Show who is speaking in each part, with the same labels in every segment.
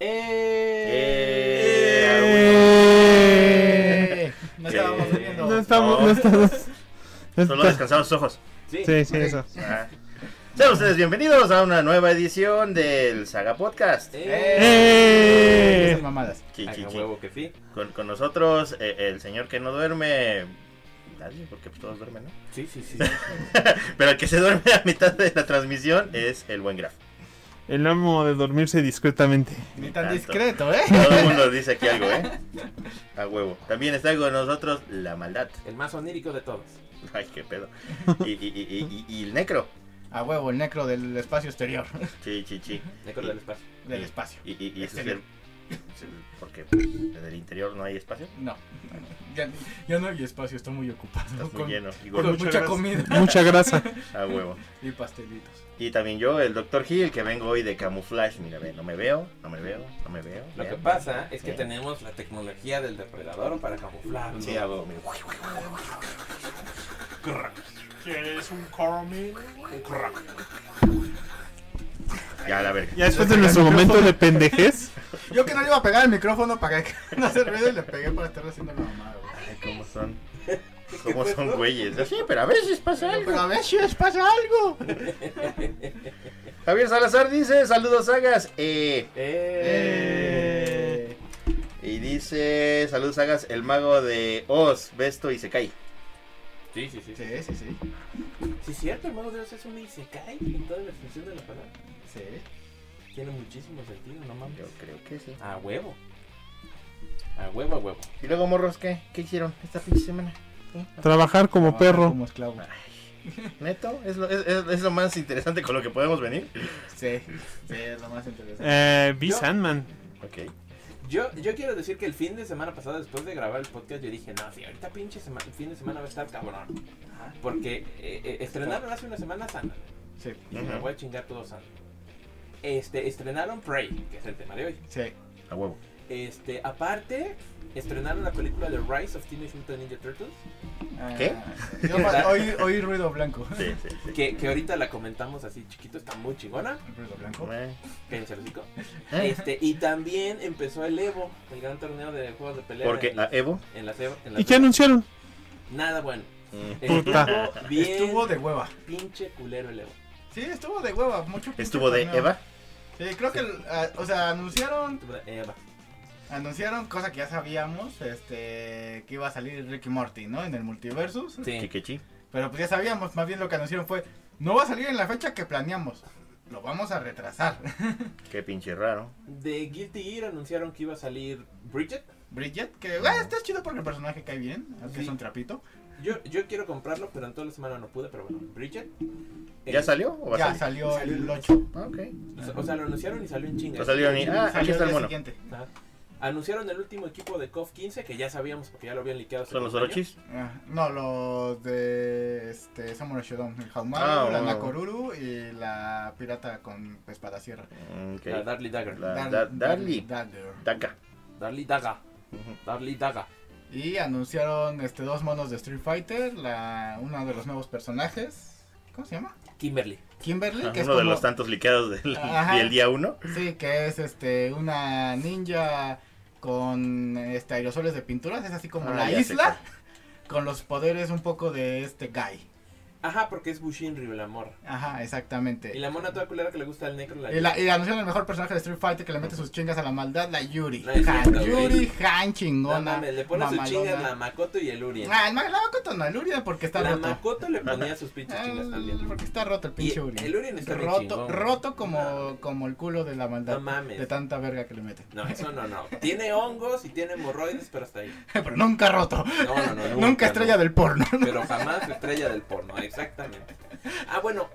Speaker 1: Eh,
Speaker 2: estábamos bebiendo.
Speaker 3: Eh, No estamos, no,
Speaker 2: No.
Speaker 3: estamos. no
Speaker 2: Solo
Speaker 3: está-
Speaker 2: descansar los ojos.
Speaker 1: Sí,
Speaker 3: Sí, sí, eso.
Speaker 2: Ah. Sean ustedes bienvenidos a una nueva edición del Saga Podcast.
Speaker 3: ¡Eh!
Speaker 4: Esas mamadas.
Speaker 2: Chi, chi,
Speaker 1: Ay, Ah, a
Speaker 2: chi.
Speaker 1: huevo que sí.
Speaker 2: Con, con nosotros eh, el señor que no duerme. Nadie, porque pues, todos duermen, ¿no?
Speaker 1: Sí, sí, sí.
Speaker 2: Pero el que se duerme a mitad de la transmisión es el buen Graf.
Speaker 3: El amo de dormirse discretamente.
Speaker 4: Ni tan
Speaker 2: Tanto.
Speaker 4: discreto, ¿eh?
Speaker 2: Todo el mundo dice aquí algo, ¿eh? A huevo. También está con nosotros la maldad.
Speaker 1: El más onírico de todos.
Speaker 2: Ay, qué pedo. Y, y, y- y- y- y el necro.
Speaker 4: A huevo, el necro del espacio exterior,
Speaker 2: Sí, sí, sí.
Speaker 1: Necro del espacio.
Speaker 4: del espacio.
Speaker 2: Y, y, y su
Speaker 4: Exterior.
Speaker 2: ser- Porque en el interior no hay espacio.
Speaker 4: No, ya, ya no hay espacio, está muy ocupado.
Speaker 2: Estás muy
Speaker 4: con
Speaker 2: lleno. Y
Speaker 4: con
Speaker 2: gordo.
Speaker 3: Muchas
Speaker 4: mucha
Speaker 3: gracias.
Speaker 4: comida
Speaker 3: Mucha grasa.
Speaker 2: A huevo.
Speaker 4: y pastelitos.
Speaker 2: Y también yo, el Dr. Hill, que vengo hoy de camuflaje. Mira, ve, no me veo, no me veo, no me veo.
Speaker 1: Lo que
Speaker 2: vean.
Speaker 1: pasa es que
Speaker 2: Vean.
Speaker 1: tenemos la tecnología del depredador para camuflarnos.
Speaker 2: Sí, a huevo, mira.
Speaker 5: ¿Quieres un caramelo?
Speaker 2: Ya, la verga.
Speaker 3: Ya después de nuestro momento de pendejez.
Speaker 4: Yo que no le iba a pegar el micrófono para que no se ruido y le pegué para estar haciendo la mamada, güey.
Speaker 2: Ay, ¿Cómo son? ¿Cómo son güeyes? Sí, pero a veces pasa algo.
Speaker 4: Pero a veces pasa algo.
Speaker 2: Javier Salazar dice, saludos sagas. Eh,
Speaker 1: Eh.
Speaker 4: Eh,
Speaker 2: y dice, saludos sagas, el mago de Oz, Besto y se cae.
Speaker 1: Sí, sí, sí. Sí,
Speaker 4: Sí, sí, sí.
Speaker 1: es cierto, hermano Dios, es un Isekai en toda la extensión de la palabra.
Speaker 4: Sí.
Speaker 1: Tiene muchísimo sentido, no mames.
Speaker 2: Yo creo que sí.
Speaker 1: A huevo. A huevo, a huevo.
Speaker 2: Y luego, morros, ¿qué? ¿Qué hicieron esta pinche semana? ¿Eh?
Speaker 3: Trabajar como
Speaker 4: Trabajar
Speaker 3: perro.
Speaker 4: Como esclavo.
Speaker 2: ¿Neto? ¿Es lo, es, es- es lo más interesante con lo que podemos venir?
Speaker 4: Sí, sí, es lo más interesante.
Speaker 3: Eh, vi
Speaker 1: Yo-
Speaker 3: Sandman.
Speaker 2: Ok.
Speaker 1: Yo, yo quiero decir que el fin de semana pasado, después de grabar el podcast, yo dije, no, sí, ahorita pinche sema- el fin de semana va a estar cabrón. Porque eh, eh, estrenaron hace una semana Sandman.
Speaker 4: Sí,
Speaker 1: Y me
Speaker 2: Ujú.
Speaker 1: voy a chingar todo Sandman. Este, estrenaron Prey, que es el tema de hoy.
Speaker 4: sí.
Speaker 2: A huevo.
Speaker 1: Este, aparte, estrenaron la película de Rise of Teenage Mutant Ninja Turtles.
Speaker 4: Ah,
Speaker 2: ¿Qué?
Speaker 4: yo pa- oí, oí ruido blanco.
Speaker 2: Sí, sí, sí.
Speaker 1: Que, que ahorita la comentamos así chiquito, está muy chingona.
Speaker 4: ¿Ruido blanco?
Speaker 2: Eh,
Speaker 1: Cállense los hocico.
Speaker 2: eh.
Speaker 1: Este, y también empezó el Evo, el gran torneo de juegos de pelea.
Speaker 2: Porque
Speaker 1: en,
Speaker 2: a Evo...
Speaker 1: en las Evo- en las
Speaker 3: ¿Y qué
Speaker 1: Evo.
Speaker 3: anunciaron?
Speaker 1: Nada bueno.
Speaker 2: mm,
Speaker 3: Puta.
Speaker 1: Estuvo bien
Speaker 4: Estuvo de hueva.
Speaker 1: pinche culero el Evo.
Speaker 4: Sí, estuvo de hueva. Mucho pinche
Speaker 2: Estuvo de
Speaker 4: torneo.
Speaker 2: Eva.
Speaker 4: Sí, creo que, ah, o sea, anunciaron,
Speaker 1: Estuvo de Eva.
Speaker 4: anunciaron cosa que ya sabíamos, este, que iba a salir Ricky Morty, ¿no? En el multiversus.
Speaker 1: Sí.
Speaker 2: Chiquichi.
Speaker 4: Pero pues ya sabíamos, más bien lo que anunciaron fue, no va a salir en la fecha que planeamos. Lo vamos a retrasar.
Speaker 2: Qué pinche raro.
Speaker 1: De Guilty Gear anunciaron que iba a salir Bridget.
Speaker 4: Bridget, que ah, está chido porque el personaje cae bien, aunque
Speaker 1: Sí.
Speaker 4: es un trapito.
Speaker 1: Yo, yo quiero comprarlo, pero en toda la semana no pude, pero bueno, Bridget. Eh,
Speaker 2: ¿Ya salió o va a
Speaker 4: Ya
Speaker 2: salir?
Speaker 4: salió
Speaker 1: Salió
Speaker 4: el
Speaker 1: el
Speaker 4: 8.
Speaker 2: Ah, Ok.
Speaker 1: O sea, lo anunciaron y salió en chinga.
Speaker 2: No salió ni... Ah, aquí
Speaker 4: Salió
Speaker 2: está
Speaker 4: el
Speaker 2: el
Speaker 4: día
Speaker 2: mono.
Speaker 4: siguiente.
Speaker 1: Ajá. Anunciaron el último equipo de KOF 15, que ya sabíamos porque ya lo habían liqueado. hace
Speaker 2: Son los
Speaker 1: dos años.
Speaker 2: Orochis.
Speaker 4: Ah, no, los de este, Samurai Shodown, el Haumaru,
Speaker 2: Ah,
Speaker 4: la
Speaker 2: bueno.
Speaker 4: Nakoruru y la pirata con espada sierra.
Speaker 2: Mm, ok.
Speaker 1: La Darly Dagger.
Speaker 2: La-
Speaker 4: Dar-
Speaker 2: Da- Darly.
Speaker 4: Dagger.
Speaker 2: Daca.
Speaker 1: Darly Daga.
Speaker 2: Ujú.
Speaker 1: Darly Daga.
Speaker 4: Y anunciaron este dos monos de Street Fighter, la uno de los nuevos personajes, ¿cómo se llama?
Speaker 1: Kimberly.
Speaker 4: Kimberly,
Speaker 2: Ah,
Speaker 4: que es
Speaker 2: Uno de
Speaker 4: como-
Speaker 2: los tantos liqueados del,
Speaker 4: Ajá.
Speaker 2: del día uno.
Speaker 4: sí, que es este una ninja con este aerosoles de pinturas, es así como
Speaker 2: Ah,
Speaker 4: la
Speaker 2: ya sé
Speaker 4: isla con los poderes un poco de este guy.
Speaker 1: Ajá, porque es Bushinryu, la morra.
Speaker 4: Ajá,
Speaker 1: Y
Speaker 4: exactamente.
Speaker 1: la mona toda culera que le gusta al necro. La
Speaker 4: Y, la, y anunciaron el mejor personaje de Street Fighter que le mete sus chingas a la maldad, la Yuri.
Speaker 1: No es
Speaker 4: Han,
Speaker 1: cierto, güey.
Speaker 4: Yuri Han
Speaker 1: No
Speaker 4: chingona.
Speaker 1: mames, le pone sus
Speaker 4: mamalona.
Speaker 1: chingas la Makoto y el Urien.
Speaker 4: Ah, el ma- la Makoto no, el Yuri porque está
Speaker 1: La
Speaker 4: roto.
Speaker 1: Makoto le ponía sus pinches
Speaker 4: Ah,
Speaker 1: chingas también.
Speaker 4: Porque está roto el
Speaker 1: Y
Speaker 4: pinche Uri.
Speaker 1: el Urien está bien
Speaker 4: roto,
Speaker 1: chingón, güey.
Speaker 4: roto como,
Speaker 1: No.
Speaker 4: como el culo de la maldad.
Speaker 1: No mames.
Speaker 4: De tanta verga que le meten.
Speaker 1: No, eso no, no. Tiene hongos y tiene hemorroides, pero hasta ahí.
Speaker 4: Pero nunca roto.
Speaker 1: No, no, no. Nunca,
Speaker 4: Nunca, estrella
Speaker 1: no.
Speaker 4: del porno.
Speaker 1: Pero jamás estrella del porno, exactamente. Ah, bueno.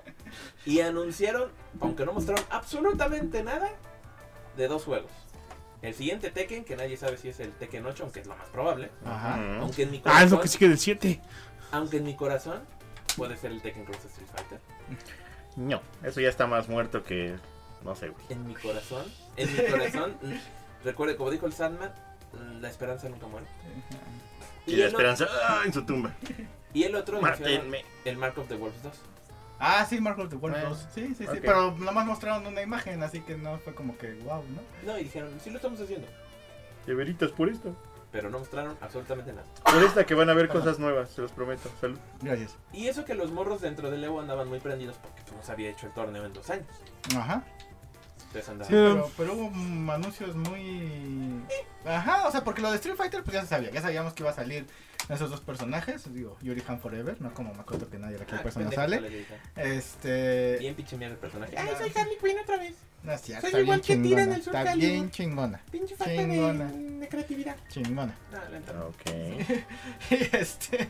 Speaker 1: Y anunciaron, aunque no mostraron absolutamente nada, de dos juegos. El siguiente Tekken, que nadie sabe si es el Tekken 8, aunque es lo más probable.
Speaker 4: Ajá.
Speaker 2: Mm.
Speaker 1: Aunque en mi
Speaker 3: Ah,
Speaker 1: corazón,
Speaker 3: es lo que sigue del 7.
Speaker 1: aunque en mi corazón puede ser el Tekken Cross Street Fighter.
Speaker 2: No, eso ya está más muerto que. No sé, güey.
Speaker 1: En mi corazón, en mi corazón, mm, recuerde, como dijo el Sandman, mm, la esperanza nunca muere.
Speaker 2: Y la
Speaker 1: el, o-
Speaker 2: esperanza ¡ah! en su tumba.
Speaker 1: y el otro anunciaron
Speaker 2: Mátenme.
Speaker 1: el Mark of the Wolves 2.
Speaker 4: Ah, sí, Marco de Wolf
Speaker 2: Bueno,
Speaker 4: 2. Sí, sí, sí.
Speaker 2: ok.
Speaker 4: Pero nomás mostraron una imagen, así que no fue como que wow, ¿no?
Speaker 1: No, y dijeron, sí lo estamos haciendo.
Speaker 2: De veritas por esto.
Speaker 1: pero no mostraron absolutamente nada.
Speaker 2: Por esta que van a ver cosas nuevas, se los prometo. Salud.
Speaker 4: Gracias.
Speaker 1: Y eso que los morros dentro del Evo andaban muy prendidos porque pues, no se había hecho el torneo en dos años.
Speaker 4: Ajá.
Speaker 1: Entonces andaban.
Speaker 3: Sí.
Speaker 4: Pero, pero hubo mm, anuncios muy. Ajá, o sea, porque lo de Street Fighter, pues ya se sabía. Ya sabíamos que iba a salir esos dos personajes. Digo, Yuri Han Forever, no como Makoto, que nadie de
Speaker 1: Ah,
Speaker 4: aquí persona
Speaker 1: pendejo,
Speaker 4: sale.
Speaker 1: le grita.
Speaker 4: Este.
Speaker 1: Bien pinche mierda el personaje.
Speaker 4: Ay, soy
Speaker 1: Harley Quinn otra vez.
Speaker 4: No,
Speaker 1: Soy
Speaker 4: sí, está bien
Speaker 1: igual que tira en
Speaker 4: chingona.
Speaker 1: el Soul
Speaker 4: Está
Speaker 1: Calibur.
Speaker 4: bien chingona.
Speaker 1: Pinche
Speaker 4: falta de- Chingona.
Speaker 1: creatividad.
Speaker 4: Chingona.
Speaker 2: Ah, Ok.
Speaker 4: Y este.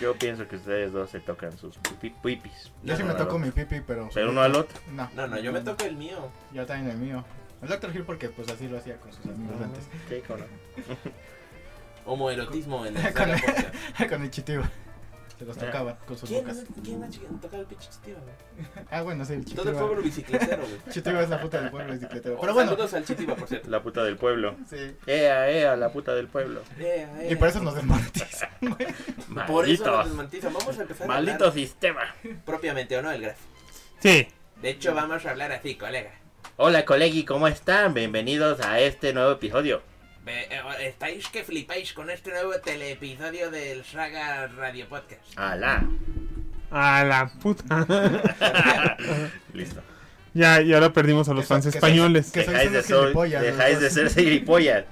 Speaker 2: Yo pienso que ustedes dos se tocan sus pipi- pipis.
Speaker 4: Yo sí me toco mi pipi, pero.
Speaker 2: Pero uno al otro.
Speaker 4: No.
Speaker 1: No, no, yo me toco el mío.
Speaker 4: Yo también el mío. El Dr. Hill, porque pues así lo hacía con sus amigos
Speaker 2: Ah.
Speaker 4: antes.
Speaker 2: Sí, cómo no.
Speaker 1: Homoerotismo en el
Speaker 4: Con-
Speaker 1: Saga Podcast.
Speaker 4: con el chitivo. Se
Speaker 2: Ah.
Speaker 4: los tocaba con sus
Speaker 1: ¿Quién,
Speaker 4: bocas.
Speaker 1: ¿Quién más chica- tocaba el pinche chitiba, güey?
Speaker 4: Ah, bueno, sí, el
Speaker 1: Todo el
Speaker 4: chitivo.
Speaker 1: pueblo bicicletero, güey.
Speaker 4: Chitivo es la puta del pueblo bicicletero.
Speaker 1: Oh,
Speaker 4: Pero bueno.
Speaker 1: Saludos Eh. al chitiba, por cierto.
Speaker 2: La puta del pueblo.
Speaker 4: Sí.
Speaker 2: Ea, ea, la puta del pueblo.
Speaker 1: Eh, eh.
Speaker 4: Y por eso nos desmonetizan.
Speaker 1: Por eso nos
Speaker 2: Malditos.
Speaker 1: desmonetizan. Vamos a empezar a
Speaker 2: Maldito
Speaker 1: hablar
Speaker 2: sistema.
Speaker 1: propiamente, ¿o no? El graf.
Speaker 3: Sí.
Speaker 1: De hecho, vamos a hablar así, colega.
Speaker 2: Hola, colegi, ¿cómo están? Bienvenidos a este nuevo episodio.
Speaker 1: Ve- eh, Estáis que flipáis con este nuevo teleepisodio del Saga Radio Podcast.
Speaker 2: Alá.
Speaker 3: A la puta.
Speaker 2: Listo.
Speaker 3: ya, y ahora perdimos a los
Speaker 4: Que
Speaker 3: fans
Speaker 4: so- que so-
Speaker 3: españoles.
Speaker 4: que- sois
Speaker 2: Dejáis de
Speaker 4: unos
Speaker 2: ser,
Speaker 4: gilipollas,
Speaker 2: dejáis de
Speaker 4: los
Speaker 2: ser gilipollas.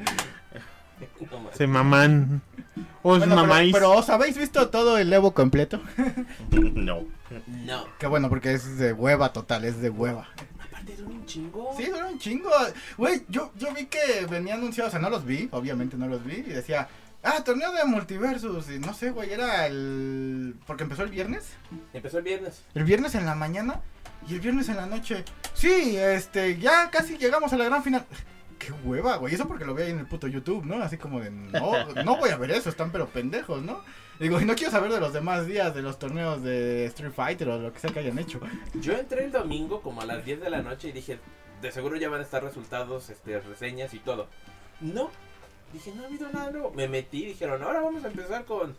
Speaker 1: No mames.
Speaker 3: Se maman.
Speaker 2: Pues,
Speaker 3: Os
Speaker 4: Bueno, pero-
Speaker 3: mamáis.
Speaker 4: pero, ¿os habéis visto todo el Evo completo?
Speaker 2: No.
Speaker 1: No.
Speaker 4: Que bueno, porque es de hueva total, es de hueva.
Speaker 1: Aparte, son un chingón.
Speaker 4: Sí, era un chingo. Güey, yo, yo vi que venía anunciado, o sea, no los vi, obviamente no los vi, y decía, ah, torneo de multiversus, y no sé, güey, era el... porque empezó el viernes,
Speaker 1: Empezó el viernes.
Speaker 4: el viernes en la mañana y el viernes en la noche. Sí, este, ya casi llegamos a la gran final. Qué hueva, güey, eso porque lo veo ahí en el puto YouTube, ¿no? Así como de, no, no voy a ver eso, están pero pendejos, ¿no? Digo, y no quiero saber de los demás días de los torneos de Street Fighter o lo que sea que hayan hecho.
Speaker 1: Yo entré el domingo como a las 10 de la noche y dije, de seguro ya van a estar resultados, este, reseñas y todo. No, dije, no ha habido nada nuevo. Me metí y dijeron, ahora vamos a empezar con,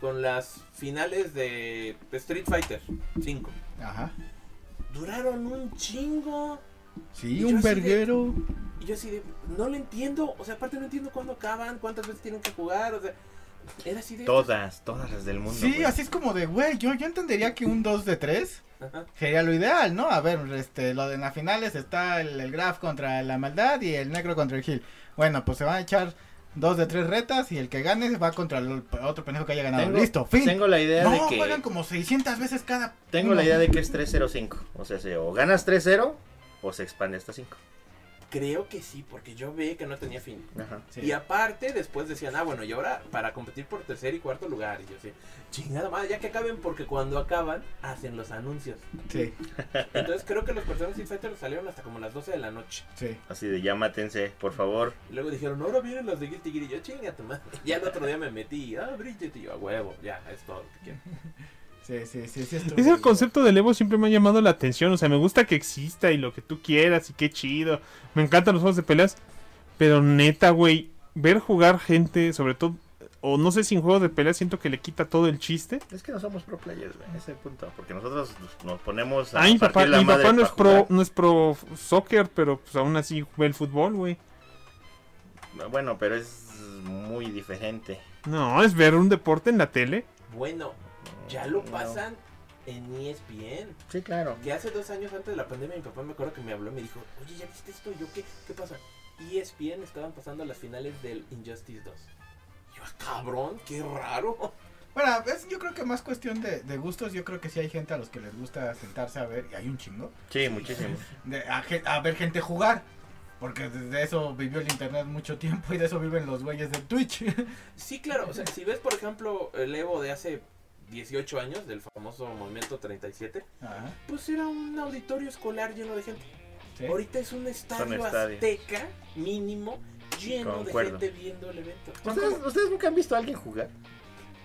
Speaker 1: con las finales de Street Fighter 5.
Speaker 4: Ajá.
Speaker 1: Duraron un chingo.
Speaker 4: Sí,
Speaker 1: Y yo
Speaker 4: un
Speaker 1: así de-
Speaker 4: verguero.
Speaker 1: Y yo así de, no lo entiendo. O sea, aparte no entiendo cuándo acaban, cuántas veces tienen que jugar. O sea, era así de...
Speaker 2: Todas, todas las del mundo.
Speaker 4: Sí,
Speaker 2: güey.
Speaker 4: así es como de, güey, yo, yo entendería que un 2 de 3
Speaker 1: Ajá.
Speaker 4: sería lo ideal, ¿no? A ver, este, lo de en las finales está el, el Graf contra la maldad y el negro contra el Gil. Bueno, pues se van a echar dos de tres retas y el que gane va contra el otro pendejo que haya ganado.
Speaker 2: Tengo-
Speaker 4: Listo, fin.
Speaker 2: Tengo la idea
Speaker 4: no,
Speaker 2: de que.
Speaker 4: juegan como 600 veces cada.
Speaker 2: Tengo
Speaker 4: uno.
Speaker 2: la idea de que es 3-0-5. O sea, se- o ganas 3-0 o se expande hasta 5.
Speaker 1: Creo que sí, porque yo vi que no tenía fin.
Speaker 2: Ajá.
Speaker 4: Sí.
Speaker 1: Y aparte, después decían, ah, bueno, y ahora para competir por tercer y cuarto lugar. Y yo sí, chingada madre, ya que acaben, porque cuando acaban, hacen los anuncios.
Speaker 4: Sí,
Speaker 1: Entonces creo que los personajes Street Fighter salieron hasta como las 12 de la noche.
Speaker 4: sí.
Speaker 2: Así de llámatense, por favor.
Speaker 1: Y luego dijeron, ahora vienen los de Guilty Gear. Y yo, chinga tu madre. Ya el otro día me metí, ah, Bridget, y yo, a huevo, ya, es todo lo que quiero.
Speaker 4: Sí, sí, sí, sí. estuvo
Speaker 3: Es el
Speaker 4: bien.
Speaker 3: concepto del Evo siempre me ha llamado la atención. O sea, me gusta que exista y lo que tú quieras y qué chido. Me encantan los juegos de peleas. Pero neta, güey, ver jugar gente, sobre todo, o no sé, sin juegos de peleas, siento que le quita todo el chiste.
Speaker 2: Es que no somos pro players, güey. Ese punto. Porque nosotros nos- nos ponemos a.
Speaker 3: Ah, mi papá,
Speaker 2: partir la
Speaker 3: mi
Speaker 2: madre
Speaker 3: papá no,
Speaker 2: pa'
Speaker 3: es pro,
Speaker 2: jugar.
Speaker 3: no es pro soccer, pero pues aún así ve el fútbol, güey.
Speaker 2: Bueno, pero es muy diferente.
Speaker 3: No, es ver un deporte en la tele.
Speaker 1: Bueno, ya lo
Speaker 2: No.
Speaker 1: pasan en E ESPN.
Speaker 2: Sí, claro.
Speaker 1: Que hace dos años antes de la pandemia mi papá me acuerdo que me habló y me dijo, oye, ¿ya viste esto? Y yo, ¿qué, qué pasa? E ESPN estaban pasando las finales del Injustice 2. Y yo, "Ah, cabrón, qué raro.
Speaker 4: Bueno, es, yo creo que más cuestión de, de gustos. Yo creo que sí hay gente a los que les gusta sentarse a ver, y hay un chingo,
Speaker 2: Sí, muchísimo.
Speaker 4: de, a, ge- a ver gente jugar. Porque desde eso vivió el internet mucho tiempo y de eso viven los güeyes de Twitch.
Speaker 1: Sí, claro, o sea, si ves por ejemplo el Evo de hace 18 años, del famoso Movimiento 37,
Speaker 4: Ajá.
Speaker 1: pues era un auditorio escolar lleno de gente.
Speaker 4: Sí.
Speaker 1: Ahorita es un estadio
Speaker 2: estadios.
Speaker 1: azteca mínimo lleno
Speaker 2: Concuerdo.
Speaker 1: de gente viendo el evento.
Speaker 2: ¿Ustedes, ustedes nunca han visto a alguien jugar?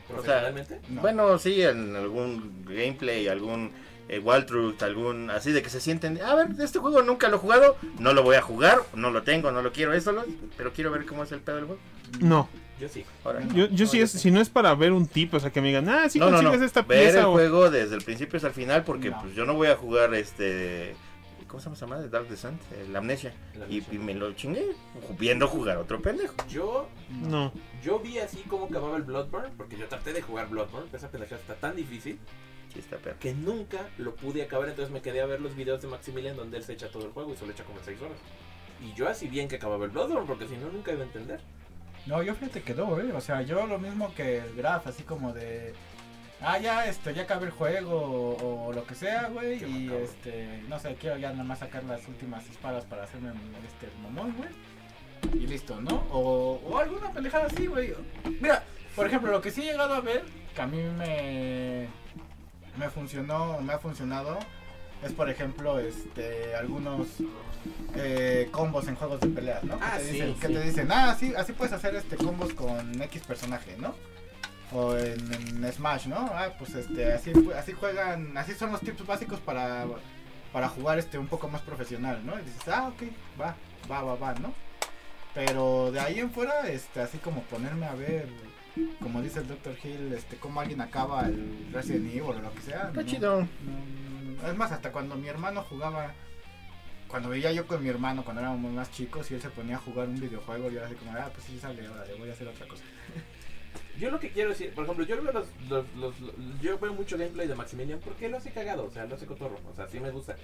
Speaker 1: ¿Profesionalmente?
Speaker 4: No.
Speaker 2: Bueno, sí, en algún gameplay, algún eh, walkthrough, algún así de que se sienten, a ver, este juego nunca lo he jugado, no lo voy a jugar, no lo tengo, no lo quiero, eso lo, pero quiero ver cómo es el pedo del juego.
Speaker 3: No,
Speaker 1: Yo sí.
Speaker 2: Ahora,
Speaker 3: yo, yo
Speaker 1: No,
Speaker 3: sí
Speaker 1: yo
Speaker 3: es,
Speaker 1: sí.
Speaker 3: si no es para ver un tipo, o sea, que me digan, ah, sí
Speaker 2: no, no,
Speaker 3: consigues
Speaker 2: no,
Speaker 3: esta
Speaker 2: ver el pues,
Speaker 3: pieza. o-
Speaker 2: juego desde el principio hasta el final porque
Speaker 4: No.
Speaker 2: pues yo no voy a jugar este ¿Cómo se llama esa madre? Dark Descent, eh, la amnesia.
Speaker 1: La
Speaker 2: Y,
Speaker 1: amnesia.
Speaker 2: y me lo chingué viendo jugar a otro pendejo.
Speaker 1: Yo,
Speaker 3: No.
Speaker 1: yo vi así cómo acababa el Bloodborne, porque yo traté de jugar Bloodborne, pero esa pendejada está tan difícil
Speaker 2: Sí, está perro.
Speaker 1: que nunca lo pude acabar, entonces me quedé a ver los videos de Maximilian donde él se echa todo el juego y se lo echa como en 6 horas. Y yo así bien que acababa el Bloodborne, porque si no nunca iba a entender.
Speaker 4: No, yo fíjate que no, ¿eh? O sea, yo lo mismo que el Graf, así como de. Ah, ya, este, ya acabé el juego o, o lo que sea, güey.
Speaker 1: Qué
Speaker 4: Y
Speaker 1: macabro.
Speaker 4: este, no sé, quiero ya nomás sacar las últimas espadas para hacerme este mamón, güey. Y listo, ¿no? O, o alguna pendejada así, güey. Mira, por ejemplo, lo que sí he llegado a ver, que a mí me. Me funcionó, me ha funcionado. Es por ejemplo, este, algunos eh, combos en juegos de peleas, ¿no?
Speaker 1: Ah,
Speaker 4: que te
Speaker 1: sí,
Speaker 4: dicen, que
Speaker 1: sí.
Speaker 4: te dicen, ah, sí, así puedes hacer este combos con X personaje, ¿no? O en, en Smash, ¿no? Ah, pues este, así, fu- así juegan, así son los tips básicos para, para jugar este un poco más profesional, ¿no? Y dices, ah, ok, va, va, va, va, ¿no? Pero de ahí en fuera, este, así como ponerme a ver, como dice el Dr. Hill, este, cómo alguien acaba el Resident Evil o lo que sea.
Speaker 2: Está
Speaker 4: no.
Speaker 2: chido.
Speaker 4: No, Es más, hasta cuando mi hermano jugaba, cuando veía yo con mi hermano, cuando éramos más chicos, y él se ponía a jugar un videojuego, yo era así como, ah, pues sí, sale, ahora le voy a hacer otra cosa.
Speaker 1: Yo lo que quiero decir, por ejemplo, yo veo, los, los- los- los- yo veo mucho gameplay de Maximilian porque lo hace cagado, o sea, lo hace cotorro, o sea, sí me gusta.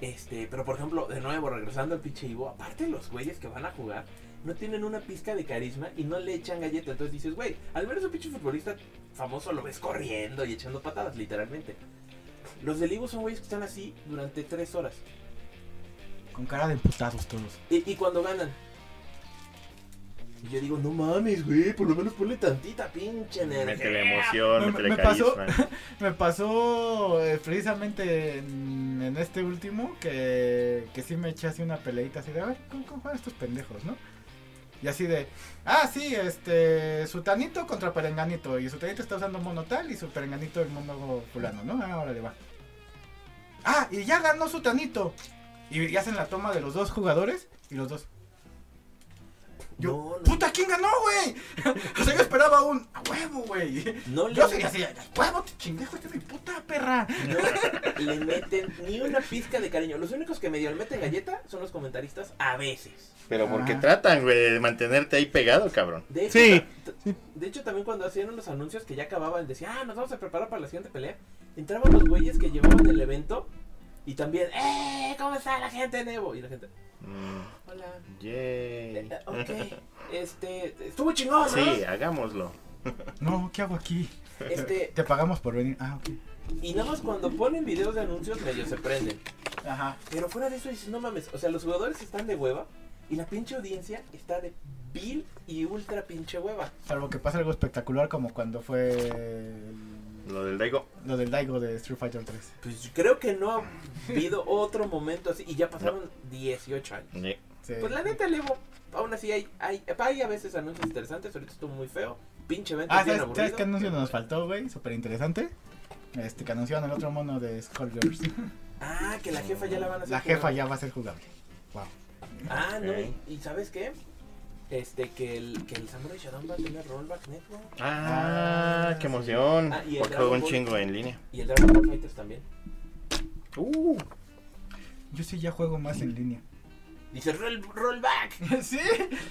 Speaker 1: Este, pero por ejemplo, de nuevo, regresando al pinche Ivo, aparte los güeyes que van a jugar no tienen una pizca de carisma y no le echan galleta, entonces dices, güey, al ver a ese pinche futbolista famoso lo ves corriendo y echando patadas, literalmente. Los del Ivo son güeyes que están así durante tres horas
Speaker 4: Con cara de emputados todos.
Speaker 1: y, y cuando ganan. Y yo digo, no mames, güey, por lo menos ponle tantita pinche
Speaker 2: Métele
Speaker 1: energía.
Speaker 4: Me-
Speaker 2: emoción, métele
Speaker 4: me pasó.
Speaker 2: carisma.
Speaker 4: Me pasó eh, precisamente en, en este último que, que sí me eché así una peleita así de, a ver, ¿cómo, cómo juegan estos pendejos, no? Y así de, ah, sí, este, sutanito contra perenganito, y sutanito está usando mono tal y su perenganito el mono fulano, ¿no? Ah, ahora le va. Ah, y ya ganó sutanito. Y ya hacen la toma de los dos jugadores y los dos. Yo,
Speaker 1: No, no.
Speaker 4: puta, ¿quién ganó, güey? o sea, yo esperaba un "A huevo, güey.
Speaker 1: No le,
Speaker 4: Yo sería así, "Ay, huevo, te chingué, güey, mi puta perra.
Speaker 1: no le meten ni una pizca de cariño. Los únicos que medio le meten galleta son los comentaristas a veces.
Speaker 2: Pero porque
Speaker 4: Ajá.
Speaker 2: tratan, güey, de mantenerte ahí pegado, cabrón.
Speaker 1: De hecho,
Speaker 3: Sí,
Speaker 1: ta- ta-
Speaker 3: sí.
Speaker 1: de hecho, también cuando hacían los anuncios que ya acababan, decían, ah, nos vamos a preparar para la siguiente pelea. Entraban los güeyes que llevaban el evento y también, ¡eh! ¿Cómo está la gente de Evo? Y la gente,
Speaker 2: Mm,
Speaker 1: hola.
Speaker 2: yay.
Speaker 1: eh, ok, este, estuvo chingón, ¿no?
Speaker 2: Sí, hagámoslo.
Speaker 4: No, ¿qué hago aquí?
Speaker 1: Este,
Speaker 4: Te pagamos por venir. Ah, ok.
Speaker 1: Y nada más cuando ponen videos de anuncios medio se prenden.
Speaker 4: Ajá.
Speaker 1: Pero fuera de eso dices, no mames, o sea, los jugadores están de hueva y la pinche audiencia está de vil y ultra pinche hueva.
Speaker 4: Salvo que pasa algo espectacular como cuando fue el-
Speaker 2: Lo del Daigo.
Speaker 4: lo del Daigo de Street Fighter 3.
Speaker 1: Pues yo creo que no ha habido otro momento así y ya pasaron 18 años.
Speaker 2: Sí.
Speaker 4: Sí.
Speaker 1: Pues la neta, Levo, aún así hay, hay, hay a veces anuncios interesantes, ahorita estuvo muy feo, pinche evento
Speaker 4: Ah,
Speaker 1: bien
Speaker 4: ¿sabes,
Speaker 1: aburrido.
Speaker 4: ¿sabes qué anuncio nos faltó, güey? Súper interesante. Este, que anunciaron el otro mono de Skullgirls.
Speaker 1: Ah, que la jefa ya la van a hacer.
Speaker 4: La jefa
Speaker 1: jugar.
Speaker 4: ya Eh. va a ser jugable. Wow.
Speaker 1: Ah, no,
Speaker 2: Ok.
Speaker 1: y, y ¿sabes qué? Este, que el, que el Samurai Shodown va a tener rollback network.
Speaker 2: Ah, qué emoción.
Speaker 1: Ah, y el
Speaker 2: Porque
Speaker 1: Dragon
Speaker 2: juego un
Speaker 1: Ball.
Speaker 2: chingo en línea.
Speaker 1: Y el Dragon Ball Fighters también.
Speaker 2: Uh,
Speaker 4: Yo sí ya juego más en línea.
Speaker 1: Dice roll, rollback.
Speaker 4: ¿Sí?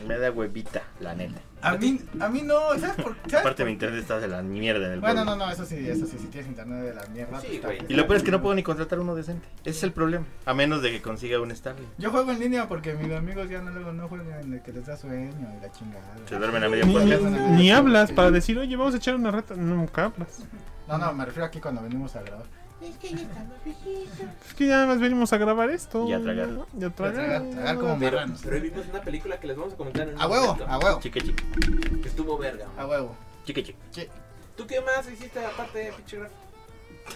Speaker 2: me da huevita, la neta.
Speaker 4: A mí, a mí no. ¿Sabes por qué?
Speaker 2: Aparte mi internet está de la mierda en el
Speaker 4: Bueno,
Speaker 2: pueblo.
Speaker 4: no, no, eso sí, eso sí, si tienes internet de la mierda.
Speaker 1: Sí,
Speaker 4: pues,
Speaker 1: güey.
Speaker 4: tal vez.
Speaker 2: Y lo peor es que no puedo ni contratar uno decente. Ese es el problema. A menos de que consiga un Starlink.
Speaker 4: Yo juego en línea porque mis amigos ya no, luego no juegan, de que les da sueño y la chingada.
Speaker 2: Se duermen a medio
Speaker 3: Ni,
Speaker 2: podcast.
Speaker 3: ni- ni hablas para decir, oye, vamos a echar una reta. Nunca hablas.
Speaker 4: No, no, me refiero aquí cuando venimos a grabar.
Speaker 3: Es que ya nada más venimos a grabar esto.
Speaker 2: Y a tragarlo.
Speaker 3: Y a tragar.
Speaker 4: tragar, tragar como
Speaker 1: Pero,
Speaker 4: marranos.
Speaker 1: pero hoy vimos una película que les vamos a comentar en un
Speaker 4: A huevo,
Speaker 1: momento,
Speaker 4: a huevo,
Speaker 2: Chique chique,
Speaker 1: Que estuvo verga.
Speaker 4: a huevo.
Speaker 2: chique chique.
Speaker 1: ¿Tú qué más hiciste aparte de pinche graf?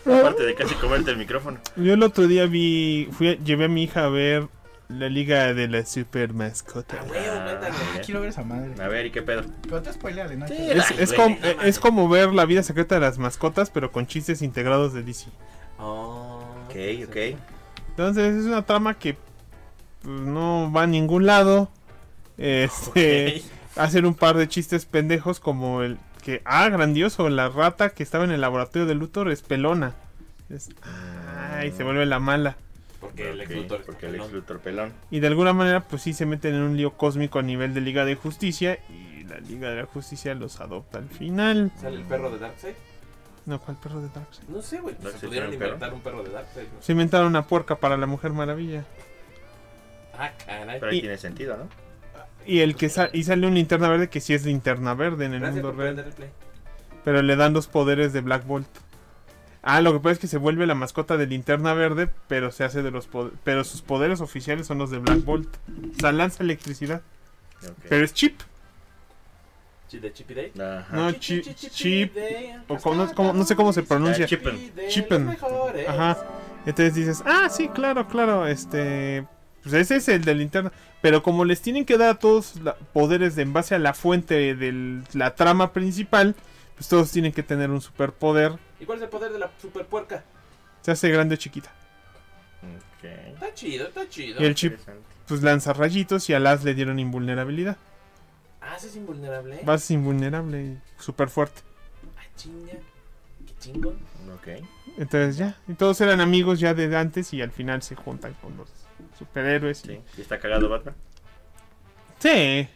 Speaker 2: Aparte de casi comerte el micrófono.
Speaker 3: Yo el otro día vi, fui a- llevé a mi hija a ver la liga de las super
Speaker 1: A
Speaker 3: mascotas.
Speaker 1: huevo, métale.
Speaker 2: Ah,
Speaker 4: Quiero ver esa madre.
Speaker 2: A ver, ¿y qué pedo?
Speaker 4: Pero te spoileale, ¿no?
Speaker 2: Sí.
Speaker 3: Es,
Speaker 2: Ay,
Speaker 3: es
Speaker 2: güey,
Speaker 3: como,
Speaker 1: no mames.
Speaker 3: es como ver la vida secreta de las mascotas, pero con chistes integrados de DC.
Speaker 1: Oh,
Speaker 2: Ok,
Speaker 1: sí.
Speaker 2: ok.
Speaker 3: Entonces es una trama que pues, no va a ningún lado. Este, Hacen un par de chistes pendejos como el que, ah, grandioso, la rata
Speaker 2: Ah.
Speaker 3: que estaba en el laboratorio de Luthor es pelona. Es- ay, se vuelve la mala.
Speaker 1: ¿Por Porque el
Speaker 2: Ok,
Speaker 1: ex Luthor es
Speaker 2: Mm, porque el ex
Speaker 1: papelón.
Speaker 2: Luthor pelón.
Speaker 3: Y de alguna manera, pues sí se meten en un lío cósmico a nivel de Liga de Justicia. Y la Liga de la Justicia los adopta al final.
Speaker 1: ¿Sale el perro de Darkseid?
Speaker 3: No, ¿cuál perro de Darkseid?
Speaker 1: No sé, güey. pues
Speaker 2: ¿Darkseid
Speaker 1: se pudieron
Speaker 2: tiene un
Speaker 1: inventar un perro de Darkseid. ¿no?
Speaker 3: Se inventaron una puerca para la Mujer Maravilla.
Speaker 1: Ah, caray.
Speaker 2: Pero ahí
Speaker 3: Y-
Speaker 2: tiene sentido, ¿no?
Speaker 3: Y el que sa- y sale un linterna verde que sí es linterna verde en el
Speaker 1: Gracias
Speaker 3: mundo
Speaker 1: por
Speaker 3: real.
Speaker 1: prender el play.
Speaker 3: Pero le dan los poderes de Black Bolt. Ah, lo que pasa es que se vuelve la mascota de linterna verde, pero se hace de los pod- pero sus poderes oficiales son los de Black Bolt. O sea, lanza electricidad.
Speaker 2: Ok.
Speaker 3: Pero es chip.
Speaker 1: Chi- ¿De Chippy Day?
Speaker 2: Ajá.
Speaker 3: No,
Speaker 1: Chi- chi-
Speaker 3: chi-
Speaker 1: chi-
Speaker 3: chip.
Speaker 1: Chippy Day.
Speaker 3: O como- no, como- no sé cómo se pronuncia.
Speaker 2: Chip.
Speaker 1: Chippy Day, ¿eh? los
Speaker 3: Chippen.
Speaker 1: mejores.
Speaker 3: Ajá. Entonces dices, ah, sí, claro, claro, este... Pues ese es el del linterna. Pero como les tienen que dar a todos la- poderes de en base a la fuente de la trama principal, pues todos tienen que tener un superpoder.
Speaker 1: ¿Y cuál es el poder de la superpuerca?
Speaker 3: Se hace grande o chiquita.
Speaker 2: Ok.
Speaker 1: Está chido, está chido.
Speaker 3: Y el chip,
Speaker 2: Interesante.
Speaker 3: pues lanza rayitos y a Laz le dieron invulnerabilidad.
Speaker 1: Ah, ese es invulnerable.
Speaker 3: Vas invulnerable y súper fuerte.
Speaker 1: Ah, chinga. Qué chingón.
Speaker 2: Ok.
Speaker 3: Entonces ya, y todos eran amigos ya de antes y al final se juntan con los superhéroes. y-
Speaker 2: Sí. ¿Y está cagado Batman?
Speaker 3: Sí.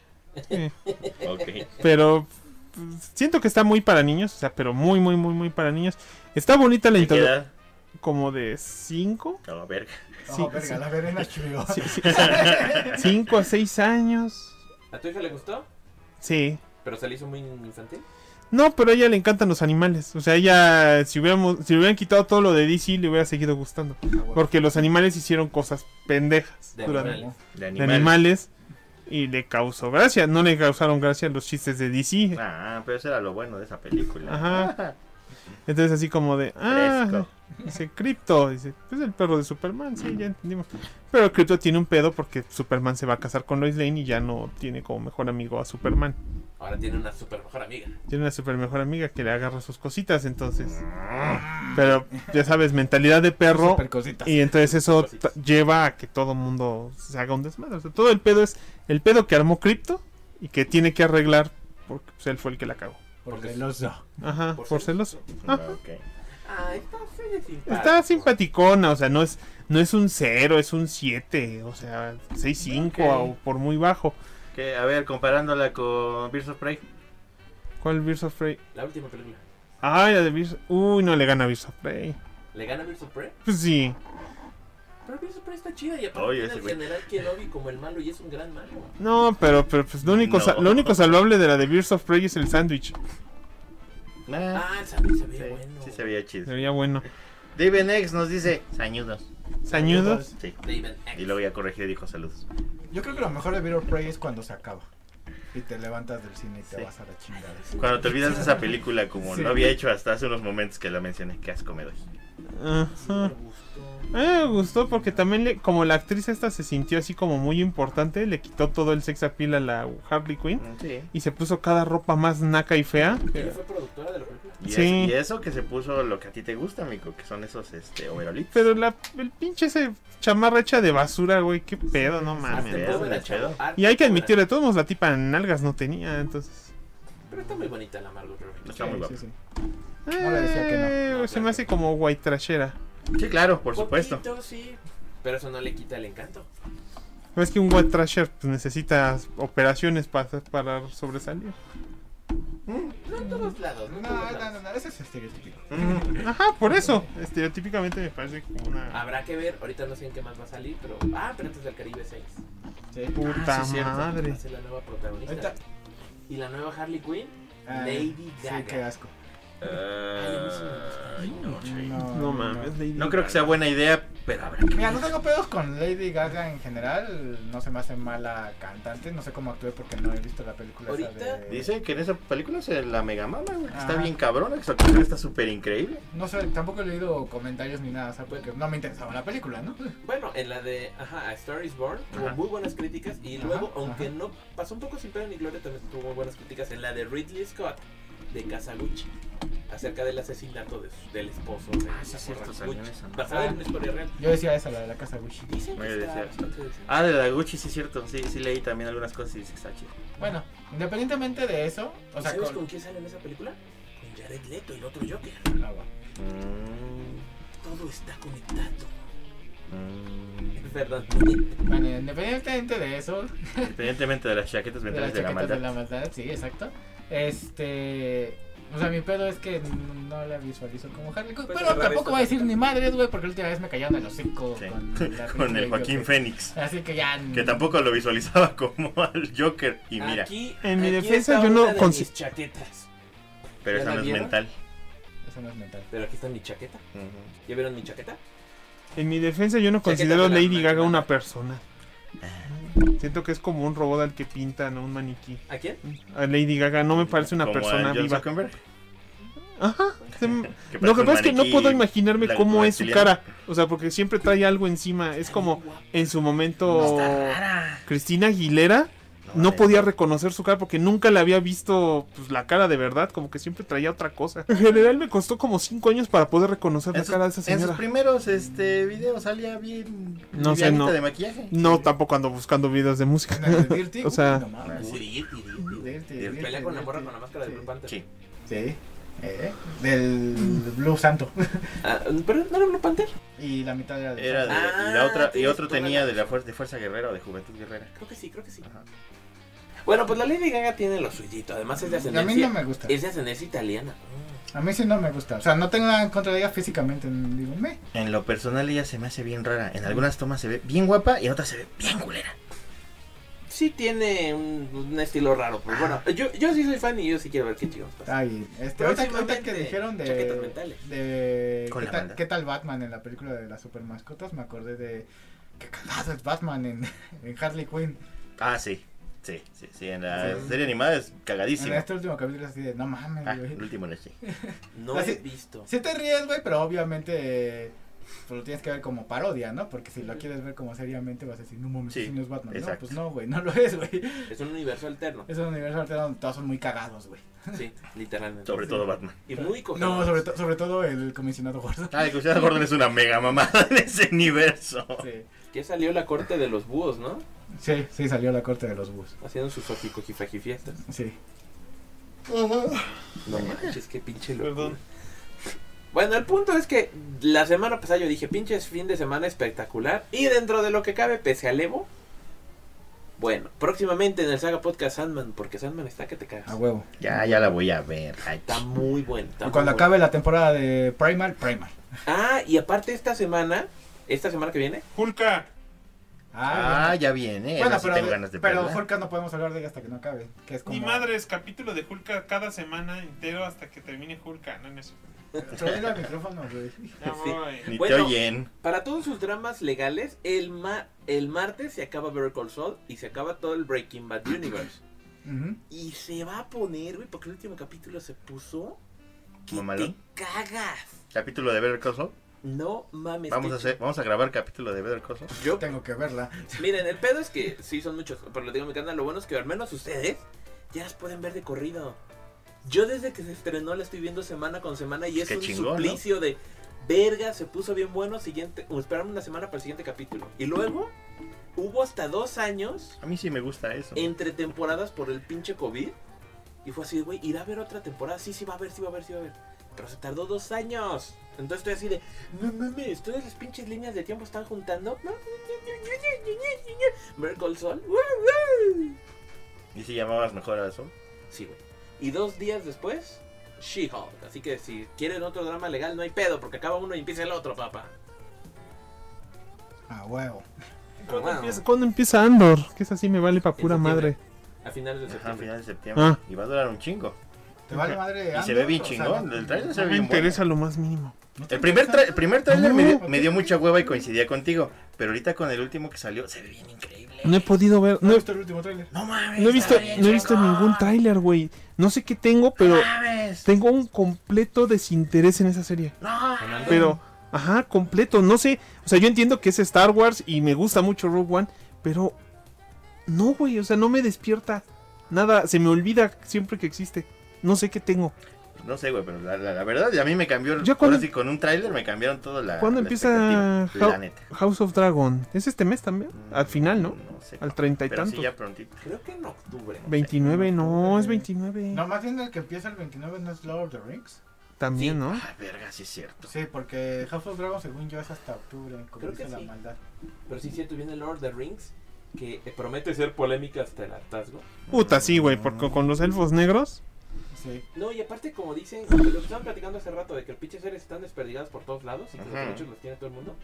Speaker 3: sí.
Speaker 2: Ok.
Speaker 3: pero pues, siento que está muy para niños, o sea, pero muy, muy, muy, muy para niños. Está bonita la
Speaker 2: ¿Qué
Speaker 3: introducción,
Speaker 2: edad?
Speaker 3: como de 5,
Speaker 2: No, verga.
Speaker 3: Sí,
Speaker 4: Oh, verga,
Speaker 3: sí.
Speaker 4: la verena chido.
Speaker 3: 5 a 6 años.
Speaker 1: ¿A tu hija le gustó?
Speaker 3: Sí.
Speaker 1: ¿Pero se le hizo muy infantil?
Speaker 3: No, pero a ella le encantan los animales. O sea, ella, si, hubiéramos, si le hubieran quitado todo lo de DC, le hubiera seguido gustando.
Speaker 4: Ah,
Speaker 3: Porque los animales hicieron cosas pendejas
Speaker 1: De
Speaker 3: durante,
Speaker 1: animales.
Speaker 2: De
Speaker 3: de
Speaker 2: animal.
Speaker 3: animales y le causó gracia. No le causaron gracia los chistes de DC.
Speaker 2: Ah, pero eso era lo bueno de esa película.
Speaker 3: Ajá. Entonces así como de, ah,
Speaker 2: Fresco.
Speaker 3: dice Crypto, dice, es el perro de Superman, sí, ya entendimos. Pero Crypto tiene un pedo porque Superman se va a casar con Lois Lane y ya no tiene como mejor amigo a Superman.
Speaker 1: Ahora tiene una super mejor amiga.
Speaker 3: Tiene una super mejor amiga que le agarra sus cositas, entonces. Pero ya sabes, mentalidad de perro.
Speaker 4: cositas.
Speaker 3: Y entonces eso ta- lleva a que todo mundo se haga un desmadre. O sea, todo el pedo es el pedo que armó Crypto y que tiene que arreglar porque pues, él fue el que la cagó.
Speaker 4: Por celoso.
Speaker 3: Ajá, por, celoso. Ajá.
Speaker 2: Ok.
Speaker 1: Ay, Ah, está fea y simpática.
Speaker 3: Está simpaticona, o sea, no es, no es un 0, es un 7, o sea, 6-5
Speaker 1: Ok.
Speaker 3: o por muy bajo.
Speaker 2: Que, a ver, comparándola con Birds of Prey.
Speaker 3: ¿Cuál Birds of Prey?
Speaker 1: La última película.
Speaker 3: Ay, la de Birds... Uy, no le gana Birds of Prey.
Speaker 1: ¿Le gana Birds of Prey?
Speaker 3: Pues sí,
Speaker 1: Pero Birds of Prey está chida y aparte tiene
Speaker 2: Oye, ese
Speaker 1: al
Speaker 2: güey.
Speaker 1: general Kenobi como el malo y es un gran malo.
Speaker 3: no, pero, pero pues lo único, sa-
Speaker 2: No.
Speaker 3: lo único salvable de la de Birds of Prey es el sándwich.
Speaker 2: Ah,
Speaker 1: Ah, el sándwich se ve
Speaker 2: sí,
Speaker 1: bueno.
Speaker 2: sí se veía chido.
Speaker 3: Sería bueno.
Speaker 2: David X nos dice sañudos.
Speaker 3: ¿Sañudos?
Speaker 2: Sí.
Speaker 1: David X.
Speaker 2: Y luego ya corrigió y dijo saludos.
Speaker 4: Yo creo que lo mejor de Beer or Prey es cuando se acaba. Y te levantas del cine y te
Speaker 2: Sí.
Speaker 4: vas a la chingada.
Speaker 2: Cuando te olvidas de esa película, como
Speaker 4: Sí.
Speaker 2: lo había hecho hasta hace unos momentos que la mencioné, qué asco me doy.
Speaker 1: Sí, me
Speaker 3: Ajá.
Speaker 1: gustó.
Speaker 3: A mí me gustó porque también le- como la actriz esta se sintió así como muy importante, le quitó todo el sex appeal a la Harley Quinn
Speaker 2: Sí.
Speaker 3: y se puso cada ropa más naca y fea.
Speaker 1: Ella fue productora de la película.
Speaker 2: Y,
Speaker 3: Sí.
Speaker 2: es- y eso que se puso lo que a ti te gusta, mico, que son esos este overolitos.
Speaker 3: Pero la, el pinche ese chamarra hecha de basura, güey, qué pedo, no
Speaker 2: Hazte
Speaker 3: mames.
Speaker 2: pedo.
Speaker 1: pobre,
Speaker 2: me
Speaker 1: chavo. Ah,
Speaker 2: pedo.
Speaker 1: Arte
Speaker 3: Y hay que
Speaker 1: pobre.
Speaker 3: admitir, de todos modos, la tipa en nalgas no tenía, entonces...
Speaker 1: Pero está muy bonita la Margot Robbie.
Speaker 2: Está muy guapa.
Speaker 4: sí. No le decía que no.
Speaker 3: Eh,
Speaker 1: No,
Speaker 3: se
Speaker 1: claro.
Speaker 3: me hace como white trashera.
Speaker 2: Sí, claro, por supuesto.
Speaker 1: Poquito, sí. Pero eso no le quita el encanto.
Speaker 3: No es que un white trasher pues, necesita operaciones para, para sobresalir.
Speaker 1: No en todos lados. No,
Speaker 4: No,
Speaker 1: en todos
Speaker 4: no,
Speaker 1: lados.
Speaker 4: no, no, ese es estereotípico.
Speaker 2: Mm,
Speaker 3: Ajá, por eso. Estereotípicamente me parece como una
Speaker 1: Habrá que ver. Ahorita no sé en qué más va a salir. Pero. Ah, pero antes del Caribe 6.
Speaker 4: Sí.
Speaker 3: puta
Speaker 2: Ah, sí, cierto.
Speaker 1: Va
Speaker 3: madre.
Speaker 1: a ser la nueva protagonista.
Speaker 4: Ahorita-
Speaker 1: Y la nueva Harley Quinn.
Speaker 4: Ah,
Speaker 1: Lady
Speaker 4: Sí, qué
Speaker 1: Gaga.
Speaker 4: asco.
Speaker 2: ay, no, sí.
Speaker 3: No mames, Lady
Speaker 2: No creo que sea buena idea, pero habrá que
Speaker 4: Mira, no tengo pedos con Lady Gaga en general. No se me hace mala cantante. No sé cómo actúe porque no he visto la película. esa
Speaker 1: Ahorita
Speaker 4: de-
Speaker 2: Dicen que en esa película se la mega mama, güey. que Está
Speaker 4: Ajá.
Speaker 2: bien cabrona, que su actuación está súper increíble.
Speaker 4: No sé, tampoco he leído comentarios ni nada. O sea, porque no me interesaba la película, ¿no?
Speaker 1: Bueno, en la de ajá, A Star is Born tuvo
Speaker 2: Ajá.
Speaker 1: muy buenas críticas y
Speaker 4: Ajá,
Speaker 1: luego, aunque
Speaker 4: ajá.
Speaker 1: no pasó un poco sin pena ni gloria, también tuvo muy buenas críticas en la de Ridley Scott de Casaguchi acerca del asesinato de su- del esposo de
Speaker 2: Ah, sí,
Speaker 1: la
Speaker 2: es cierto,
Speaker 1: morra
Speaker 2: salió en
Speaker 1: Gucci,
Speaker 2: esa, ¿no?
Speaker 1: basada en una historia real.
Speaker 4: Yo decía esa, la de la casa Wishi.
Speaker 1: Dicen
Speaker 2: Me
Speaker 1: que está
Speaker 2: decía.
Speaker 1: bastante decente.
Speaker 2: Ah, de la Gucci, sí, es cierto. Sí, sí leí también algunas cosas y dice que está chido.
Speaker 4: Bueno, independientemente de eso,
Speaker 1: ¿Y
Speaker 4: o sea,
Speaker 1: ¿Sabes
Speaker 4: con-
Speaker 1: con quién sale en esa película? Con Jared Leto, el otro Joker.
Speaker 4: Ah, bueno.
Speaker 2: Mm,
Speaker 1: Todo está conectado. Perdón.
Speaker 4: Bueno, independientemente de eso,
Speaker 2: Independientemente de las chaquetas
Speaker 4: de las
Speaker 2: mentales de la
Speaker 4: chaquetas de
Speaker 2: maldad.
Speaker 4: la maldad, sí, exacto. Este. O sea, mi pedo es que no la visualizo como Harley Quinn.
Speaker 1: Pues
Speaker 4: pero
Speaker 1: agarrar
Speaker 4: tampoco
Speaker 1: esto.
Speaker 4: voy a decir ni madres, güey, porque la última vez me callaron el hocico
Speaker 2: Sí.
Speaker 4: con, la
Speaker 2: Con
Speaker 4: película
Speaker 2: el
Speaker 4: de
Speaker 2: Joaquín
Speaker 4: Joker.
Speaker 2: Fénix.
Speaker 4: Así que ya.
Speaker 2: Que tampoco lo visualizaba como al Joker. Y mira,
Speaker 1: Aquí,
Speaker 3: En mi
Speaker 1: aquí
Speaker 3: defensa,
Speaker 1: está
Speaker 3: yo no
Speaker 1: una de
Speaker 3: consi-
Speaker 1: mis chaquetas.
Speaker 2: pero
Speaker 1: ¿ya
Speaker 2: esa
Speaker 1: la
Speaker 2: no es
Speaker 1: vieron?
Speaker 2: mental.
Speaker 4: Eso no es mental.
Speaker 1: Pero aquí está mi chaqueta.
Speaker 2: Ujú.
Speaker 1: ¿Ya vieron mi chaqueta?
Speaker 3: En mi defensa yo no
Speaker 1: Chaqueta
Speaker 3: considero
Speaker 1: pelada,
Speaker 3: Lady Gaga
Speaker 1: pelada.
Speaker 3: una persona. Siento que es como un robot al que pintan a un maniquí.
Speaker 1: ¿A quién?
Speaker 3: A Lady Gaga no me parece una
Speaker 2: Como a
Speaker 3: persona
Speaker 2: John
Speaker 3: viva.
Speaker 2: Zuckerberg,
Speaker 3: Ajá. se m-
Speaker 2: que
Speaker 3: Lo que
Speaker 2: parece un
Speaker 3: pasa es que no
Speaker 2: maniquí
Speaker 3: puedo imaginarme
Speaker 2: la-
Speaker 3: cómo es su
Speaker 2: reptiliano.
Speaker 3: cara. O sea, porque siempre trae algo encima. Es como en su
Speaker 2: No
Speaker 3: momento
Speaker 2: está rara.
Speaker 3: Cristina Aguilera no
Speaker 2: mames.
Speaker 3: podía reconocer su cara porque nunca le había visto pues, la cara de verdad, como que siempre traía otra cosa. En general me costó como 5 años para poder reconocer la
Speaker 2: En sus,
Speaker 3: cara de esa
Speaker 2: en sus
Speaker 3: señora.
Speaker 2: primeros este, videos salía bien.
Speaker 3: No sé,
Speaker 2: livianita
Speaker 3: no.
Speaker 2: de maquillaje.
Speaker 3: No, tampoco ando buscando videos de música.
Speaker 4: En el de Dirty,
Speaker 3: O sea-
Speaker 4: no mames.
Speaker 2: Sí.
Speaker 1: Uri, tiri, tiri.
Speaker 4: Dirty,
Speaker 2: Dirty.
Speaker 4: Dirty,
Speaker 1: Pelea con la morra
Speaker 4: Dirty.
Speaker 1: con la máscara de
Speaker 4: Sí.
Speaker 1: Blue Panther.
Speaker 2: Sí.
Speaker 4: Sí. Eh, del Blue Santo.
Speaker 1: Ah, pero no era Blue Panther.
Speaker 4: Y la mitad era de.
Speaker 2: Era de, y
Speaker 1: Ah,
Speaker 2: la otra, y
Speaker 1: tienes
Speaker 2: otro
Speaker 1: toda la
Speaker 2: tenía de la fuerza, de fuerza guerrera o de juventud guerrera.
Speaker 1: Creo que sí, creo que sí.
Speaker 2: Ajá.
Speaker 1: Bueno, pues la Lady Gaga tiene lo suyito. Además es de
Speaker 4: a mí
Speaker 1: ascendencia.
Speaker 4: no me gusta.
Speaker 1: Es de ascendencia italiana. Mm.
Speaker 4: A mí sí no me gusta. O sea, no tengo nada en contra de ella físicamente. Digo, me.
Speaker 2: En lo personal ella se me hace bien rara. En algunas tomas se ve bien guapa y en otras se ve bien culera.
Speaker 1: Sí tiene un, un estilo raro, pero bueno, yo, yo sí soy fan y yo sí quiero ver qué chicos pasa.
Speaker 4: Ay, este, ahorita, ahorita que
Speaker 1: Próximamente,
Speaker 4: dijeron de,
Speaker 1: chaquetas mentales.
Speaker 4: de
Speaker 2: Con
Speaker 4: ¿qué,
Speaker 2: la
Speaker 4: tal,
Speaker 2: banda.
Speaker 4: qué tal Batman en la película de las super mascotas, me acordé de qué cagado es Batman en, en Harley Quinn.
Speaker 2: Ah, sí. Sí, sí, sí. En la
Speaker 4: Sí.
Speaker 2: serie animada es
Speaker 4: En
Speaker 2: cagadísimo.
Speaker 4: este último capítulo así de no mames,
Speaker 2: Ah,
Speaker 4: güey.
Speaker 2: el último en este.
Speaker 1: No
Speaker 4: Así-
Speaker 1: he visto.
Speaker 4: Sí te ríes, güey, pero obviamente eh, pues lo tienes que ver como parodia, ¿no? Porque si lo quieres ver como seriamente vas a decir, no mames,
Speaker 2: Sí,
Speaker 4: sí, no es Batman. No,
Speaker 2: exacto.
Speaker 4: pues no, güey, no lo es, güey.
Speaker 1: Es un universo alterno.
Speaker 4: Es un universo alterno donde todos son muy cagados, güey.
Speaker 1: Sí, literalmente.
Speaker 2: Sobre todo Batman.
Speaker 1: Y muy cojones.
Speaker 4: No, sobre, to- sobre todo el comisionado gordo.
Speaker 2: Ah, el Cruciado Gordon es una mega mamada en ese universo.
Speaker 4: Sí.
Speaker 1: Ya salió la corte de los búhos, ¿no?
Speaker 4: sí, sí, salió la corte de los bus.
Speaker 1: Haciendo sus ojicojifajifiestas.
Speaker 4: Sí.
Speaker 1: No manches, qué pinche locura.
Speaker 3: Perdón.
Speaker 1: Bueno, el punto es que la semana pasada yo dije, pinches fin de semana espectacular. Y dentro de lo que cabe, pese al Evo. Bueno, próximamente en el Saga Podcast Sandman, porque Sandman está que te
Speaker 4: A
Speaker 1: cagas.
Speaker 4: huevo.
Speaker 2: Ya, ya la voy a ver. Ay,
Speaker 1: Está muy bueno. está
Speaker 4: Ah, Y
Speaker 1: muy
Speaker 4: cuando
Speaker 1: bueno.
Speaker 4: acabe la temporada de Primal, Primal.
Speaker 1: Ah, y aparte esta semana, esta semana que viene,
Speaker 5: Hulka.
Speaker 2: Ah,
Speaker 4: Ah,
Speaker 2: ya viene.
Speaker 4: bueno,
Speaker 2: Bueno, sí
Speaker 4: pero,
Speaker 2: tengo ganas de
Speaker 4: pero
Speaker 2: verla.
Speaker 4: Hulk no podemos hablar de ella hasta que no acabe. Que es como...
Speaker 5: Ni madres, capítulo de Hulka cada semana entero hasta que termine Hulka. No, no es
Speaker 4: Pero dile al micrófono, güey.
Speaker 5: Ya
Speaker 1: Sí.
Speaker 5: voy.
Speaker 2: Ni te
Speaker 1: Bueno.
Speaker 2: oyen.
Speaker 1: para todos sus dramas legales, el, ma el martes se acaba Better Call Saul y se acaba todo el Breaking Bad Universe.
Speaker 4: Ujú.
Speaker 1: Y se va a poner, güey, porque el último capítulo se puso... Que
Speaker 2: Mamalón.
Speaker 1: te cagas.
Speaker 2: Capítulo de Better Call Saul.
Speaker 1: No mames.
Speaker 2: Vamos
Speaker 1: qué
Speaker 2: a hacer, vamos a grabar capítulo de Better Call Saul.
Speaker 1: Yo,
Speaker 4: Tengo que verla.
Speaker 1: miren, el pedo es que sí son muchos, pero lo digo en mi canal, lo bueno es que al menos ustedes ya las pueden ver de corrido. Yo desde que se estrenó la estoy viendo semana con semana y es
Speaker 2: Pues Qué
Speaker 1: un
Speaker 2: chingón, ¿no?
Speaker 1: suplicio de verga, se puso bien bueno, siguiente, o esperarme una semana para el siguiente capítulo. Y luego hubo hasta dos años
Speaker 2: A mí sí me gusta eso.
Speaker 4: Eh.
Speaker 1: entre temporadas por el pinche COVID y fue así, de, güey, irá a ver otra temporada, sí, sí va a haber, sí va a haber, sí va a haber. Pero se tardó dos años. Entonces estoy así de, no mames, todas las pinches líneas de tiempo están juntando. Miracle Sol.
Speaker 2: ¿Y si llamabas mejor a eso?
Speaker 1: Sí, güey. Y dos días después, She-Hulk. Así que si quieren otro drama legal, no hay pedo, porque acaba uno y empieza el otro, papá.
Speaker 4: A huevo.
Speaker 3: ¿Cuándo,
Speaker 1: Wow.
Speaker 3: empieza, cuándo empieza Andor? Que es así me vale pa'
Speaker 1: En
Speaker 3: pura
Speaker 1: septiembre.
Speaker 3: madre.
Speaker 1: A finales de
Speaker 2: Ajá, a
Speaker 1: septiembre.
Speaker 2: final de septiembre.
Speaker 3: Ah.
Speaker 2: Y va a durar un chingo.
Speaker 4: ¿Te vale madre?
Speaker 2: Y se
Speaker 4: Andor?
Speaker 2: ve bien
Speaker 4: O sea,
Speaker 2: chingón.
Speaker 4: ah, no-
Speaker 2: El trailer se
Speaker 3: No
Speaker 2: ve
Speaker 3: me
Speaker 2: bien bueno.
Speaker 3: interesa lo más mínimo.
Speaker 4: ¿no te
Speaker 2: El primer,
Speaker 4: interesa?
Speaker 2: tra- el primer trailer me,
Speaker 3: No.
Speaker 2: dio, me dio mucha hueva y coincidía contigo. Pero ahorita con el último que salió, se ve bien increíble.
Speaker 3: No he podido ver,
Speaker 4: No
Speaker 3: no
Speaker 4: he
Speaker 3: he,
Speaker 4: visto el último tráiler.
Speaker 2: No mames.
Speaker 3: no he visto,
Speaker 2: está bien
Speaker 3: no he visto
Speaker 2: chingón.
Speaker 3: ningún tráiler, güey. No sé qué tengo, pero
Speaker 2: No mames.
Speaker 3: tengo un completo desinterés en esa serie.
Speaker 2: No mames.
Speaker 1: Fernando.
Speaker 3: Pero, ajá, completo. No sé, o sea, yo entiendo que es Star Wars y me gusta mucho Rogue One, pero no, güey, o sea, no me despierta nada. Se me olvida siempre que existe. No sé qué tengo.
Speaker 2: No sé, güey, pero la, la- la verdad, a mí me cambió.
Speaker 3: Ya
Speaker 2: Yo
Speaker 3: cuando-
Speaker 2: ahora sí, con un tráiler me cambiaron todo la.
Speaker 3: ¿Cuándo
Speaker 2: la
Speaker 3: empieza
Speaker 2: expectativa,
Speaker 3: How-
Speaker 2: La neta.
Speaker 3: House of Dragon. ¿Es este mes también? Al final, ¿no?
Speaker 2: No sé.
Speaker 3: Al treinta y
Speaker 2: pero sí,
Speaker 3: tantos.
Speaker 2: ya prontito.
Speaker 1: Creo que en octubre.
Speaker 3: 29, no, es 29.
Speaker 4: No, más bien el que empieza el 29 no es Lord of the Rings.
Speaker 3: también,
Speaker 1: Sí.
Speaker 3: ¿no?
Speaker 2: Ah, verga, sí es cierto.
Speaker 4: Sí, porque House of Dragon, según yo, es hasta octubre, como
Speaker 1: Creo que
Speaker 4: dice la
Speaker 1: sí.
Speaker 4: maldad.
Speaker 1: Pero sí, cierto, viene Lord of the Rings, que promete ser polémica hasta el hartazgo.
Speaker 3: Puta, sí, güey, porque con los elfos negros.
Speaker 4: Sí.
Speaker 1: No, y aparte, como dicen, lo que estaban platicando hace rato, de que el pinche series están desperdigados por todos lados y que los
Speaker 2: Ajá.
Speaker 1: derechos los tiene todo el mundo.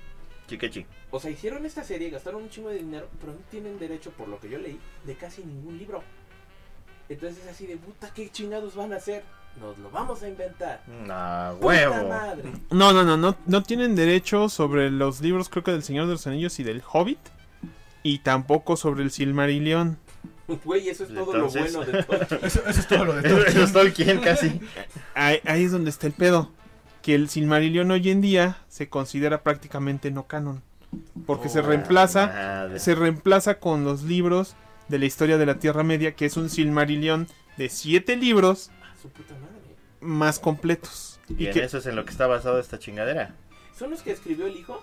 Speaker 2: Chiquechi.
Speaker 1: O sea, hicieron esta serie, gastaron un chingo de dinero, pero no tienen derecho, por lo que yo leí, de casi ningún libro. Entonces es así de, puta, ¿qué chingados van a hacer? Nos lo vamos a inventar.
Speaker 2: Nah,
Speaker 1: ¡Puta
Speaker 2: huevo.
Speaker 1: madre!
Speaker 3: No, no, no, no, no tienen derecho sobre los libros, creo que del Señor de los Anillos y del Hobbit. Y tampoco sobre el Silmarillion.
Speaker 1: Güey, eso es todo
Speaker 2: Entonces-
Speaker 1: lo bueno de todo.
Speaker 4: Eso, eso es todo lo de
Speaker 2: Eso
Speaker 4: Tolkien.
Speaker 2: eso es Tolkien casi.
Speaker 3: Ahí, ahí es donde está el pedo. Que el Silmarillion hoy en día se considera prácticamente no canon. Porque se
Speaker 1: Oh,
Speaker 3: reemplaza
Speaker 2: Madre.
Speaker 3: se reemplaza con los libros de la historia de la Tierra Media, que es un Silmarillion de siete libros
Speaker 1: Ah, Su puta madre.
Speaker 3: más completos.
Speaker 2: Y
Speaker 3: Y
Speaker 2: en
Speaker 3: que
Speaker 2: eso es en lo que está basado esta chingadera.
Speaker 1: ¿Son los que escribió el hijo?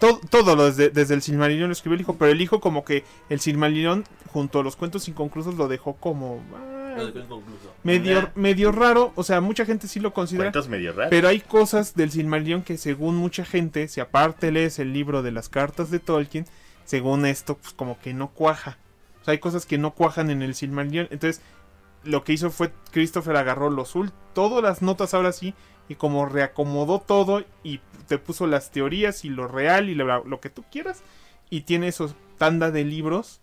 Speaker 3: to- todo lo desde, desde el Silmarillion lo escribió el hijo, pero el hijo como que el Silmarillion junto a los cuentos inconclusos lo dejó como ah,
Speaker 1: No, inconcluso.
Speaker 3: medio,
Speaker 2: Nah.
Speaker 3: medio raro, o sea, mucha gente sí lo considera.
Speaker 2: Cuentos medio raros.
Speaker 3: Pero hay cosas del Silmarillion que según mucha gente, si aparte lees el libro de las cartas de Tolkien, según esto, pues como que no cuaja. O sea, hay cosas que no cuajan en el Silmarillion. Entonces, lo que hizo fue Christopher agarró los ul- todas las notas ahora sí, y como reacomodó todo y te puso las teorías y lo real y lo, lo que tú quieras. Y tiene esos tanda de libros.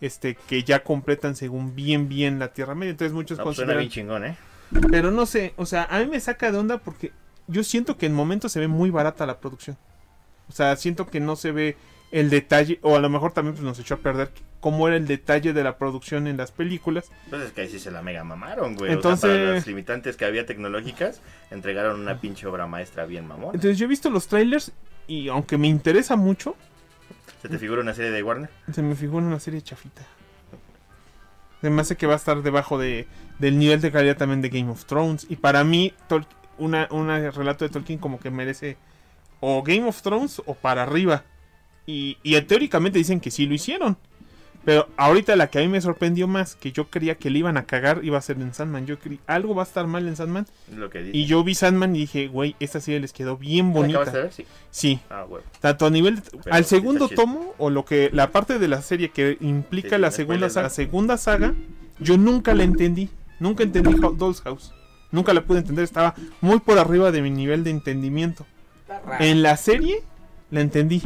Speaker 3: Este, que ya completan según bien bien la Tierra Media. Entonces muchos
Speaker 2: No, pues suena
Speaker 3: consideran
Speaker 2: bien chingón, ¿eh?
Speaker 3: pero no sé, o sea, a mí me saca de onda porque yo siento que en momentos se ve muy barata la producción. O sea, siento que no se ve el detalle, o a lo mejor también pues, nos echó a perder cómo era el detalle de la producción en las películas.
Speaker 2: Pues es que ahí sí se la mega mamaron, güey.
Speaker 3: Entonces-
Speaker 2: O sea, para las limitantes que había tecnológicas, entregaron una pinche obra maestra bien mamón.
Speaker 3: Entonces yo he visto los trailers y aunque me interesa mucho,
Speaker 2: ¿Se te figura una serie de Warner?
Speaker 3: se me figura una serie chafita. Se me hace que va a estar debajo de, del nivel de calidad también de Game of Thrones. Y para mí, Tol- una, una relato de Tolkien como que merece o Game of Thrones o para arriba. Y, y teóricamente dicen que sí lo hicieron. Pero ahorita la que a mí me sorprendió más, que yo creía que le iban a cagar, iba a ser en Sandman. Yo creí, algo va a estar mal en Sandman.
Speaker 2: Es lo que dice.
Speaker 3: Y yo vi Sandman y dije, güey, esta serie les quedó bien
Speaker 2: ¿La acabas de
Speaker 3: bonita.
Speaker 2: ver? Sí.
Speaker 3: Sí,
Speaker 2: Ah, güey.
Speaker 3: tanto a nivel de-
Speaker 2: Pero
Speaker 3: al
Speaker 2: sí está
Speaker 3: segundo
Speaker 2: chido.
Speaker 3: tomo o lo que la parte de la serie que implica
Speaker 2: Sí, sí,
Speaker 3: la
Speaker 2: no
Speaker 3: segunda
Speaker 2: spoilers, ¿no?
Speaker 3: saga, segunda saga, yo nunca la entendí, nunca entendí Ho- Doll's House. Nunca la pude entender, estaba muy por arriba de mi nivel de entendimiento.
Speaker 1: Está raro.
Speaker 3: En la serie la entendí.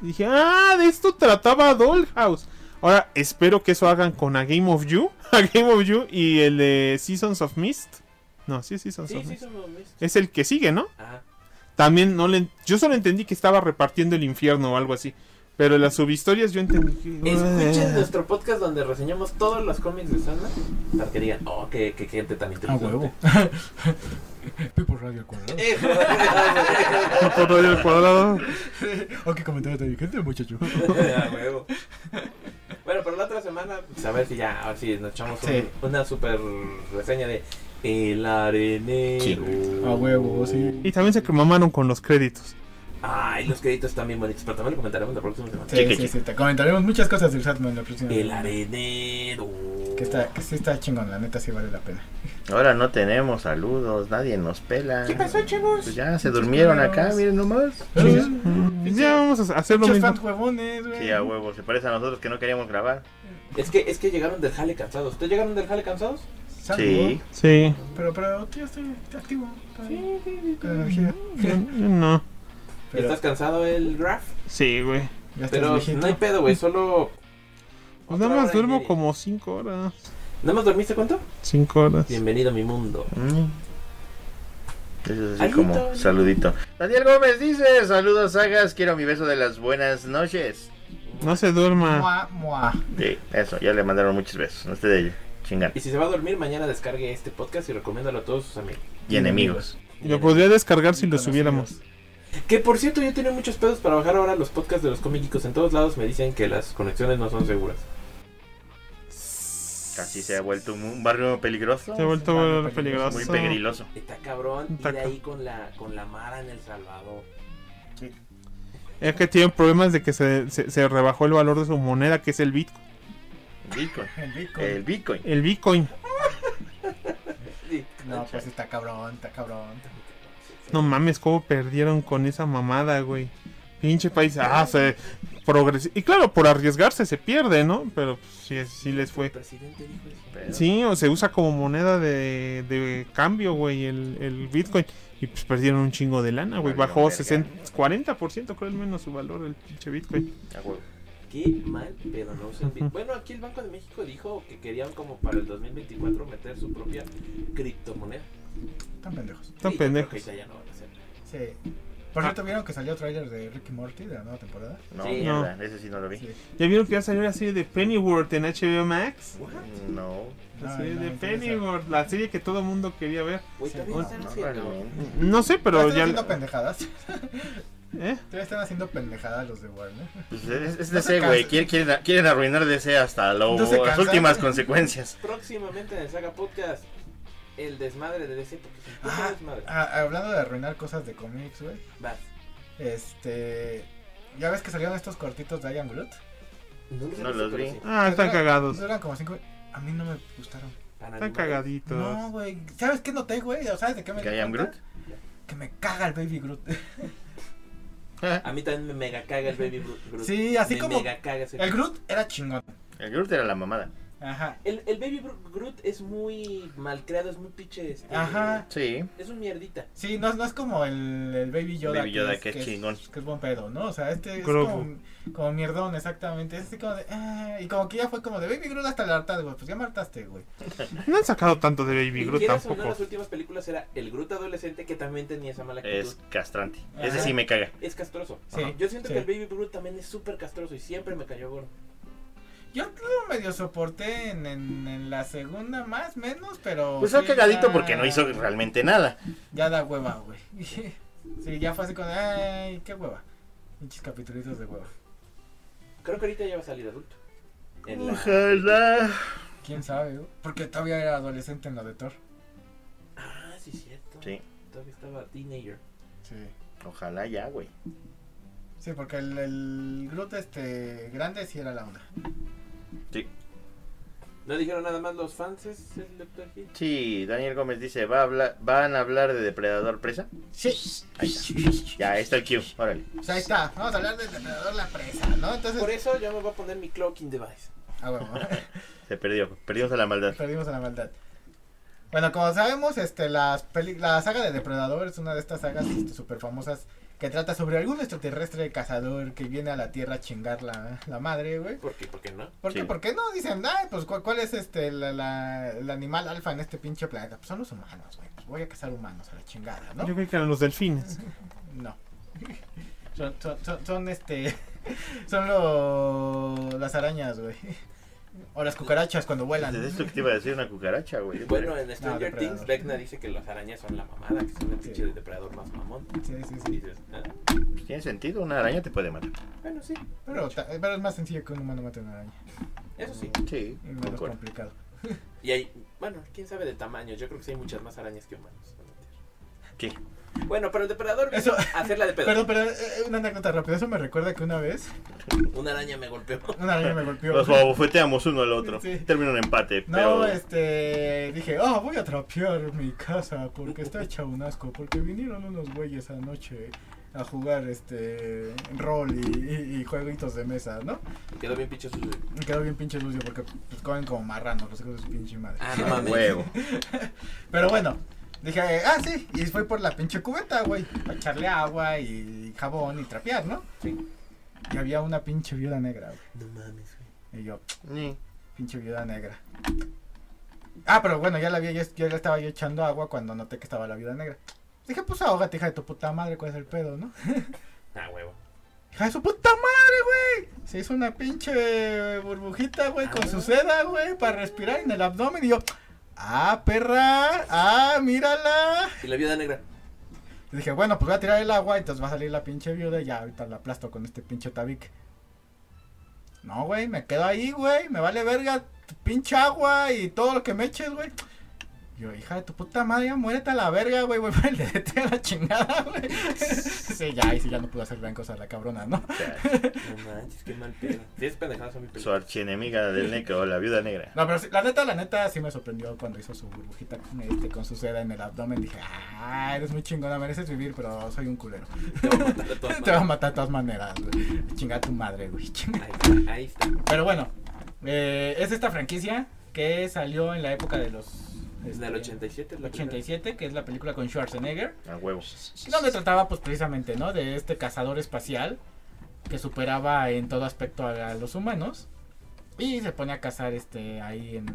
Speaker 3: Dije, ah, de esto trataba Dollhouse. Ahora, espero que eso hagan con A Game of You, A Game of You y el de Seasons of Mist. No, sí es Seasons
Speaker 1: Sí,
Speaker 3: of
Speaker 1: sí,
Speaker 3: Mist.
Speaker 1: son los mismos.
Speaker 3: Es el que sigue, ¿no?
Speaker 1: Ajá.
Speaker 3: También no le. Yo solo entendí que estaba repartiendo el infierno o algo así. Pero las subhistorias yo entendí que.
Speaker 1: Escuchen nuestro podcast donde reseñamos todos los cómics de Sandman para que digan, oh, qué, qué gente tan
Speaker 4: A
Speaker 1: inteligente.
Speaker 4: Ah, huevo. People Radio Cuadrado.
Speaker 1: Eso, a
Speaker 3: Por Radio del Cuadrado.
Speaker 4: Oh, qué comentario tan inteligente, muchacho. Ah,
Speaker 1: huevo. Bueno, pero la otra semana, pues, a ver si ya, a ver si nos echamos un-
Speaker 4: Sí.
Speaker 1: una super reseña de El Arenero.
Speaker 2: Sí.
Speaker 4: A huevo, sí.
Speaker 3: Y también se que mamaron con los créditos.
Speaker 1: Ay, los créditos están bien bonitos, pero también lo comentaremos la próxima semana.
Speaker 4: Sí, sí, sí, te comentaremos muchas cosas del Satman la próxima.
Speaker 1: El
Speaker 4: semana.
Speaker 1: Arenero.
Speaker 4: Que está, que sí está chingón, la neta sí vale la pena.
Speaker 2: Ahora no tenemos saludos, nadie nos pela.
Speaker 4: ¿Qué pasó, chavos?
Speaker 2: Pues ya se durmieron acá, miren nomás.
Speaker 4: Muchos
Speaker 3: Ya vamos a hacer lo mismo.
Speaker 4: fans huevones, güey.
Speaker 2: Sí, a huevo, se parece a nosotros que no queríamos grabar.
Speaker 1: Es que, es que llegaron del jale cansados. ¿Ustedes llegaron del jale cansados?
Speaker 4: Salgo.
Speaker 2: Sí.
Speaker 3: Sí.
Speaker 4: Pero, pero, tío, estoy activo. Sí, Con energía.
Speaker 3: Yo- yo No.
Speaker 4: Pero,
Speaker 1: ¿Estás cansado el Graf?
Speaker 3: Sí, güey.
Speaker 4: ya estás
Speaker 1: Pero
Speaker 4: viejito.
Speaker 1: no hay pedo, güey, solo.
Speaker 3: Pues nada
Speaker 1: otra hora
Speaker 3: más
Speaker 1: y
Speaker 3: duermo
Speaker 1: media.
Speaker 3: como 5 horas.
Speaker 1: ¿Nada más dormiste cuánto?
Speaker 3: 5 horas.
Speaker 1: Bienvenido a mi mundo.
Speaker 2: Mm. Eso es así
Speaker 1: Alguito.
Speaker 2: como saludito. Daniel Gómez dice, saludos sagas, quiero mi beso de las buenas noches.
Speaker 3: No se duerma.
Speaker 4: Mua, mua.
Speaker 2: Sí, eso, ya le mandaron muchos besos, no esté de chingar.
Speaker 1: Y si se va a dormir, mañana descargue este podcast y recomiéndalo a todos sus amigos.
Speaker 2: Y enemigos.
Speaker 3: Y Lo podría descargar si lo
Speaker 4: Conocidos.
Speaker 3: subiéramos.
Speaker 1: Que por cierto, yo tenía muchos pedos para bajar ahora los podcasts de los comíquicos. En todos lados me dicen que las conexiones no son seguras.
Speaker 2: Casi se ha vuelto un- un barrio peligroso.
Speaker 3: Se ha vuelto
Speaker 4: Muy
Speaker 3: peligroso.
Speaker 4: pues,
Speaker 2: Muy pegriloso.
Speaker 1: Está cabrón
Speaker 3: Está
Speaker 1: ir
Speaker 3: ca-
Speaker 1: ahí con la, con la Mara en El Salvador.
Speaker 3: Es que tienen problemas de que se, se- se rebajó el valor de su moneda, que es el Bitcoin.
Speaker 2: Bitcoin.
Speaker 4: El Bitcoin.
Speaker 2: El Bitcoin.
Speaker 3: El Bitcoin.
Speaker 1: Sí,
Speaker 4: No, pues está cabrón, está cabrón.
Speaker 3: No mames, cómo perdieron con esa mamada, güey. Pinche país. Ah, se progres- Y claro, por arriesgarse se pierde, ¿no? Pero pues, sí, sí les fue.
Speaker 1: El presidente dijo eso.
Speaker 2: Pero-
Speaker 3: Sí, o se usa como moneda de, de cambio, güey, el, el Bitcoin. Y pues perdieron un chingo de lana, güey.
Speaker 2: Valió
Speaker 3: Bajó
Speaker 2: verga.
Speaker 3: 60, 40%, creo, al menos su valor, el pinche Bitcoin.
Speaker 2: A huevo.
Speaker 1: Qué mal, pero no usen Bitcoin. Bueno, aquí el Banco de México dijo que querían como para el 2024 meter su propia criptomoneda.
Speaker 4: Están pendejos.
Speaker 1: Sí,
Speaker 3: Están
Speaker 1: yo creo que
Speaker 3: pendejos.
Speaker 1: ahorita ya no van a hacer.
Speaker 4: Sí. Por cierto, ¿vieron que salió tráiler de Ricky Morty de la nueva temporada?
Speaker 2: No,
Speaker 1: Sí.
Speaker 2: mierda, ese sí no lo vi.
Speaker 4: Sí.
Speaker 3: ¿Ya vieron que ya salió la serie de Pennyworth en HBO Max?
Speaker 2: No,
Speaker 3: La serie
Speaker 4: No,
Speaker 3: Pues
Speaker 4: no
Speaker 3: de
Speaker 4: me interesa.
Speaker 3: Pennyworth, la serie que todo mundo quería ver.
Speaker 1: Güey,
Speaker 4: Sí.
Speaker 1: también
Speaker 2: no,
Speaker 1: están
Speaker 2: no
Speaker 1: haciendo-
Speaker 2: realmente.
Speaker 3: No sé, pero
Speaker 4: están
Speaker 3: ya.
Speaker 4: haciendo pendejadas.
Speaker 3: ¿Eh?
Speaker 4: Todavía están haciendo pendejadas los de Warner.
Speaker 2: Pues es, es
Speaker 4: No se
Speaker 2: DC, güey.
Speaker 4: cansa.
Speaker 2: Quieren, quieren, quieren arruinar DC hasta lo-
Speaker 4: No se
Speaker 2: las
Speaker 4: cansa.
Speaker 2: últimas consecuencias.
Speaker 1: Próximamente en el Saga Podcast, el desmadre de DC, porque se empieza
Speaker 4: Ah,
Speaker 1: el desmadre.
Speaker 4: Ah, hablando de arruinar cosas de cómics, güey.
Speaker 1: Vas.
Speaker 4: Este. ¿Ya ves que salieron estos cortitos de Ian Groot?
Speaker 1: No,
Speaker 2: No los vi.
Speaker 3: Ah, están cagados.
Speaker 4: Duran como cinco. A mí no me gustaron.
Speaker 3: Están cagaditos.
Speaker 4: No, güey. ¿Sabes qué noté, güey? ¿O ¿Sabes de qué me
Speaker 2: ¿Que
Speaker 4: di
Speaker 2: I am
Speaker 4: cuenta?
Speaker 2: Groot?
Speaker 4: Que me caga el Baby Groot.
Speaker 1: A mí también me mega caga el Baby Gro- Groot.
Speaker 4: Sí, así
Speaker 1: me
Speaker 4: como-
Speaker 1: mega caga ese-
Speaker 4: El Groot era chingón.
Speaker 2: El Groot era la mamada.
Speaker 4: Ajá.
Speaker 1: El, el Baby Gro- Groot es muy mal creado, es muy pinche. este,
Speaker 4: Ajá.
Speaker 2: Sí.
Speaker 1: Es un mierdita.
Speaker 4: Sí, no, no es como el, el Baby Yoda.
Speaker 2: Baby Yoda, que es chingón.
Speaker 4: Que es buen pedo, ¿no? O sea, este es
Speaker 3: Grogu.
Speaker 4: como, como mierdón, exactamente. Es así como de. ah, y como que ya fue como de Baby Groot hasta el hartazgo. Pues ya me hartaste, güey.
Speaker 3: No han sacado tanto de Baby
Speaker 1: Y
Speaker 3: Groot
Speaker 1: quieras o no,
Speaker 3: tampoco.
Speaker 1: las últimas películas era el Groot adolescente que también tenía esa mala actitud.
Speaker 2: Es
Speaker 1: Es,
Speaker 2: castrante.
Speaker 4: Ajá.
Speaker 2: Ese sí me caga.
Speaker 1: castroso.
Speaker 4: Sí,
Speaker 1: Ajá. Yo siento
Speaker 4: sí.
Speaker 1: que el Baby Groot también es súper castroso y siempre me cayó gordo.
Speaker 4: Yo lo medio soporté en, en, en la segunda, más, menos, pero.
Speaker 2: Pues
Speaker 4: sí,
Speaker 2: fue cagadito
Speaker 4: ya-
Speaker 2: porque no hizo realmente nada.
Speaker 4: Ya da hueva, güey. Sí, ya fue así como de. Ay, qué hueva. Pinches capitulitos de hueva.
Speaker 1: Creo que ahorita ya va a salir adulto. En la-
Speaker 2: Ojalá.
Speaker 4: Quién sabe, güey. Porque todavía era adolescente en la de Thor.
Speaker 1: Ah, sí, cierto.
Speaker 2: Sí,
Speaker 1: Todavía estaba teenager.
Speaker 4: Sí.
Speaker 2: ojalá ya, güey.
Speaker 4: Sí, porque el, el Groot este grande sí era la onda.
Speaker 1: ¿No dijeron nada más los fans? ¿Es el Dr. Hill?
Speaker 2: Sí, Daniel Gómez dice, ¿va a hablar, ¿van a hablar de depredador presa?
Speaker 4: Sí.
Speaker 2: Ahí está. Ya, ahí está el Q. Órale.
Speaker 4: O sea, ahí está. Vamos a hablar del depredador la presa, ¿no? Entonces.
Speaker 1: Por e- eso yo me voy a poner mi clocking device.
Speaker 4: Ah, bueno,
Speaker 2: Se perdió. Perdimos a la maldad.
Speaker 4: perdimos a la maldad. Bueno, como sabemos, este, las peli- la saga de Depredador es una de estas sagas súper famosas que trata sobre algún extraterrestre cazador que viene a la Tierra a chingar la, la madre, güey.
Speaker 1: ¿Por qué? ¿Por qué no?
Speaker 4: ¿Por qué?
Speaker 2: Sí.
Speaker 4: ¿Por qué no? Dicen, ah, pues ¿cuál, cuál es este la- la- el animal alfa en este pinche planeta? Pues son los humanos, güey. Pues voy a cazar humanos a la chingada, ¿no?
Speaker 3: Yo creo que eran los delfines.
Speaker 4: No. Son, son, son, son, este. Son lo, las arañas, güey. O las cucarachas cuando vuelan.
Speaker 2: Es esto que te iba a decir una cucaracha, güey. Pues,
Speaker 1: Bueno, en Stranger
Speaker 4: depredador.
Speaker 1: Things, Vecna dice que las arañas son la mamada, que son el
Speaker 4: Sí.
Speaker 1: pinche depredador más mamón.
Speaker 4: Sí, sí,
Speaker 1: Y
Speaker 4: sí.
Speaker 1: dices, ah,
Speaker 2: Pues tiene sentido, una araña te puede matar.
Speaker 1: bueno, sí.
Speaker 4: Pero, ta- pero es más sencillo que un humano mate una araña.
Speaker 1: Eso sí.
Speaker 2: Sí,
Speaker 4: Y menos
Speaker 2: concuerdo.
Speaker 4: complicado.
Speaker 1: Y hay, bueno, quién sabe de tamaño. Yo creo que sí hay muchas más arañas que humanos. no mentir.
Speaker 2: Sí.
Speaker 1: Bueno, pero el depredador
Speaker 4: Eso-
Speaker 1: vino a hacerla de pedo.
Speaker 4: Perdón, pero eh, una anécdota rápida. Eso me recuerda que una vez
Speaker 1: Una araña me golpeó.
Speaker 4: una araña me golpeó.
Speaker 2: Los bofeteamos uno al otro.
Speaker 4: Sí.
Speaker 2: Termina un empate.
Speaker 4: No,
Speaker 2: pero...
Speaker 4: este, dije, oh, voy a trapear mi casa porque está hecha un asco, porque vinieron unos güeyes anoche a jugar, este, rol y, y- y jueguitos de mesa, ¿no?
Speaker 1: Quedó bien pinche sucio.
Speaker 4: Me quedó bien pinche sucio porque pues, comen como marranos, los hijos de su pinche madre.
Speaker 1: Ah, no
Speaker 2: Ah,
Speaker 1: mames.
Speaker 2: huevo.
Speaker 4: Pero bueno, dije, ah, sí, y fue por la pinche cubeta, güey, para echarle agua y jabón y trapear, ¿no?
Speaker 1: Sí.
Speaker 4: Y había una pinche viuda negra, güey,
Speaker 1: No mames, güey.
Speaker 4: y yo,
Speaker 2: Ni.
Speaker 4: Pinche viuda negra. Ah, pero bueno, ya la vi, ya, ya le estaba yo echando agua cuando noté que estaba la viuda negra. Dije, pues ahógate, hija de tu puta madre, cuál es el pedo, ¿no?
Speaker 1: Ah, huevo.
Speaker 4: Hija de su puta madre, güey. Se hizo una pinche burbujita,
Speaker 1: Ah,
Speaker 4: güey, con su seda, güey, para respirar en el abdomen. Y yo, ah, perra, ah, mírala.
Speaker 1: Y la viuda negra.
Speaker 4: Y dije, bueno, pues voy a tirar el agua, entonces va a salir la pinche viuda y ya ahorita la aplasto con este pinche tabique. No, güey, me quedo ahí, güey, me vale verga tu pinche agua y todo lo que me eches, güey. Yo, hija de tu puta madre, ya muérete a la verga, güey, güey, el dedete a la chingada, güey. sí, ya, y sí, ya no pudo hacer gran cosa la cabrona, ¿no?
Speaker 2: O sea,
Speaker 1: No manches, qué mal pedo. Sí, es pendejadas son mi
Speaker 2: su
Speaker 1: pedo.
Speaker 2: archienemiga del necro, la viuda negra.
Speaker 4: No, pero sí, la neta, la neta, sí me sorprendió cuando hizo su burbujita este, con su seda en el abdomen. Dije, ah, eres muy chingona, mereces vivir, pero soy un culero.
Speaker 1: Te voy a matar de todas
Speaker 4: Te va a
Speaker 1: maneras.
Speaker 4: matar de todas maneras, güey. Chinga a tu madre, güey. Chinga.
Speaker 1: Ahí está, ahí está.
Speaker 4: Pero bueno, eh, es esta franquicia que salió en la época de los...
Speaker 1: Es
Speaker 4: este,
Speaker 1: del 87, es la primera.
Speaker 4: 87, que es la película con Schwarzenegger.
Speaker 2: A huevo.
Speaker 4: Donde trataba, pues, precisamente, ¿no? De este cazador espacial que superaba en todo aspecto a, a los humanos. Y se pone a cazar, este, ahí en,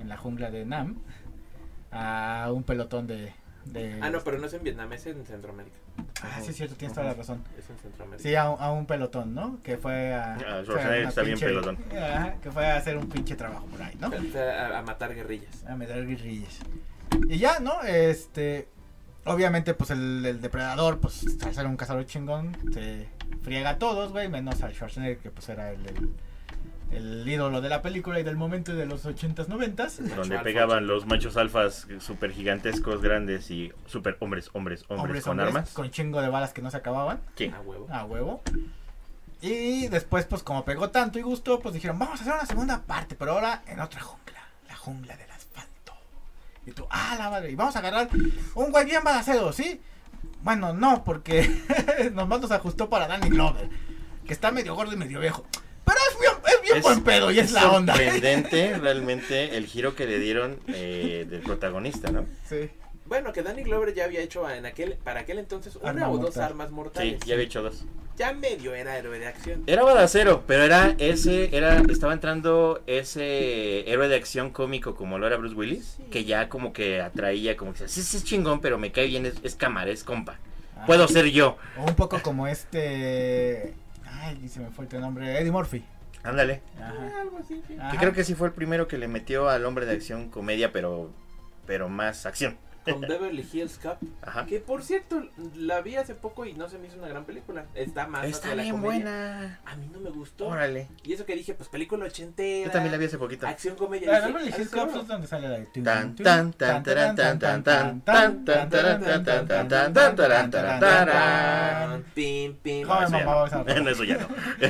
Speaker 4: en la jungla de Nam a un pelotón de... de-
Speaker 1: Ah, no, pero no es en Vietnam, es en Centroamérica.
Speaker 4: Ah, sí, es cierto, tienes toda la razón.
Speaker 1: Es en Centroamérica.
Speaker 4: Sí, a un, a un pelotón, ¿no? Que fue a...
Speaker 2: Ah,
Speaker 4: fue a
Speaker 2: Schwarzenegger
Speaker 4: una
Speaker 2: está bien pelotón.
Speaker 4: Ajá, que fue a hacer un pinche trabajo por ahí, ¿no?
Speaker 1: A, a matar guerrillas.
Speaker 4: A meter guerrillas. Y ya, ¿no? Este. Obviamente, pues el, el depredador, pues al ser un cazador chingón, se friega a todos, güey, menos al Schwarzenegger, que pues era el, el, el ídolo de la película y del momento y de los 80s, 90s.
Speaker 1: Macho
Speaker 2: Donde
Speaker 1: alfa.
Speaker 2: pegaban los machos alfas super gigantescos, grandes y super hombres, hombres, hombres con armas.
Speaker 4: Con chingo de balas que no se acababan,
Speaker 2: Sí.
Speaker 1: A huevo.
Speaker 4: a huevo. Y después, pues como pegó tanto y gustó, pues dijeron, vamos a hacer una segunda parte, pero ahora en otra jungla, la jungla del asfalto. Y tú, ah, la madre, y vamos a agarrar un güey bien balacero, ¿sí? Bueno, no, porque nomás nos ajustó para Danny Glover, que está medio gordo y medio viejo. Pero es bien, es bien buen pedo y es, la onda.
Speaker 2: sorprendente realmente el giro que le dieron eh, del protagonista, ¿no?
Speaker 4: Sí.
Speaker 1: Bueno, que Danny Glover ya había hecho en aquel, para aquel entonces una
Speaker 4: Arma
Speaker 1: o dos
Speaker 4: mortal.
Speaker 1: armas
Speaker 2: Sí,
Speaker 1: mortales.
Speaker 2: ya había hecho dos.
Speaker 1: Ya medio era héroe de acción.
Speaker 2: Era balacero, pero era ese, era, estaba entrando ese héroe de acción cómico como lo era Bruce Willis, que ya como que atraía, como que decía, sí, sí es chingón, pero me cae bien, es, es cámara, es compa.
Speaker 4: Ah.
Speaker 2: Puedo ser yo.
Speaker 4: O un poco como este... Ay, se me fue el nombre, Eddie Murphy.
Speaker 2: Ándale.
Speaker 4: Ajá.
Speaker 1: Eh, Algo así, sí.
Speaker 2: Que
Speaker 4: Ajá.
Speaker 2: creo que sí fue el primero que le metió al hombre de acción comedia, pero, pero más acción.
Speaker 1: Con Beverly Hills Cup.
Speaker 2: Ajá.
Speaker 1: Que por cierto, la vi hace poco y no se me hizo una gran película. Está más hacia
Speaker 2: Está
Speaker 1: la
Speaker 2: bien
Speaker 1: comedia.
Speaker 2: buena.
Speaker 1: A mí no me gustó.
Speaker 2: Órale.
Speaker 1: Y eso que dije, pues película ochentera.
Speaker 2: Yo también la vi hace poquito.
Speaker 1: Acción comedia.
Speaker 4: La
Speaker 1: dije,
Speaker 4: Beverly
Speaker 1: "Ah,
Speaker 4: Hills
Speaker 1: seguro".
Speaker 4: Cop es donde sale la de tun,
Speaker 2: Tan,
Speaker 4: tun,
Speaker 2: tan, tan,
Speaker 4: tan,
Speaker 2: tan,
Speaker 4: tan,
Speaker 2: tan,
Speaker 4: tan,
Speaker 2: tan,
Speaker 4: tan,
Speaker 2: tan, tan,
Speaker 4: tan,
Speaker 2: tan,
Speaker 4: tan,
Speaker 2: tan,
Speaker 4: tan,
Speaker 2: tan, tan,
Speaker 4: tan, tan,
Speaker 2: tan,
Speaker 4: tan.
Speaker 1: Pim, pim.
Speaker 2: No,
Speaker 4: Joder,
Speaker 2: eso ya
Speaker 4: mamá, vamos a-
Speaker 2: No, eso ya no.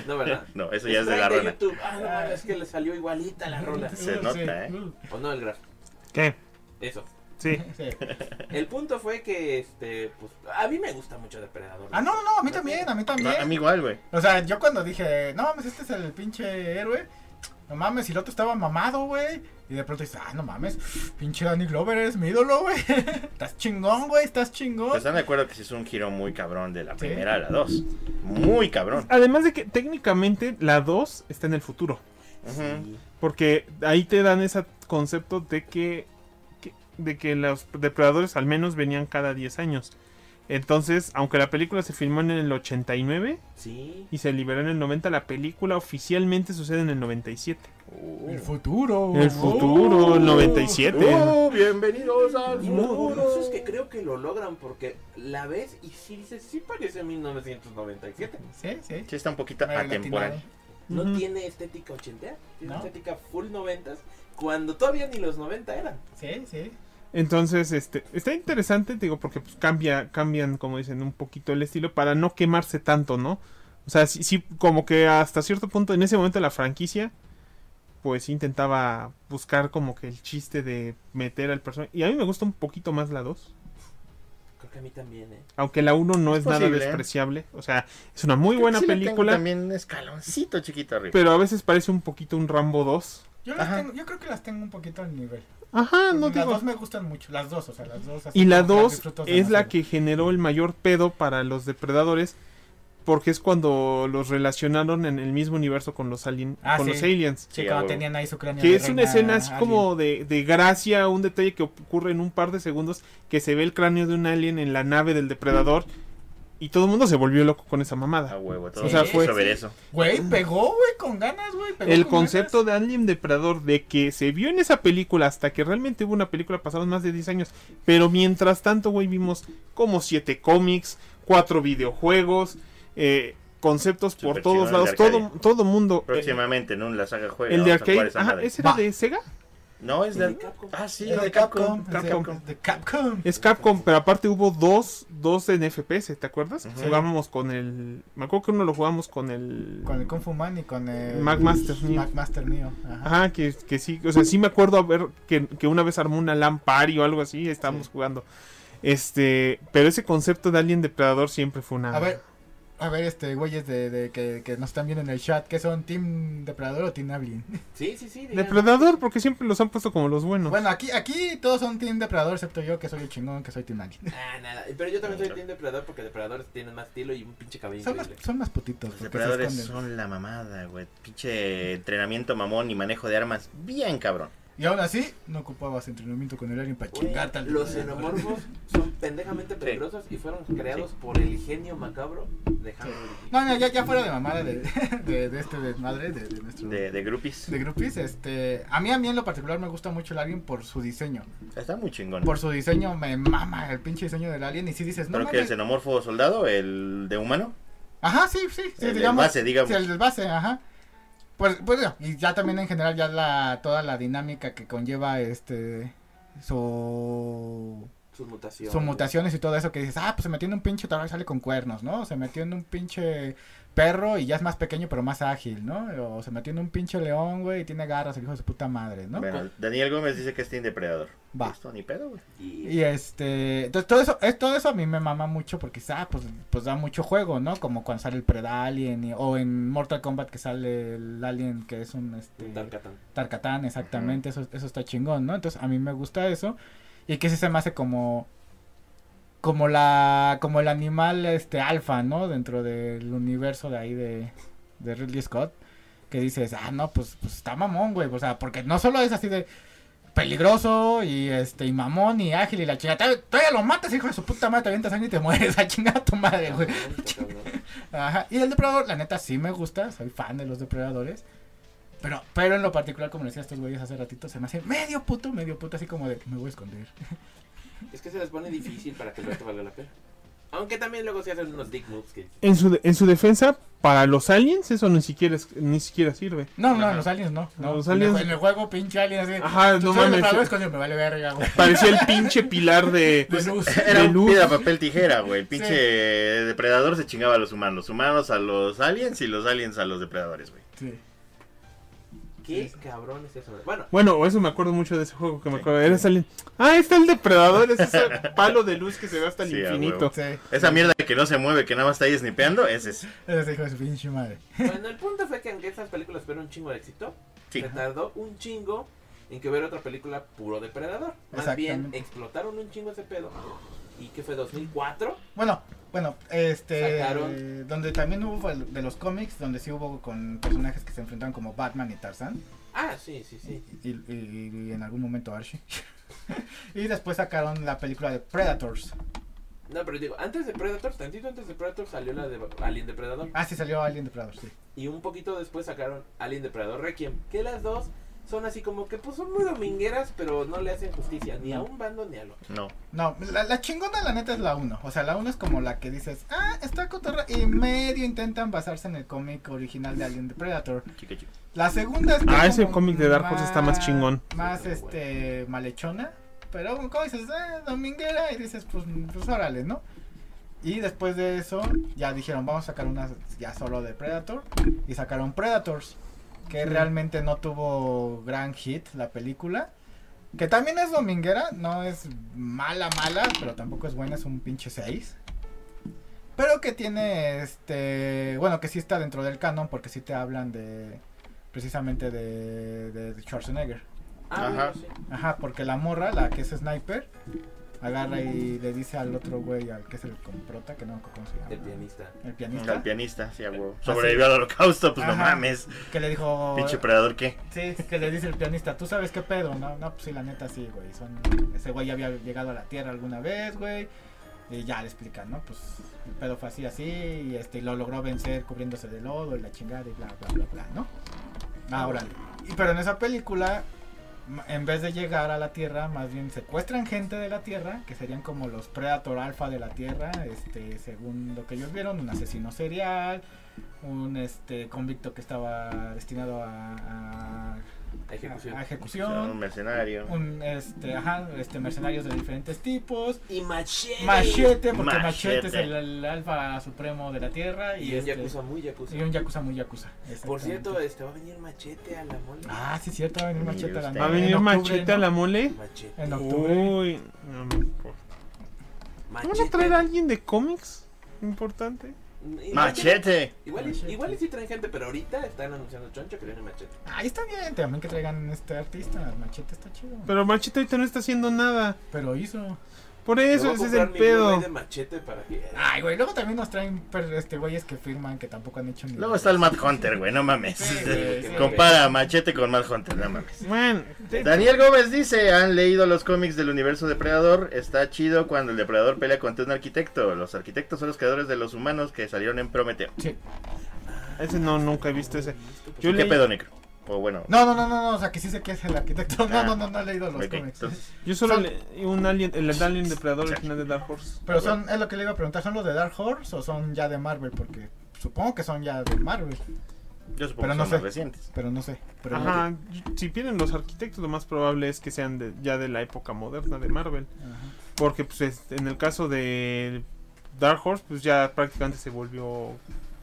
Speaker 1: No, ¿verdad?
Speaker 2: No, eso ya es de
Speaker 1: Strike
Speaker 2: la rana.
Speaker 1: YouTube. Ah, no, mames, es que le salió igualita la rola.
Speaker 2: Se nota, ¿eh?
Speaker 1: O no, el graf.
Speaker 3: ¿Qué?
Speaker 1: Eso.
Speaker 3: Sí.
Speaker 4: Sí.
Speaker 1: El punto fue que, este, pues, a mí me gusta mucho Depredador.
Speaker 4: Ah, no, no, a mí también, a mí
Speaker 2: No, a mí
Speaker 4: también.
Speaker 2: igual, güey.
Speaker 4: O sea, yo cuando dije, no mames, este es el pinche héroe. No mames, y el otro estaba mamado, güey. Y de pronto dices, ah, no mames, pinche Danny Glover eres mi ídolo, güey. Estás chingón, güey, estás chingón.
Speaker 2: Están de acuerdo que sí es un giro muy cabrón de la
Speaker 4: Sí.
Speaker 2: primera a la dos. Muy cabrón.
Speaker 3: Además de que técnicamente la 2 está en el futuro.
Speaker 2: Ujú.
Speaker 3: Porque ahí te dan ese concepto de que, que- de que los depredadores al menos venían cada 10 años. Entonces, aunque la película se filmó en el 89
Speaker 1: Sí.
Speaker 3: y se liberó en el 90, la película oficialmente sucede en el 97.
Speaker 2: Uh.
Speaker 4: El futuro.
Speaker 3: El futuro, el
Speaker 4: Oh.
Speaker 3: 97.
Speaker 2: Uh, bienvenidos al
Speaker 1: Y lo curioso es
Speaker 2: futuro.
Speaker 1: que creo que lo logran porque la ves y sí dices, sí parece 1997.
Speaker 4: Sí, sí.
Speaker 2: Sí, está un poquito
Speaker 4: Medio
Speaker 2: atemporal.
Speaker 4: latinado.
Speaker 1: No
Speaker 3: Ujú.
Speaker 1: tiene estética ochentera, tiene
Speaker 4: No.
Speaker 1: estética full noventas, cuando todavía ni los 90 eran.
Speaker 4: Sí, sí.
Speaker 3: Entonces, este, está interesante, digo, porque pues, cambia, cambian, como dicen, un poquito el estilo para no quemarse tanto, ¿no? O sea, sí, sí, como que hasta cierto punto, en ese momento la franquicia, pues intentaba buscar como que el chiste de meter al personaje. Y a mí me gusta un poquito más la 2.
Speaker 1: Creo que a mí también, ¿eh?
Speaker 3: Aunque la 1 no es, nada
Speaker 2: posible, ¿eh?
Speaker 3: despreciable. O sea, es una muy buena
Speaker 2: Sí le tengo
Speaker 3: película.
Speaker 2: También un escaloncito chiquito arriba.
Speaker 3: Pero a veces parece un poquito un Rambo 2.
Speaker 4: Yo, las
Speaker 2: Ajá.
Speaker 4: tengo- yo creo que las tengo un poquito al nivel.
Speaker 3: Ajá, Ah, no
Speaker 4: las
Speaker 3: digo.
Speaker 4: dos me gustan mucho, las dos, o sea, las dos. así
Speaker 3: Y la
Speaker 4: como que las
Speaker 3: 2
Speaker 4: disfruto
Speaker 3: es la
Speaker 4: demasiado.
Speaker 3: que generó el mayor pedo para los depredadores. Porque es cuando los relacionaron en el mismo universo con los, alien-
Speaker 4: Ah,
Speaker 3: con
Speaker 4: sí.
Speaker 3: los aliens.
Speaker 4: Sí,
Speaker 2: Sí,
Speaker 4: cuando
Speaker 2: a huevo.
Speaker 4: tenían ahí su cráneo.
Speaker 3: Que
Speaker 4: de
Speaker 3: es una
Speaker 4: reina
Speaker 3: escena así
Speaker 4: alien.
Speaker 3: como de, de gracia, un detalle que ocurre en un par de segundos, que se ve el cráneo de un alien en la nave del depredador y todo el mundo se volvió loco con esa
Speaker 2: A
Speaker 3: mamada.
Speaker 2: huevo, todo
Speaker 3: O sea, fue-
Speaker 2: sobre eso.
Speaker 4: Güey, pegó, güey, con ganas, güey. pegó
Speaker 3: El
Speaker 4: con
Speaker 3: concepto de alien depredador de que se vio en esa película hasta que realmente hubo una película pasados más de 10 años, pero mientras tanto, güey, vimos como 7 cómics, 4 videojuegos, eh, conceptos por
Speaker 2: Súper
Speaker 3: todos
Speaker 2: chingón el
Speaker 3: lados,
Speaker 2: de
Speaker 3: todo todo mundo eh,
Speaker 2: Próximamente en un La Saga Juega.
Speaker 3: el de
Speaker 2: vamos a jugar
Speaker 3: arcade,
Speaker 2: esa
Speaker 3: ah,
Speaker 2: madre.
Speaker 3: ese era
Speaker 4: Va.
Speaker 3: de Sega?
Speaker 2: No, es de.
Speaker 1: de Capcom.
Speaker 2: Ah, sí,
Speaker 4: Es
Speaker 2: es
Speaker 4: de Capcom. es de-
Speaker 3: Capcom.
Speaker 4: De Capcom.
Speaker 3: Es Capcom, pero aparte hubo dos, dos en FPS, ¿te acuerdas?
Speaker 2: Ujú.
Speaker 3: Jugábamos con el... Me acuerdo que uno lo jugábamos con el...
Speaker 4: Con el Kung Fu Man y con el.
Speaker 3: Magmaster Neo.
Speaker 4: Magmaster Neo. Ajá.
Speaker 3: Ajá, que, que sí, o sea, sí me acuerdo haber que, que una vez armó una Lampari o algo así, estábamos jugando. Este, pero ese concepto de alien depredador siempre fue una...
Speaker 4: A ver, a ver, este, güeyes de, de que, que nos están viendo en el chat, ¿qué son? ¿Team Depredador o Team Alien?
Speaker 1: Sí, sí, sí. digan.
Speaker 3: Depredador, porque siempre los han puesto como los buenos.
Speaker 4: Bueno, aquí, aquí todos son Team Depredador, excepto yo, que soy el chingón, que soy Team Alien.
Speaker 1: Ah, nada. Pero yo también soy team depredador porque depredadores tienen más estilo y un pinche cabello
Speaker 4: Son más,
Speaker 1: increíble.
Speaker 4: son más putitos,
Speaker 2: Los
Speaker 4: porque se
Speaker 2: depredadores
Speaker 4: esconden.
Speaker 2: son la mamada, güey. Pinche entrenamiento mamón y manejo de armas. Bien cabrón.
Speaker 4: Y aún así, no ocupabas entrenamiento con el Alien para
Speaker 1: Güey,
Speaker 4: chingarte al
Speaker 1: los
Speaker 4: depredador.
Speaker 1: xenomorfos son pendejamente peligrosos y fueron creados por el genio macabro de Hammer.
Speaker 4: No, no, ya, ya fuera de mamada de, de, de este desmadre, de, de nuestro...
Speaker 2: De, de groupies.
Speaker 4: de groupies, este, a mí a mí en lo particular me gusta mucho el alien por su diseño.
Speaker 2: Está muy chingón.
Speaker 4: Por su diseño me mama el pinche diseño del alien y si dices, no
Speaker 2: Creo que el
Speaker 4: mames.
Speaker 2: xenomorfo soldado, el de humano.
Speaker 4: Ajá, sí, sí,
Speaker 2: El
Speaker 4: sí,
Speaker 2: del
Speaker 4: digamos.
Speaker 2: base, digamos.
Speaker 4: Sí, el del base, ajá. Pues, pues ya, y ya también en general ya la toda la dinámica que conlleva este su
Speaker 1: Sus mutaciones.
Speaker 4: sus mutaciones y todo eso que dices, ah, pues se metió en un pinche tal sale con cuernos, ¿no? Se metió en un pinche perro y ya es más pequeño pero más ágil, ¿no? O se metió en un pinche león, güey, y tiene garras, el hijo de su puta madre, ¿no? pues.
Speaker 2: Bueno, Daniel Gómez dice que es Team Depredador.
Speaker 4: Va.
Speaker 2: Esto ni pedo, güey.
Speaker 1: Y-
Speaker 4: Y este, entonces todo eso, es, todo eso a mí me mama mucho porque ah, pues, pues da mucho juego, ¿no? Como cuando sale el Predalien y- o en Mortal Kombat que sale el alien que es un este
Speaker 1: Tarkatan.
Speaker 4: Tarkatán, exactamente, eso, eso está chingón, ¿no? Entonces a mí me gusta eso y que ese se me hace como como la como el animal este alfa, ¿no? Dentro del universo de ahí de de Ridley Scott que dices, "Ah, no, pues pues está mamón, güey." O sea, porque no solo es así de peligroso y este y mamón y ágil y la chingada, todavía- todavía lo matas, hijo de su puta madre, te avientas sangre y te mueres, a chingar a tu madre, güey. Ajá. Y el depredador, la neta, sí me gusta. Soy fan de los depredadores. Pero, pero en lo particular, como decía estos güeyes hace ratito, se me hace medio puto, medio puto, así como de me voy a esconder.
Speaker 1: Es que se les pone difícil para que el reto valga la pena. Aunque también luego se hacen unos dick moves que
Speaker 3: En su, de- en su defensa, para los aliens eso ni siquiera, es- ni siquiera sirve.
Speaker 4: No, no,
Speaker 2: Ajá.
Speaker 4: los aliens no. no.
Speaker 3: Los aliens-
Speaker 4: En el juego, pinche alien, así.
Speaker 3: Ajá,
Speaker 4: tú
Speaker 3: no
Speaker 4: sabes,
Speaker 3: mames.
Speaker 4: otra vez, coño, me vale verga, güey.
Speaker 3: Parecía el pinche pilar de...
Speaker 4: De luz.
Speaker 2: Era
Speaker 3: De
Speaker 2: un
Speaker 3: luz.
Speaker 2: piedra, papel, tijera, güey. El pinche
Speaker 4: Sí.
Speaker 2: depredador se chingaba a los humanos. Los humanos a los aliens y los aliens a los depredadores, güey.
Speaker 4: Sí.
Speaker 1: qué cabrón es eso. Bueno,
Speaker 3: Bueno, eso me acuerdo mucho de ese juego que me acuerdo. Era ese alien. Ah, ahí está el depredador, es ese palo de luz que se ve hasta el
Speaker 2: Sí, a
Speaker 3: infinito.
Speaker 2: huevo.
Speaker 4: Sí.
Speaker 2: Esa mierda que no se mueve, que nada más está ahí snipeando, ese es.
Speaker 4: Ese hijo de su pinche madre.
Speaker 1: bueno, el punto fue que aunque estas películas fueron un chingo de éxito,
Speaker 2: Sí.
Speaker 1: se tardó un chingo en que ver otra película puro depredador. Más bien
Speaker 4: Exactamente.
Speaker 1: explotaron un chingo ese pedo. ¿Y que fue 2004?
Speaker 4: Bueno, bueno, este.
Speaker 1: Sacaron.
Speaker 4: eh, Donde también hubo el- de los cómics, donde sí hubo con personajes que se enfrentaron como Batman y Tarzan.
Speaker 1: Ah, sí, sí, sí.
Speaker 4: Y, y- y en algún momento Archie. y después sacaron la película de Predators.
Speaker 1: No, pero digo, antes de Predator, tantito antes de Predator salió la de Alien Depredador.
Speaker 4: Ah, sí, salió Alien Depredador, sí.
Speaker 1: Y un poquito después sacaron Alien Depredador Requiem. Que las dos son así como que pues son muy domingueras, pero no le hacen justicia ni a un bando ni al otro.
Speaker 2: No.
Speaker 4: No, la, la chingona la neta es la 1. O sea, la 1 es como la que dices, ah, está cotorra. Y medio intentan basarse en el cómic original de Alien Predator.
Speaker 2: Chica, chica.
Speaker 4: La segunda es.
Speaker 3: Ah,
Speaker 4: como
Speaker 3: ese cómic de Dark Horse está más chingón.
Speaker 4: Más este, malhechona. Pero como dices, eh, dominguera. Y dices, pues, pues órale, ¿no? Y después de eso, ya dijeron, vamos a sacar una ya solo de Predator. Y sacaron Predators. Que realmente no tuvo gran hit la película. Que también es dominguera, no es mala, mala, pero tampoco es buena, es un pinche 6. Pero que tiene este. Bueno, que sí está dentro del canon, porque sí te hablan de. Precisamente de, de Schwarzenegger.
Speaker 1: Ah,
Speaker 2: Ajá.
Speaker 1: bueno, sí.
Speaker 4: Ajá, porque la morra, la que es sniper, agarra y le dice al otro güey, al que es el comprota, que no me acuerdo cómo se llama.
Speaker 1: El pianista.
Speaker 4: El
Speaker 2: Al
Speaker 4: pianista.
Speaker 2: pianista, sí, a huevo. Sobrevivió al holocausto, pues no
Speaker 4: Ajá.
Speaker 2: mames.
Speaker 4: Que le dijo.
Speaker 2: Pinche predador, ¿qué?
Speaker 4: Sí, que le dice el pianista, ¿tú sabes qué pedo? No, no, pues sí, la neta sí, güey. Son... Ese güey ya había llegado a la Tierra alguna vez, güey. Y ya le explican, ¿no? Pues el pedo fue así, así, y este, y lo logró vencer cubriéndose de lodo y la chingada y bla, bla, bla, bla, ¿no? Ahora, y, pero en esa película, ma- en vez de llegar a la Tierra, más bien secuestran gente de la Tierra, que serían como los Predator Alpha de la Tierra, este, según lo que ellos vieron, un asesino serial, un este convicto que estaba destinado a, a-
Speaker 1: A ejecución.
Speaker 4: a
Speaker 2: Son
Speaker 4: ejecución.
Speaker 2: mercenario.
Speaker 4: Un, este, ajá, este, mercenarios de diferentes tipos.
Speaker 1: Y machete.
Speaker 4: Machete, porque
Speaker 2: Machete.
Speaker 4: Machete, es el, el alfa supremo de la tierra. Y,
Speaker 1: Y un
Speaker 4: este,
Speaker 1: yakuza muy yakuza.
Speaker 4: y un Yakuza muy Yakuza.
Speaker 1: Por
Speaker 4: exactamente.
Speaker 1: cierto, este va a venir machete a la mole.
Speaker 4: Ah, sí, es cierto, va a venir
Speaker 2: Mire
Speaker 4: Machete a la
Speaker 2: usted.
Speaker 3: ¿Va a
Speaker 2: En
Speaker 3: venir
Speaker 4: octubre,
Speaker 3: machete
Speaker 4: ¿no?
Speaker 3: a la mole?
Speaker 1: Machete.
Speaker 4: En octubre.
Speaker 3: Uy, no me importa. ¿No ¿Van
Speaker 1: Machete.
Speaker 3: a traer a alguien de cómics? Importante.
Speaker 1: Y
Speaker 2: Machete.
Speaker 1: Igual, y-
Speaker 4: Machete.
Speaker 1: igual y sí traen gente, pero ahorita están anunciando choncho que viene machete.
Speaker 4: Ahí está bien, también que traigan este artista. Machete está chido. Pero,
Speaker 3: Pero Machete ahorita no está haciendo nada.
Speaker 4: hizo.
Speaker 3: Por
Speaker 1: Me
Speaker 3: eso,
Speaker 1: voy a
Speaker 3: ese es
Speaker 1: comprar
Speaker 3: el
Speaker 1: mi Blu-ray
Speaker 3: pedo.
Speaker 1: de machete para que.
Speaker 2: Ah,
Speaker 4: Ay, güey, luego también nos traen per- este güeyes que firman que tampoco han hecho ni.
Speaker 2: Luego está el Mad Hunter, güey, no mames.
Speaker 4: Sí, güey, sí.
Speaker 2: Compara Machete con Mad Hunter, no mames.
Speaker 3: Man, te-
Speaker 2: Daniel Gómez dice, han leído los cómics del universo depredador, está chido cuando el depredador pelea contra un arquitecto. Los arquitectos son los creadores de los humanos que salieron en Prometeo.
Speaker 4: Sí.
Speaker 3: ese no, nunca he visto ese. Yo
Speaker 2: ¿Qué
Speaker 3: leí-
Speaker 2: pedo, Necro? O bueno,
Speaker 4: No, no, no, no, no, o sea, que sí sé que es el arquitecto. No,
Speaker 2: Ah.
Speaker 4: no, no, no he leído los
Speaker 2: ok,
Speaker 4: cómics. ¿eh?
Speaker 2: entonces,
Speaker 3: Yo solo
Speaker 4: Son-
Speaker 3: leí un alien, el alien depredador original de Dark Horse.
Speaker 4: Pero son, es lo que le iba a preguntar, ¿son los de Dark Horse o son ya de Marvel? Porque supongo que son ya de Marvel,
Speaker 2: yo supongo
Speaker 4: Pero
Speaker 2: que
Speaker 4: no
Speaker 2: son más
Speaker 4: sé.
Speaker 2: recientes.
Speaker 4: pero no sé. Pero
Speaker 3: Ajá, si vienen los arquitectos, lo más probable es que sean de- ya de la época moderna de Marvel.
Speaker 4: Ajá.
Speaker 3: Porque pues es- en el caso de Dark Horse, pues ya prácticamente se volvió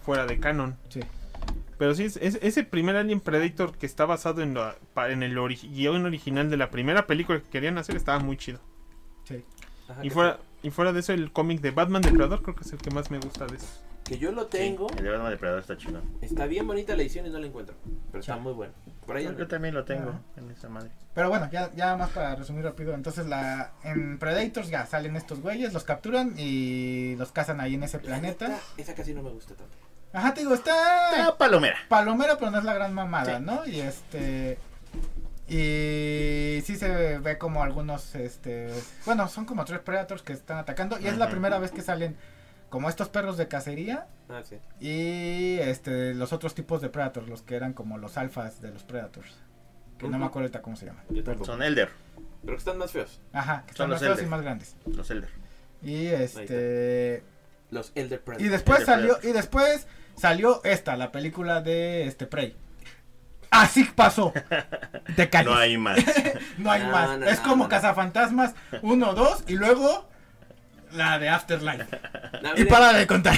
Speaker 3: fuera de canon.
Speaker 4: Sí.
Speaker 3: Pero sí, es, es- ese primer Alien Predator que está basado en, la- pa- en el ori- guión original de la primera película que querían hacer estaba muy chido.
Speaker 4: Sí.
Speaker 1: Ajá,
Speaker 3: Y
Speaker 1: que
Speaker 3: fuera, y fuera de eso, el cómic de Batman Depredador creo que es el que más me gusta de eso.
Speaker 1: sí. Que yo lo
Speaker 2: Sí,
Speaker 1: tengo.
Speaker 2: el de Batman depredador está chido.
Speaker 1: Está bien bonita la edición y no la encuentro. Pero está
Speaker 4: Chale.
Speaker 1: muy buena. Por ahí
Speaker 2: Yo, yo
Speaker 1: anda.
Speaker 2: también lo tengo
Speaker 4: Ajá.
Speaker 2: en esa madre.
Speaker 4: Pero bueno, ya, ya más para resumir rápido. Entonces, la en Predators ya salen estos güeyes, los capturan y los cazan ahí en ese
Speaker 1: La
Speaker 4: planeta.
Speaker 1: neta, Esa casi no me gusta tanto.
Speaker 4: Ajá, te digo, está
Speaker 2: Ah, palomera.
Speaker 4: palomero, pero no es la gran mamada,
Speaker 2: Sí.
Speaker 4: ¿no? Y este... Y sí se ve como algunos, este... Bueno, son como tres Predators que están atacando y es la
Speaker 2: Ujú.
Speaker 4: primera vez que salen como estos perros de cacería.
Speaker 1: Ah, sí.
Speaker 4: Y este, los otros tipos de Predators, los que eran como los alfas de los Predators. Que no me
Speaker 1: Ujú.
Speaker 4: acuerdo ahorita cómo se llaman.
Speaker 1: Yo tampoco.
Speaker 2: Son Elder,
Speaker 1: Pero que están más feos.
Speaker 4: Ajá, que
Speaker 2: Son
Speaker 4: son
Speaker 2: los
Speaker 4: más feos y
Speaker 2: Elder.
Speaker 4: más grandes.
Speaker 2: los Elder.
Speaker 4: Y este.
Speaker 1: Los Elder Predator.
Speaker 4: Y después
Speaker 2: Elder
Speaker 4: salió.
Speaker 2: Predator.
Speaker 4: Y después salió esta, la película de este Prey. Así pasó. De calles.
Speaker 2: No hay más.
Speaker 4: No hay
Speaker 1: No,
Speaker 4: más.
Speaker 1: Ah, no,
Speaker 4: es
Speaker 1: no,
Speaker 4: como
Speaker 1: no.
Speaker 4: Cazafantasmas 1, 2 y luego la de Afterlife.
Speaker 1: No,
Speaker 4: Y
Speaker 1: mira,
Speaker 4: para de contar.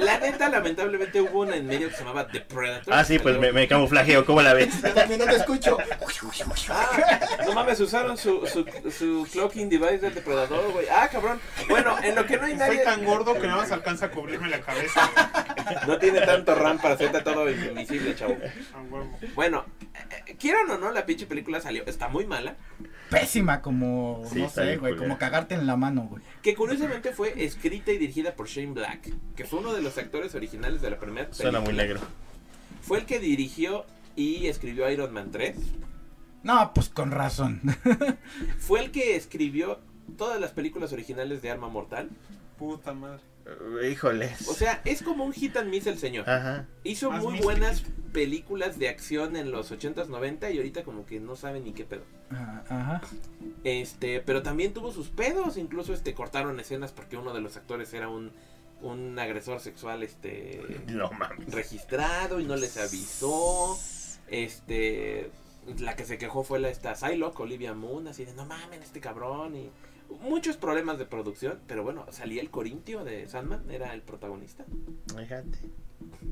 Speaker 1: La neta, lamentablemente hubo una en medio que se llamaba The Predator.
Speaker 2: Ah, sí, pues me, me camuflajeo, ¿cómo la ves?
Speaker 4: Yo también no te escucho.
Speaker 1: Ah, no mames, usaron su, su, su clocking device del depredador, güey. Ah, cabrón. Bueno, en lo que no hay nadie.
Speaker 5: Soy tan gordo que nada más alcanza a cubrirme la cabeza.
Speaker 1: No tiene tanto RAM para hacerte todo invisible, chavo.
Speaker 5: A huevo.
Speaker 1: Bueno, eh, eh, quieran o no, la pinche película salió. Está muy mala.
Speaker 4: Pésima como.
Speaker 2: Sí,
Speaker 4: no
Speaker 2: está
Speaker 4: sé,
Speaker 2: bien
Speaker 4: güey.
Speaker 2: culera.
Speaker 4: Como cagarte en la mano, güey.
Speaker 1: Que curiosamente fue escrita y dirigida por Shane Black, que fue uno de los actores originales de la primera
Speaker 2: Suena muy
Speaker 1: película.
Speaker 2: negro.
Speaker 1: Fue el que dirigió y escribió Iron Man 3.
Speaker 4: No, pues con razón.
Speaker 1: Fue el que escribió todas las películas originales de Arma Mortal.
Speaker 5: Puta madre.
Speaker 2: Uh, Híjoles.
Speaker 1: O sea, es como un hit and miss el señor.
Speaker 2: Ajá.
Speaker 1: Hizo
Speaker 5: Más
Speaker 1: muy
Speaker 5: místico.
Speaker 1: buenas películas de acción en los 80s, 90 y ahorita como que no sabe ni qué pedo.
Speaker 4: Ah, Ajá.
Speaker 1: Este, pero también tuvo sus pedos, incluso este cortaron escenas porque uno de los actores era un un agresor sexual este
Speaker 2: No mames.
Speaker 1: registrado y no les avisó. Este, la que se quejó fue la esta Psylocke, Olivia Moon, así de no mamen este cabrón y muchos problemas de producción, pero bueno, salía el Corintio de Sandman, era el protagonista.
Speaker 2: Fíjate.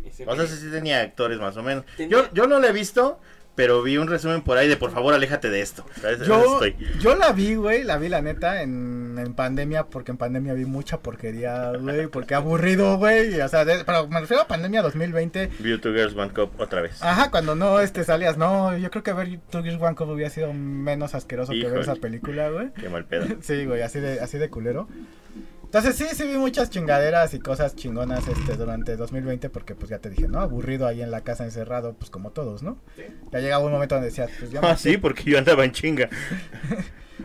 Speaker 1: Ese
Speaker 2: O sea,
Speaker 1: güey.
Speaker 2: sí, sí tenía actores más o menos.
Speaker 1: Tenía-
Speaker 2: Yo, yo no la he visto, pero vi un resumen por ahí de por favor aléjate de esto. ¿Sabes? En eso
Speaker 4: Yo,
Speaker 2: estoy.
Speaker 4: yo la vi, güey, la vi la neta en, en pandemia, porque en pandemia vi mucha porquería, güey, porque aburrido, güey, o sea, de- pero me refiero a pandemia 2020,
Speaker 2: View to Girls One Cup otra vez.
Speaker 4: ajá, cuando no, este, salías, no, yo creo que ver Two Girls One Cup hubiera sido menos asqueroso que ver
Speaker 2: Híjole.
Speaker 4: esa película, güey,
Speaker 2: Qué mal pedo.
Speaker 4: sí, güey, así de, así de culero. Entonces sí, sí vi muchas chingaderas y cosas chingonas este durante 2020 porque pues ya te dije, ¿no? Aburrido ahí en la casa encerrado, pues como todos, ¿no?
Speaker 1: Sí.
Speaker 4: Ya llegaba un momento donde decías, pues ya me
Speaker 2: Ah, sí, porque yo andaba en chinga.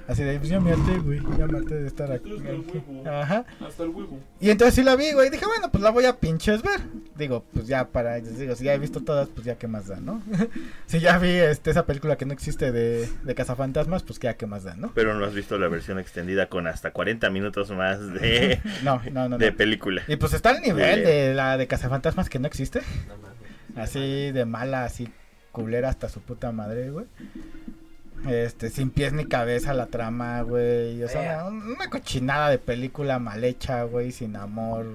Speaker 4: Así de, pues ya me harté, güey, ya me harté de estar aquí.
Speaker 5: Hasta el huevo.
Speaker 4: Ajá.
Speaker 5: Hasta el huevo.
Speaker 4: Y entonces sí la vi, güey, dije, bueno, pues la voy a pinches ver. Digo, pues ya para, digo, si ya he visto todas, pues ya qué más da, ¿no? si ya vi este, esa película que no existe de, de Cazafantasmas, pues ya qué más da, ¿no?
Speaker 2: Pero no has visto la versión extendida con hasta 40 minutos más de,
Speaker 4: No, no, no. no.
Speaker 2: de película.
Speaker 4: Y pues está al nivel
Speaker 2: De-
Speaker 4: de la de Cazafantasmas que no existe.
Speaker 1: No mames.
Speaker 4: Así de mala, así culera hasta su puta madre, güey. Este, sin pies ni cabeza la trama, güey. O sea, una, una cochinada de película mal hecha, güey, sin amor.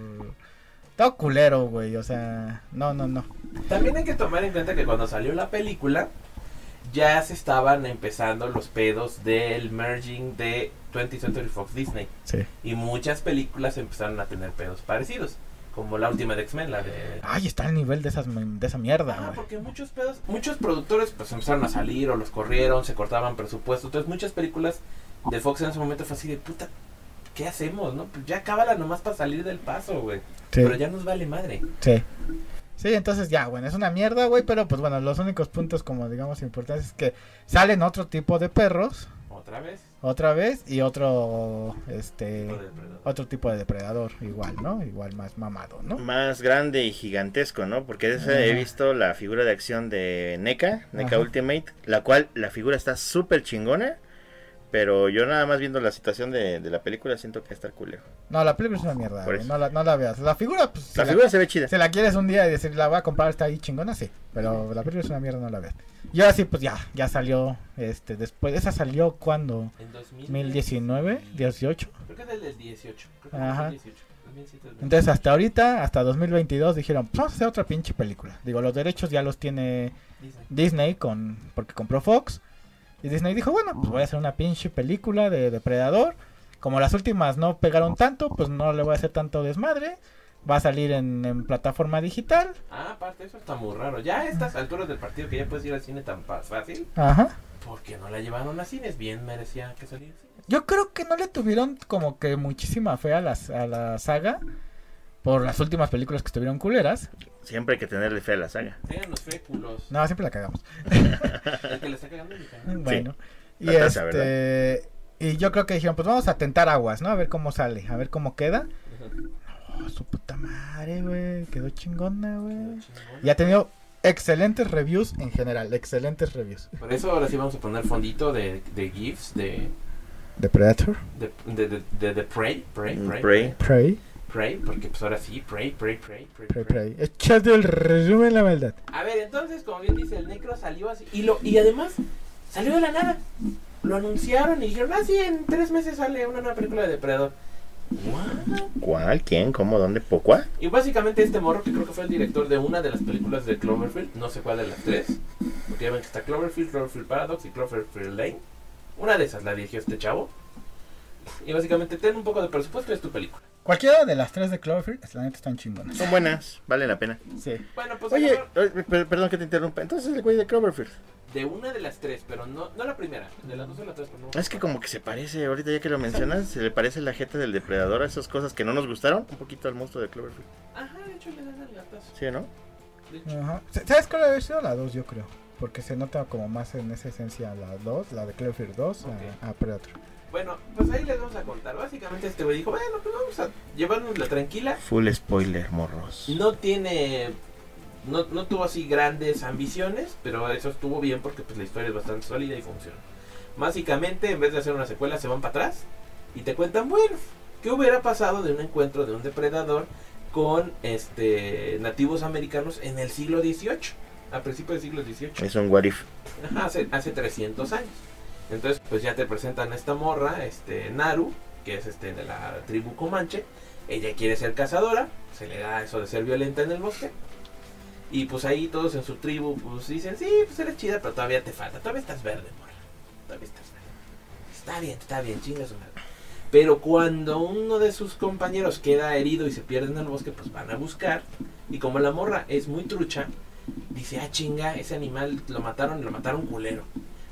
Speaker 4: Todo culero, güey. O sea, no, no, no.
Speaker 1: También hay que tomar en cuenta que cuando salió la película, ya se estaban empezando los pedos del merging de 20th Century Fox Disney.
Speaker 4: Sí.
Speaker 1: Y muchas películas empezaron a tener pedos parecidos. Como la última de X-Men, la de.
Speaker 4: Ay, está al nivel de, esas, de esa mierda,
Speaker 1: Ah,
Speaker 4: güey.
Speaker 1: porque muchos pedos, muchos productores pues empezaron a salir o los corrieron, se cortaban presupuesto. Entonces muchas películas de Fox en ese momento fue así de puta, ¿qué hacemos? No, pues ya acábala nomás para salir del paso, güey.
Speaker 4: Sí.
Speaker 1: Pero ya nos vale madre.
Speaker 4: Sí. Sí, entonces ya, bueno, es una mierda, güey, pero pues bueno, los únicos puntos como digamos importantes es que salen otro tipo de perros
Speaker 1: Otra vez.
Speaker 4: otra vez y otro este
Speaker 1: lo del Predador.
Speaker 4: otro tipo de depredador igual, ¿no? Igual más mamado, ¿no?
Speaker 2: Más grande y gigantesco, ¿no? Porque de esa he
Speaker 4: Ajá.
Speaker 2: visto la figura de acción de NECA, NECA
Speaker 4: Ajá.
Speaker 2: Ultimate, la cual la figura está súper chingona, pero yo nada más viendo la situación de, de la película siento que está cool.
Speaker 4: No, la película es una mierda,
Speaker 2: Por
Speaker 4: güey,
Speaker 2: eso.
Speaker 4: no la, no la veas. La figura pues si
Speaker 2: La
Speaker 4: la,
Speaker 2: figura se ve chida.
Speaker 4: si la quieres un día y decir, la voy a comprar, está ahí chingona, sí, pero la película es una mierda, no la veas. Y ahora sí, pues ya, ya salió este después esa salió cuando
Speaker 1: En
Speaker 4: 2019, 18
Speaker 1: Creo que es el del 18. Creo que es
Speaker 4: Ajá.
Speaker 1: del 18. 2007, 2018.
Speaker 4: Entonces hasta ahorita, hasta 2022 dijeron, "Pues, vamos a hacer otra pinche película. Digo, los derechos ya los tiene
Speaker 1: Disney.
Speaker 4: Disney con porque compró Fox y Disney dijo, bueno, pues voy a hacer una pinche película de depredador. Como las últimas no pegaron tanto, pues no le voy a hacer tanto desmadre. Va a salir en, en plataforma digital.
Speaker 1: Ah, aparte eso está muy raro. Ya a estas alturas del partido que ya puedes ir al cine tan fa- fácil,
Speaker 4: Ajá.
Speaker 1: ¿por qué no la llevaron a cines? Bien merecía que saliera. al cine.
Speaker 4: Yo creo que no le tuvieron como que muchísima fe a, las, a la saga por las últimas películas que estuvieron culeras.
Speaker 2: Siempre hay que tenerle fe a la saga.
Speaker 1: Ténganos fe, culos.
Speaker 4: No, siempre la cagamos.
Speaker 1: El que le está cagando es mi cara.
Speaker 4: Bueno. Y
Speaker 2: La taza,
Speaker 4: este y yo creo que dijeron, pues vamos a tentar aguas, ¿no? A ver cómo sale, a ver cómo queda. Oh, su puta madre, güey, quedó chingona, güey. Y ha tenido excelentes reviews en general, excelentes reviews.
Speaker 1: Por eso ahora sí vamos a poner fondito de, de GIFs, de,
Speaker 4: The Predator,
Speaker 1: de, de, de, de- de Prey, Prey,
Speaker 2: Mm,
Speaker 1: Prey,
Speaker 2: Prey.
Speaker 4: Prey,
Speaker 1: Prey, porque pues ahora sí, Prey, Prey, Prey, Prey,
Speaker 4: Prey,
Speaker 1: Prey.
Speaker 4: Prey. Echando el resumen de la maldad.
Speaker 1: A ver, entonces, como bien dice, el Necro salió así, y, lo, y además, salió de la nada. Lo anunciaron y dijeron, ah, sí, en tres meses sale una nueva película de Depredador. ¿What?
Speaker 2: ¿Cuál? ¿Quién? ¿Cómo? ¿Dónde? ¿Por cuál?
Speaker 1: Y básicamente este morro, que creo que fue el director de una de las películas de Cloverfield, no sé cuál de las tres, porque ya ven que está Cloverfield, Cloverfield Paradox y Cloverfield Lane. Una de esas la dirigió este chavo. Y básicamente ten un poco de presupuesto y es tu película.
Speaker 4: Cualquiera de las tres de Cloverfield, la neta están chingonas.
Speaker 2: Son buenas, vale la pena.
Speaker 4: Sí.
Speaker 1: Bueno, pues
Speaker 2: Oye,
Speaker 1: agarró
Speaker 2: eh, per- perdón que te interrumpa. Entonces el güey de Cloverfield.
Speaker 1: de una de las tres, pero no, no la primera, de las dos o las tres, pero no.
Speaker 2: Es que como que se parece, ahorita ya que lo mencionas, se le parece la jeta del depredador a esas cosas que no nos gustaron, un poquito al monstruo de Cloverfield.
Speaker 1: Ajá, de hecho le dan el gatazo.
Speaker 2: ¿Sí, no?
Speaker 1: De hecho,
Speaker 4: Ajá. S- ¿Sabes cuál haber sido la 2, yo creo? Porque se nota como más en esa esencia la 2, la de Cloverfield 2 a-
Speaker 1: Ok.
Speaker 4: a, Predator.
Speaker 1: Bueno, pues ahí les vamos a contar. Básicamente este güey dijo, bueno, pues vamos a llevárnosla tranquila.
Speaker 2: Full spoiler, morros.
Speaker 1: No tiene. No, no tuvo así grandes ambiciones, pero eso estuvo bien porque pues, la historia es bastante sólida y funciona. Básicamente, en vez de hacer una secuela, se van para atrás y te cuentan, bueno, ¿qué hubiera pasado de un encuentro de un depredador con este nativos americanos en el siglo XVIII? A principios del siglo XVIII.
Speaker 2: Es un what if.
Speaker 1: Ajá, hace, hace 300 años. Entonces, pues ya te presentan a esta morra, este Naru, que es este de la tribu Comanche. Ella quiere ser cazadora, se le da eso de ser violenta en el bosque. Y pues ahí todos en su tribu pues dicen, sí, pues eres chida, pero todavía te falta, todavía estás verde, morra. Todavía estás verde. Está bien, está bien, chingas su madre". Pero cuando uno de sus compañeros queda herido y se pierde en el bosque, pues van a buscar. Y como la morra es muy trucha, Dice, ah, chinga, ese animal lo mataron y lo mataron culero.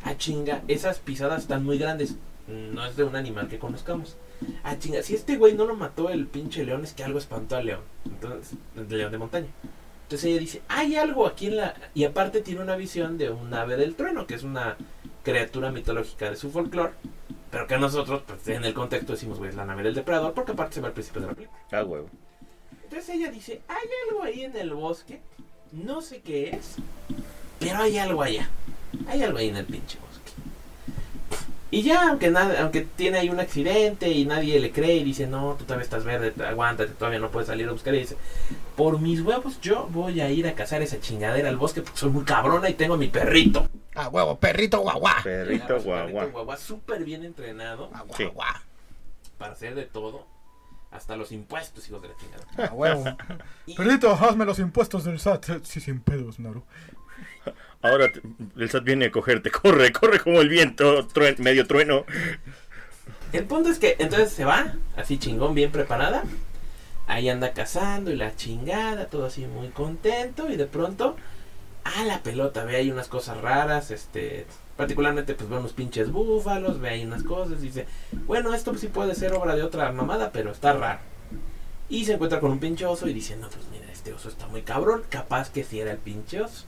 Speaker 1: Ah, chinga, esas pisadas están muy grandes. No es de un animal que conozcamos. Ah, chinga, si este güey no lo mató el pinche león, es que algo espantó al león. Entonces, el león de montaña. Entonces ella dice, hay algo aquí en la... Y aparte tiene una visión de un ave del trueno, que es una criatura mitológica de su folclore. Pero que nosotros, pues, en el contexto decimos, güey, es la nave del depredador, porque aparte se ve al principio de la película.
Speaker 2: Ah, huevo.
Speaker 1: Entonces ella dice, hay algo ahí en el bosque, no sé qué es, pero hay algo allá. Hay algo ahí en el pinche bosque. Y ya, aunque, nada, aunque tiene ahí un accidente y nadie le cree y dice, no, tú todavía estás verde, te- aguántate, todavía no puedes salir a buscar. Y dice, por mis huevos yo voy a ir a cazar esa chingadera al bosque porque soy muy cabrona y tengo a mi perrito.
Speaker 4: Ah, huevo, perrito guaguá.
Speaker 2: Perrito
Speaker 1: Agarra su perrito
Speaker 2: guagua.
Speaker 1: guagua, súper bien entrenado
Speaker 4: Ah,
Speaker 2: Sí.
Speaker 4: guaguá.
Speaker 1: para hacer de todo, hasta los impuestos, hijos de la chingada.
Speaker 4: Ah, huevo.
Speaker 1: Y-
Speaker 4: Perrito, hazme los impuestos del SAT. Sí, sin pedos, Naru.
Speaker 2: Ahora te- el SAT viene a cogerte. Corre, corre como el viento. truen- medio trueno.
Speaker 1: El punto es que entonces se va, así chingón, bien preparada. Ahí anda cazando y la chingada, todo así muy contento. Y de pronto, a la pelota, ve ahí unas cosas raras. Este, particularmente, pues ve unos pinches búfalos, ve ahí unas cosas. Dice, bueno, esto sí puede ser obra de otra mamada, pero está raro. Y se encuentra con un pinche oso y dice, no, pues mira, este oso está muy cabrón. Capaz que si era el pinche oso.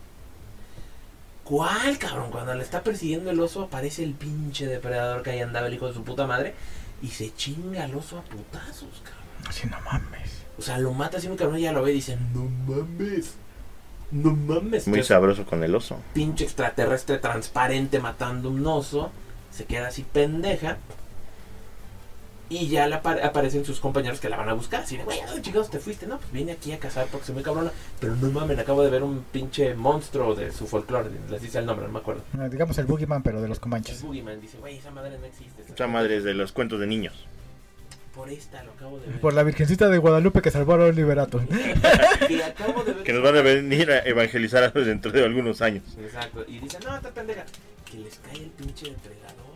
Speaker 1: ¿Cuál cabrón? Cuando le está persiguiendo el oso aparece el pinche depredador que ahí andaba el hijo de su puta madre y se chinga al oso a putazos, cabrón.
Speaker 4: Así no mames.
Speaker 1: O sea, lo mata así un cabrón y ya lo ve y dice, no mames, no mames.
Speaker 2: Muy
Speaker 1: Entonces,
Speaker 2: sabroso con el oso.
Speaker 1: pinche extraterrestre transparente matando un oso, se queda así pendeja. Y ya le apar- aparecen sus compañeros que la van a buscar. Así de, güey, ¿a dónde chingados te fuiste? No, pues vine aquí a cazar porque soy muy cabrona. Pero no mames, acabo de ver un pinche monstruo de su folclore. Les dice el nombre, no me acuerdo.
Speaker 4: Ah, Digamos el Boogeyman, pero de los
Speaker 1: El
Speaker 4: Comanches.
Speaker 1: Boogeyman dice, güey, esa madre no existe.
Speaker 2: Esa madre es de los cuentos de niños.
Speaker 1: Por esta lo acabo de ver.
Speaker 4: Por la Virgencita de Guadalupe que salvó a los liberatos.
Speaker 1: Que acabo de ver.
Speaker 2: Que nos van a venir a evangelizar a- dentro de algunos años.
Speaker 1: Exacto. Y dice, no, esta pendeja. Que les cae el pinche depredador.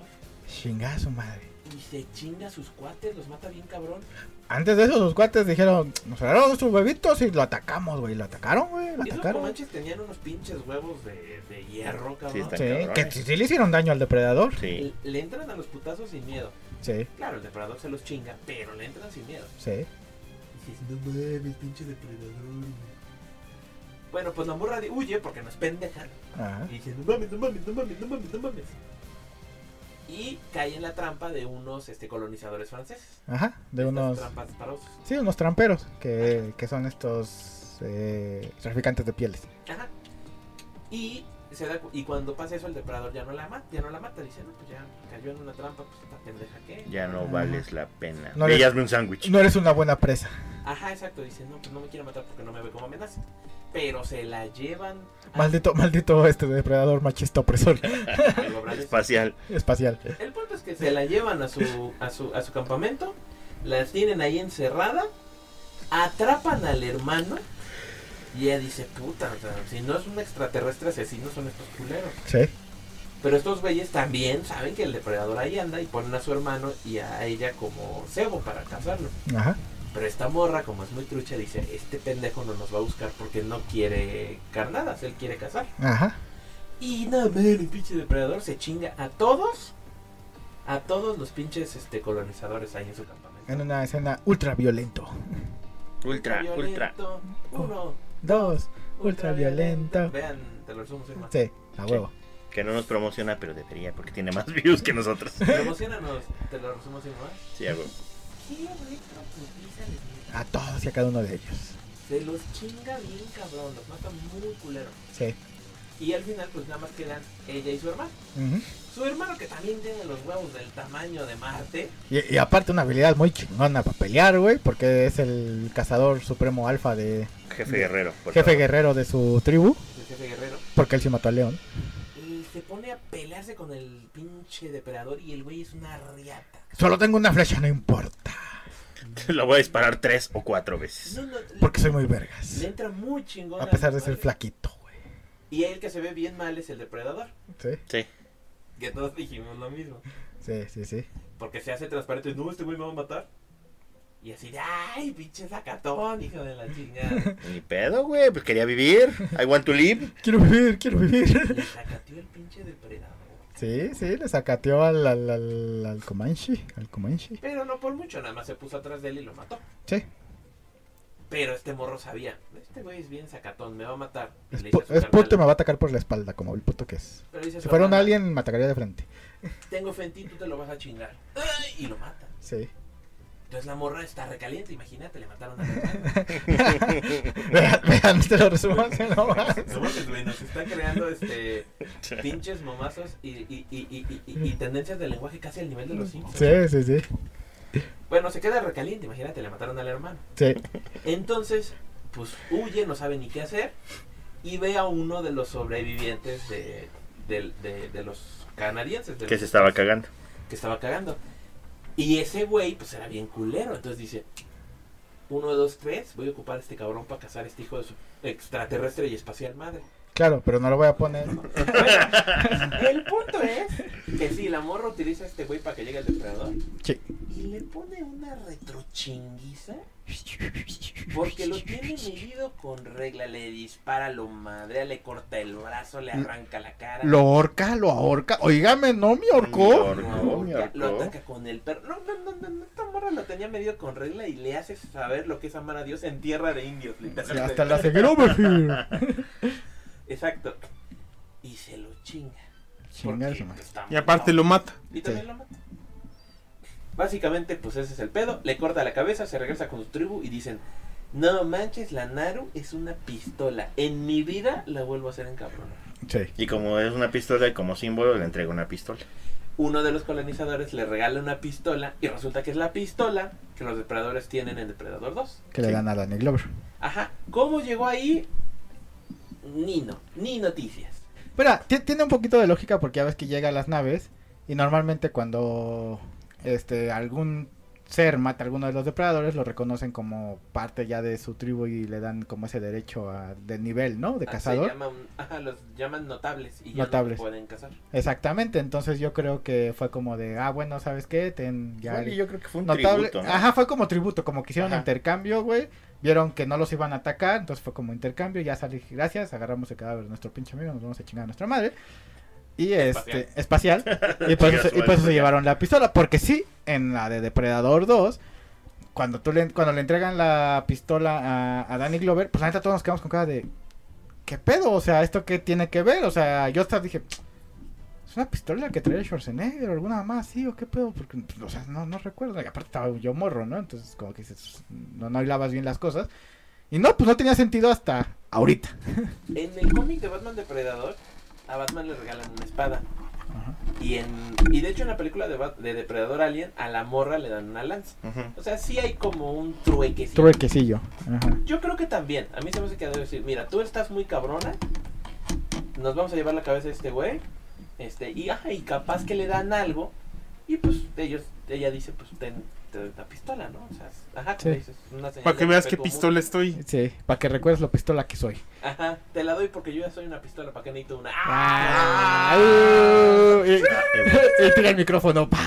Speaker 4: Chingada su madre.
Speaker 1: Y se chinga a sus cuates, los mata bien cabrón.
Speaker 4: Antes de eso, sus cuates dijeron, nos agarraron sus bebitos y lo atacamos, güey. Lo atacaron, güey. Lo
Speaker 1: Esos
Speaker 4: atacaron.
Speaker 1: comanches tenían unos pinches huevos de, de hierro,
Speaker 2: Sí,
Speaker 1: cabrón.
Speaker 2: están
Speaker 4: Sí,
Speaker 2: cabrones.
Speaker 4: que sí sí le hicieron daño al depredador.
Speaker 2: Sí.
Speaker 1: Le- Le entran a los putazos sin miedo.
Speaker 4: Sí,
Speaker 1: Claro, el depredador se los chinga, pero le entran sin miedo.
Speaker 4: sí.
Speaker 1: Y dices, no mames, pinche depredador. Bueno, pues la morra de- huye porque no es pendeja.
Speaker 4: Ajá.
Speaker 1: Y dice, no mames, no mames, no mames, no mames, no mames. Y cae en la trampa de unos este, colonizadores franceses.
Speaker 4: Ajá. De
Speaker 1: Estas
Speaker 4: unos...
Speaker 1: Trampas para osos.
Speaker 4: Sí, unos tramperos, que, que son estos eh, traficantes de pieles.
Speaker 1: Ajá. Y, se da, cu- y cuando pasa eso, el depredador ya no la mata, ya no la mata. Dice, no, pues ya cayó en una trampa, pues esta pendeja que.
Speaker 2: Ya no vales la pena.
Speaker 4: No
Speaker 2: Ve y
Speaker 4: le-
Speaker 2: hazme un sándwich.
Speaker 4: No eres una buena presa.
Speaker 1: Ajá, exacto. Dice, no, pues no me quiero matar porque no me ve como amenaza. Pero se la llevan. a-
Speaker 4: Maldito, maldito este depredador machista opresor
Speaker 1: a los brales.
Speaker 2: Espacial.
Speaker 4: espacial.
Speaker 1: El punto es que se la llevan a su, a su, a su campamento, la tienen ahí encerrada, atrapan al hermano y ella dice, puta, o sea, si no es un extraterrestre asesino son estos culeros.
Speaker 4: Sí.
Speaker 1: Pero estos güeyes también saben que el depredador ahí anda y ponen a su hermano y a ella como cebo para cazarlo.
Speaker 4: Ajá.
Speaker 1: Pero esta morra, como es muy trucha, dice, este pendejo no nos va a buscar porque no quiere carnadas, él quiere cazar.
Speaker 4: Ajá.
Speaker 1: Y nada más, el pinche depredador se chinga a todos, a todos los pinches este, colonizadores ahí en su campamento.
Speaker 4: En una escena ultra violento.
Speaker 2: Ultra, ultra.
Speaker 1: Ultraviolento, Uno.
Speaker 4: Dos. Ultraviolento.
Speaker 1: ultraviolento. Vean, te lo resumo soy más.
Speaker 4: Sí, a huevo.
Speaker 2: Que no nos promociona, pero debería, porque tiene más views que nosotros.
Speaker 1: Promocionanos, te lo resumo sin más.
Speaker 2: Sí, hago.
Speaker 1: Qué retro putiza les mete.
Speaker 4: A todos y a cada uno de ellos.
Speaker 1: Se los chinga bien cabrón, los mata muy culero.
Speaker 4: Sí.
Speaker 1: Y al final pues nada más quedan ella y su hermano.
Speaker 4: Ujú.
Speaker 1: Su hermano que también tiene los huevos del tamaño de Marte.
Speaker 4: y, y aparte una habilidad muy chingona para pelear, güey, porque es el cazador supremo alfa de
Speaker 2: Jefe guerrero. por
Speaker 4: jefe
Speaker 2: favor.
Speaker 4: guerrero de su tribu,
Speaker 1: el jefe guerrero,
Speaker 4: porque él sí mató al león.
Speaker 1: y se pone a pelearse con el pinche depredador y el güey es una riata.
Speaker 4: Solo tengo una flecha, no importa,
Speaker 2: La voy a disparar tres o cuatro veces.
Speaker 1: No, no,
Speaker 4: porque
Speaker 1: le,
Speaker 4: soy muy vergas.
Speaker 1: le entra muy chingón.
Speaker 4: A
Speaker 1: al
Speaker 4: pesar de ser
Speaker 1: madre.
Speaker 4: flaquito, güey.
Speaker 1: Y el que se ve bien mal es el depredador.
Speaker 4: Sí,
Speaker 2: Sí.
Speaker 1: Que todos dijimos lo mismo.
Speaker 4: sí, sí, sí.
Speaker 1: Porque se hace transparente. No, este güey me va a matar. Y así, de, ay, pinche sacatón, hijo de la chingada.
Speaker 2: Ni pedo, güey. Pues quería vivir. I want to live.
Speaker 4: Quiero vivir, quiero vivir.
Speaker 1: Le sacateó el pinche depredador.
Speaker 4: Sí, sí, le sacateó al, al, al, al Comanche, al Comanche.
Speaker 1: Pero no por mucho, nada más se puso atrás de él y lo mató.
Speaker 4: Sí,
Speaker 1: Pero este morro sabía. Este güey es bien sacatón, me va a matar. Y
Speaker 4: es,
Speaker 1: le dice
Speaker 4: pu-
Speaker 1: a su
Speaker 4: es puto y me
Speaker 1: carnal,
Speaker 4: va a atacar por la espalda, como el puto que es.
Speaker 1: pero dice a
Speaker 4: Si
Speaker 1: su
Speaker 4: fuera un
Speaker 1: hermana,
Speaker 4: alien, me atacaría de frente.
Speaker 1: Tengo fe en ti, tú te lo vas a chingar. ¡Ay! Y lo mata.
Speaker 4: Sí.
Speaker 1: Entonces la morra está recaliente, imagínate, le mataron a la hermana.
Speaker 4: Ve- ve Vulcan, te lo resumo así nomás.
Speaker 1: No mames, güey, nos están creando este pinches momazos y, y, y, y, y- y- y tendencias del lenguaje casi al nivel de los Simpsons.
Speaker 4: Sí, sí, sí.
Speaker 1: Bueno, se queda recaliente, imagínate, le mataron al hermano.
Speaker 4: Sí.
Speaker 1: Entonces, pues huye, no sabe ni qué hacer. Y ve a uno de los sobrevivientes de, del- de- de los canadienses. de
Speaker 2: Que
Speaker 1: los-
Speaker 2: se estaba cagando.
Speaker 1: que estaba cagando. Y ese güey, pues era bien culero. Entonces dice: Uno, dos, tres, voy a ocupar a este cabrón para cazar a este hijo de su extraterrestre y espacial madre.
Speaker 4: Claro, pero no lo voy a poner.
Speaker 1: El punto es que si la morra utiliza a este güey para que llegue el depredador
Speaker 4: Sí.
Speaker 1: y le pone una retrochinguiza porque lo tiene medido con regla, le dispara, lo madrea, le corta el brazo, le arranca la cara.
Speaker 4: Mm. Lo ahorca, lo ahorca. Oígame, ¿no me ahorcó?
Speaker 2: Lo
Speaker 1: lo
Speaker 2: ahorcó, me
Speaker 1: ahorca, lo
Speaker 2: ahorcó.
Speaker 1: ataca con el perro. No, no, no, no, no, esta morra lo tenía medido con regla y le hace saber lo que es amar a Dios en tierra de indios,
Speaker 4: Sí,
Speaker 1: literalmente.
Speaker 4: hasta la hace, "Get over here".
Speaker 1: Exacto. Y se lo chinga.
Speaker 4: Chingar
Speaker 1: porque
Speaker 4: su madre.
Speaker 1: está
Speaker 3: Y aparte lo mata.
Speaker 1: Y también lo mata. Básicamente, pues ese es el pedo. Le corta la cabeza, se regresa con su tribu y dicen: No manches, la Naru es una pistola. En mi vida la vuelvo a hacer en cabrón.
Speaker 4: Sí.
Speaker 2: Y como es una pistola, y como símbolo le entrega una pistola.
Speaker 1: Uno de los colonizadores le regala una pistola y resulta que es la pistola que los depredadores tienen en Depredador 2.
Speaker 4: Que le dan a Danny Glover.
Speaker 1: Ajá. ¿Cómo llegó ahí? Ni no, ni noticias.
Speaker 4: Mira, ti- tiene un poquito de lógica porque ya ves que llega a las naves y normalmente cuando este algún ser mata a alguno de los depredadores lo reconocen como parte ya de su tribu y le dan como ese derecho a, de nivel, ¿no? De
Speaker 1: Ah, se
Speaker 4: cazador.
Speaker 1: llama un- ajá, los llaman notables y ya
Speaker 4: Notables.
Speaker 1: no te pueden cazar.
Speaker 4: Exactamente, entonces yo creo que fue como de, ah, bueno, ¿sabes qué? Ten ya
Speaker 2: Igual
Speaker 4: el
Speaker 2: y yo creo que fue un
Speaker 4: notable.
Speaker 2: tributo. ¿no?
Speaker 4: Ajá, fue como tributo, como que hicieron
Speaker 2: Ajá.
Speaker 4: intercambio, güey. Vieron que no los iban a atacar, entonces fue como intercambio, ya salí, gracias, agarramos el cadáver de nuestro pinche amigo, nos vamos a chingar a nuestra madre. Y este, espacial. Y por
Speaker 2: Chingar a
Speaker 4: eso,
Speaker 2: su
Speaker 4: y por
Speaker 2: madre,
Speaker 4: eso
Speaker 2: espacial.
Speaker 4: se llevaron la pistola, porque sí, en la de Depredador 2, cuando tú le, cuando le entregan la pistola a, a Danny Glover, pues la neta todos nos quedamos con cara de, ¿qué pedo? O sea, ¿esto qué tiene que ver? O sea, yo hasta dije, ¿es una pistola que traía Schwarzenegger o alguna más así o qué pedo? Porque, pues, o sea, no, no recuerdo. Y aparte estaba yo morro, ¿no? Entonces, como que dices, no, no hilabas bien las cosas. Y no, pues no tenía sentido hasta ahorita.
Speaker 1: En el cómic de Batman Depredador, a Batman le regalan una espada. Y en y de hecho en la película de, Bat- de Depredador Alien, a la morra le dan una lanza.
Speaker 2: Ujú.
Speaker 1: O sea, sí hay como un truequecito.
Speaker 4: Truequecillo. Ajá.
Speaker 1: Yo creo que también. A mí se me hace que debe decir, mira, tú estás muy cabrona. Nos vamos a llevar la cabeza de este güey. Este, y, ajá, y capaz que le dan algo. Y pues ellos, ella dice, pues ten, te doy una pistola, ¿no? O sea, es- ajá, como
Speaker 4: Sí.
Speaker 1: dices, una señal
Speaker 3: Para que
Speaker 1: de
Speaker 3: veas qué
Speaker 1: respeto
Speaker 3: pistola estoy.
Speaker 4: Sí, para que recuerdes lo pistola que soy.
Speaker 1: mutuo. Ajá, te la doy porque yo ya soy una pistola, ¿para qué necesito una?
Speaker 4: Ah, uh, y, y tira el micrófono. pa.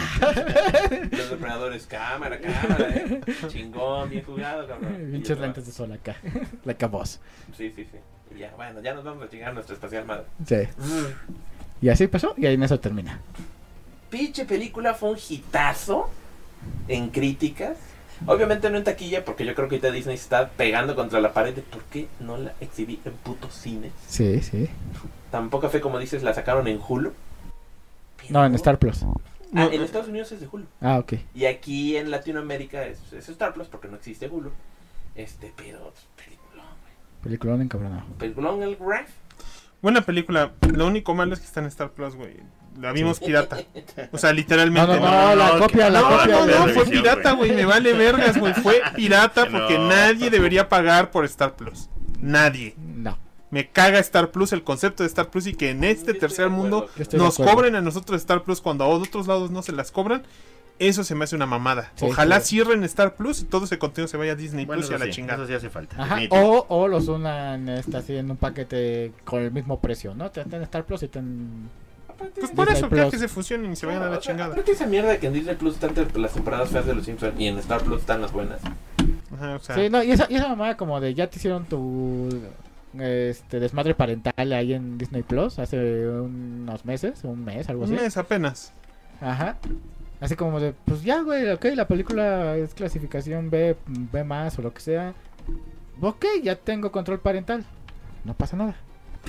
Speaker 1: Los depredadores, cámara, cámara, eh. Chingón, bien jugado, cabrón. Y yo,
Speaker 4: Pinches lentes de sol acá. La voz.
Speaker 1: Sí, sí, sí. Y ya, bueno, ya nos vamos a chingar nuestra espacial madre.
Speaker 4: Sí. Y así pasó y ahí en eso termina.
Speaker 1: Pinche película fue un hitazo en críticas. Obviamente no en taquilla, porque yo creo que ahorita Disney está pegando contra la pared de por qué no la exhibí en putos cines.
Speaker 4: Sí, sí.
Speaker 1: Tampoco fue como dices, la sacaron en Hulu.
Speaker 4: No, en Star Plus.
Speaker 1: Ah, en Estados Unidos es de Hulu.
Speaker 4: Ah, ok.
Speaker 1: Y aquí en Latinoamérica es, es Star Plus porque no existe Hulu. Este, pero película.
Speaker 4: Peliculón encabronado.
Speaker 1: Peliculón el Graf.
Speaker 3: Buena película. Lo único malo es que está en Star Plus, güey. La vimos pirata. O sea,
Speaker 4: No,
Speaker 3: literalmente.
Speaker 4: no, no, la
Speaker 2: no,
Speaker 4: copia,
Speaker 2: que-
Speaker 4: la
Speaker 3: No,
Speaker 4: copia.
Speaker 3: no,
Speaker 2: de
Speaker 3: no,
Speaker 2: revisión,
Speaker 3: fue pirata,
Speaker 2: güey.
Speaker 3: güey. Me vale vergas, güey. Fue pirata
Speaker 2: No.
Speaker 3: porque nadie debería pagar por Star Plus. Nadie.
Speaker 4: No.
Speaker 3: Me caga Star Plus, el concepto de Star Plus y que en este tercer mundo
Speaker 4: Yo estoy de
Speaker 3: nos
Speaker 4: acuerdo.
Speaker 3: cobren a nosotros Star Plus cuando a otros lados no se las cobran. Eso se me hace una mamada.
Speaker 4: Sí,
Speaker 3: Ojalá
Speaker 4: claro.
Speaker 3: cierren Star Plus y todo ese contenido se vaya a Disney
Speaker 2: Bueno,
Speaker 3: Plus y
Speaker 2: eso
Speaker 3: a la
Speaker 2: sí,
Speaker 3: chingada.
Speaker 2: eso sí hace falta.
Speaker 4: Ajá, Oh.
Speaker 2: definitivo.
Speaker 4: o, o los unan este, así en un paquete con el mismo precio, ¿no? Te ten Star Plus y ten...
Speaker 1: Aparte,
Speaker 3: Pues por
Speaker 4: Disney
Speaker 3: eso, claro
Speaker 4: Plus.
Speaker 3: que se fusionen y se vayan a
Speaker 1: no,
Speaker 3: la
Speaker 1: o sea,
Speaker 3: chingada.
Speaker 1: aparte esa mierda de que en Disney Plus están te- las temporadas feas de los Simpsons y en Star Plus están las buenas.
Speaker 3: Ajá, o sea,
Speaker 4: Sí, no, y esa, y esa mamada como de ya te hicieron tu este desmadre parental ahí en Disney Plus hace unos meses, un mes, algo
Speaker 3: un
Speaker 4: así.
Speaker 3: mes apenas.
Speaker 4: Ajá. Así como de, pues ya, güey, ok, la película es clasificación B, B más o lo que sea. Ok, ya tengo control parental. No pasa nada.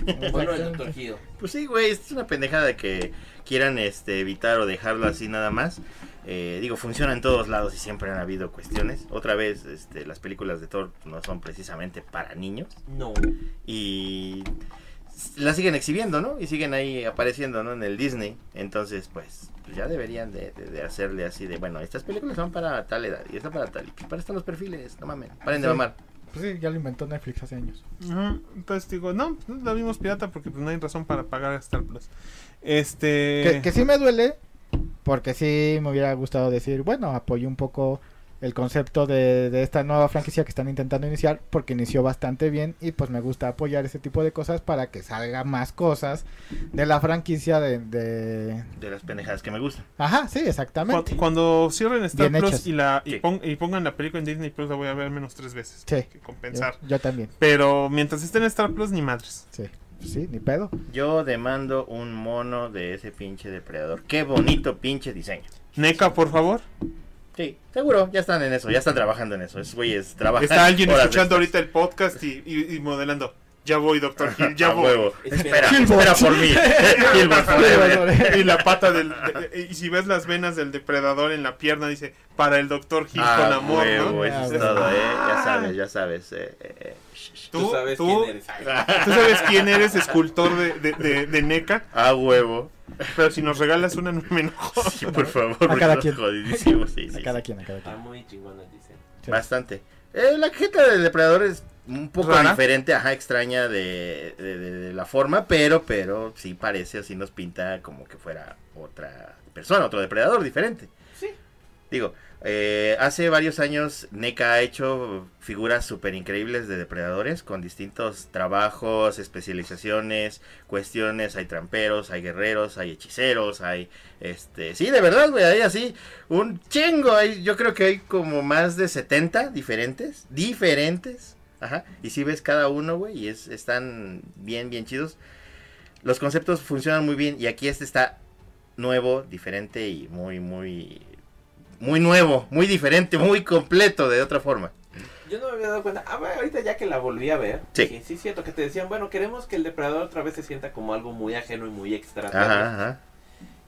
Speaker 1: Uno el Dr. Hero.
Speaker 2: Pues sí, güey, es una pendejada de que quieran este, evitar o dejarlo así nada más. Eh, digo, funciona en todos lados y siempre han habido cuestiones. Otra vez, este, las películas de Thor no son precisamente para niños.
Speaker 1: No.
Speaker 2: Y s- la siguen exhibiendo, ¿no? Y siguen ahí apareciendo, ¿no? En el Disney. Entonces, pues, pues ya deberían de, de- de hacerle así de, bueno, estas películas son para tal edad y esta para tal. Y pues para están los perfiles, no mames. Paren de
Speaker 4: Sí.
Speaker 2: mamar.
Speaker 4: Pues sí, ya lo inventó Netflix hace años.
Speaker 3: Ajá, Entonces digo, no, pues, la vimos pirata porque pues no hay razón para pagar Star Plus. Este.
Speaker 4: Que, que sí me duele, porque sí me hubiera gustado decir, bueno, apoyo un poco el concepto de, de esta nueva franquicia que están intentando iniciar, porque inició bastante bien y pues me gusta apoyar ese tipo de cosas para que salga más cosas de la franquicia de... de-
Speaker 2: De las pendejadas que me gustan.
Speaker 4: Ajá, sí,
Speaker 3: cu-
Speaker 4: exactamente.
Speaker 3: Cuando cierren Star
Speaker 4: Bien
Speaker 3: Plus
Speaker 4: hechas.
Speaker 3: y, la, y,
Speaker 2: Sí.
Speaker 3: pon- y pongan la película en Disney Plus, la voy a ver al menos tres veces.
Speaker 4: Sí.
Speaker 3: hay Que compensar.
Speaker 4: Yo, yo también,
Speaker 3: Pero mientras esté en Star Plus, ni madres.
Speaker 4: sí. Sí, ni pedo.
Speaker 2: Yo demando un mono de ese pinche depredador. Qué bonito pinche diseño.
Speaker 3: NECA, por favor.
Speaker 2: Sí, seguro, ya están en eso, ya están trabajando en eso. Esos güeyes trabajan.
Speaker 3: Está alguien
Speaker 2: horas
Speaker 3: escuchando
Speaker 2: extras.
Speaker 3: ahorita el podcast y, y- y modelando. Ya voy, doctor Hill, ya
Speaker 2: A
Speaker 3: voy.
Speaker 2: huevo. Espera,
Speaker 4: Gilmore.
Speaker 2: espera por mí. Gilmore forever.
Speaker 3: Y la pata del. de- y si ves las venas del depredador en la pierna, dice: Para el doctor Hill con
Speaker 2: A
Speaker 3: amor,
Speaker 2: Ah, huevo,
Speaker 3: ¿no?
Speaker 2: eso es
Speaker 4: Ah,
Speaker 2: todo,
Speaker 3: bueno.
Speaker 2: eh. Ya sabes, ya sabes. eh, eh, eh.
Speaker 3: Tú,
Speaker 1: Tú, sabes
Speaker 3: tú, Ah.
Speaker 1: quién eres. Ay,
Speaker 3: Tú sabes quién eres, escultor de, de, de- de NECA,
Speaker 2: A huevo.
Speaker 3: pero si nos regalas una no me enojo.
Speaker 2: Sí, por favor, porque
Speaker 4: cada
Speaker 2: son
Speaker 4: quien.
Speaker 2: jodidísimos, sí, sí,
Speaker 4: A
Speaker 2: sí.
Speaker 4: cada quien, a cada
Speaker 1: Está
Speaker 4: quien.
Speaker 1: muy chingona el diseño.
Speaker 4: Sí.
Speaker 2: Bastante. Eh, la cajeta del depredador es un poco
Speaker 3: Rara.
Speaker 2: diferente, ajá, extraña de, de- de- de la forma, pero, pero sí parece, así nos pinta como que fuera otra persona, otro depredador diferente.
Speaker 1: Sí.
Speaker 2: Digo, eh, hace varios años NECA ha hecho figuras súper increíbles de depredadores con distintos trabajos, especializaciones, cuestiones. Hay tramperos, hay guerreros, hay hechiceros, hay... este Sí, de verdad, güey, hay así un chingo. Hay, yo creo que hay como más de 70 diferentes. Diferentes. Ajá. Y si ves cada uno, güey, y es, están bien, bien chidos. Los conceptos funcionan muy bien y aquí este está nuevo, diferente y muy, muy muy nuevo, muy diferente, muy completo de otra forma.
Speaker 1: Yo no me había dado cuenta. Ah, bueno, ahorita ya que la volví a ver.
Speaker 2: Sí.
Speaker 1: dije, sí, es cierto que te decían, bueno, queremos que el depredador otra vez se sienta como algo muy ajeno y muy extra.
Speaker 2: Ajá, ajá.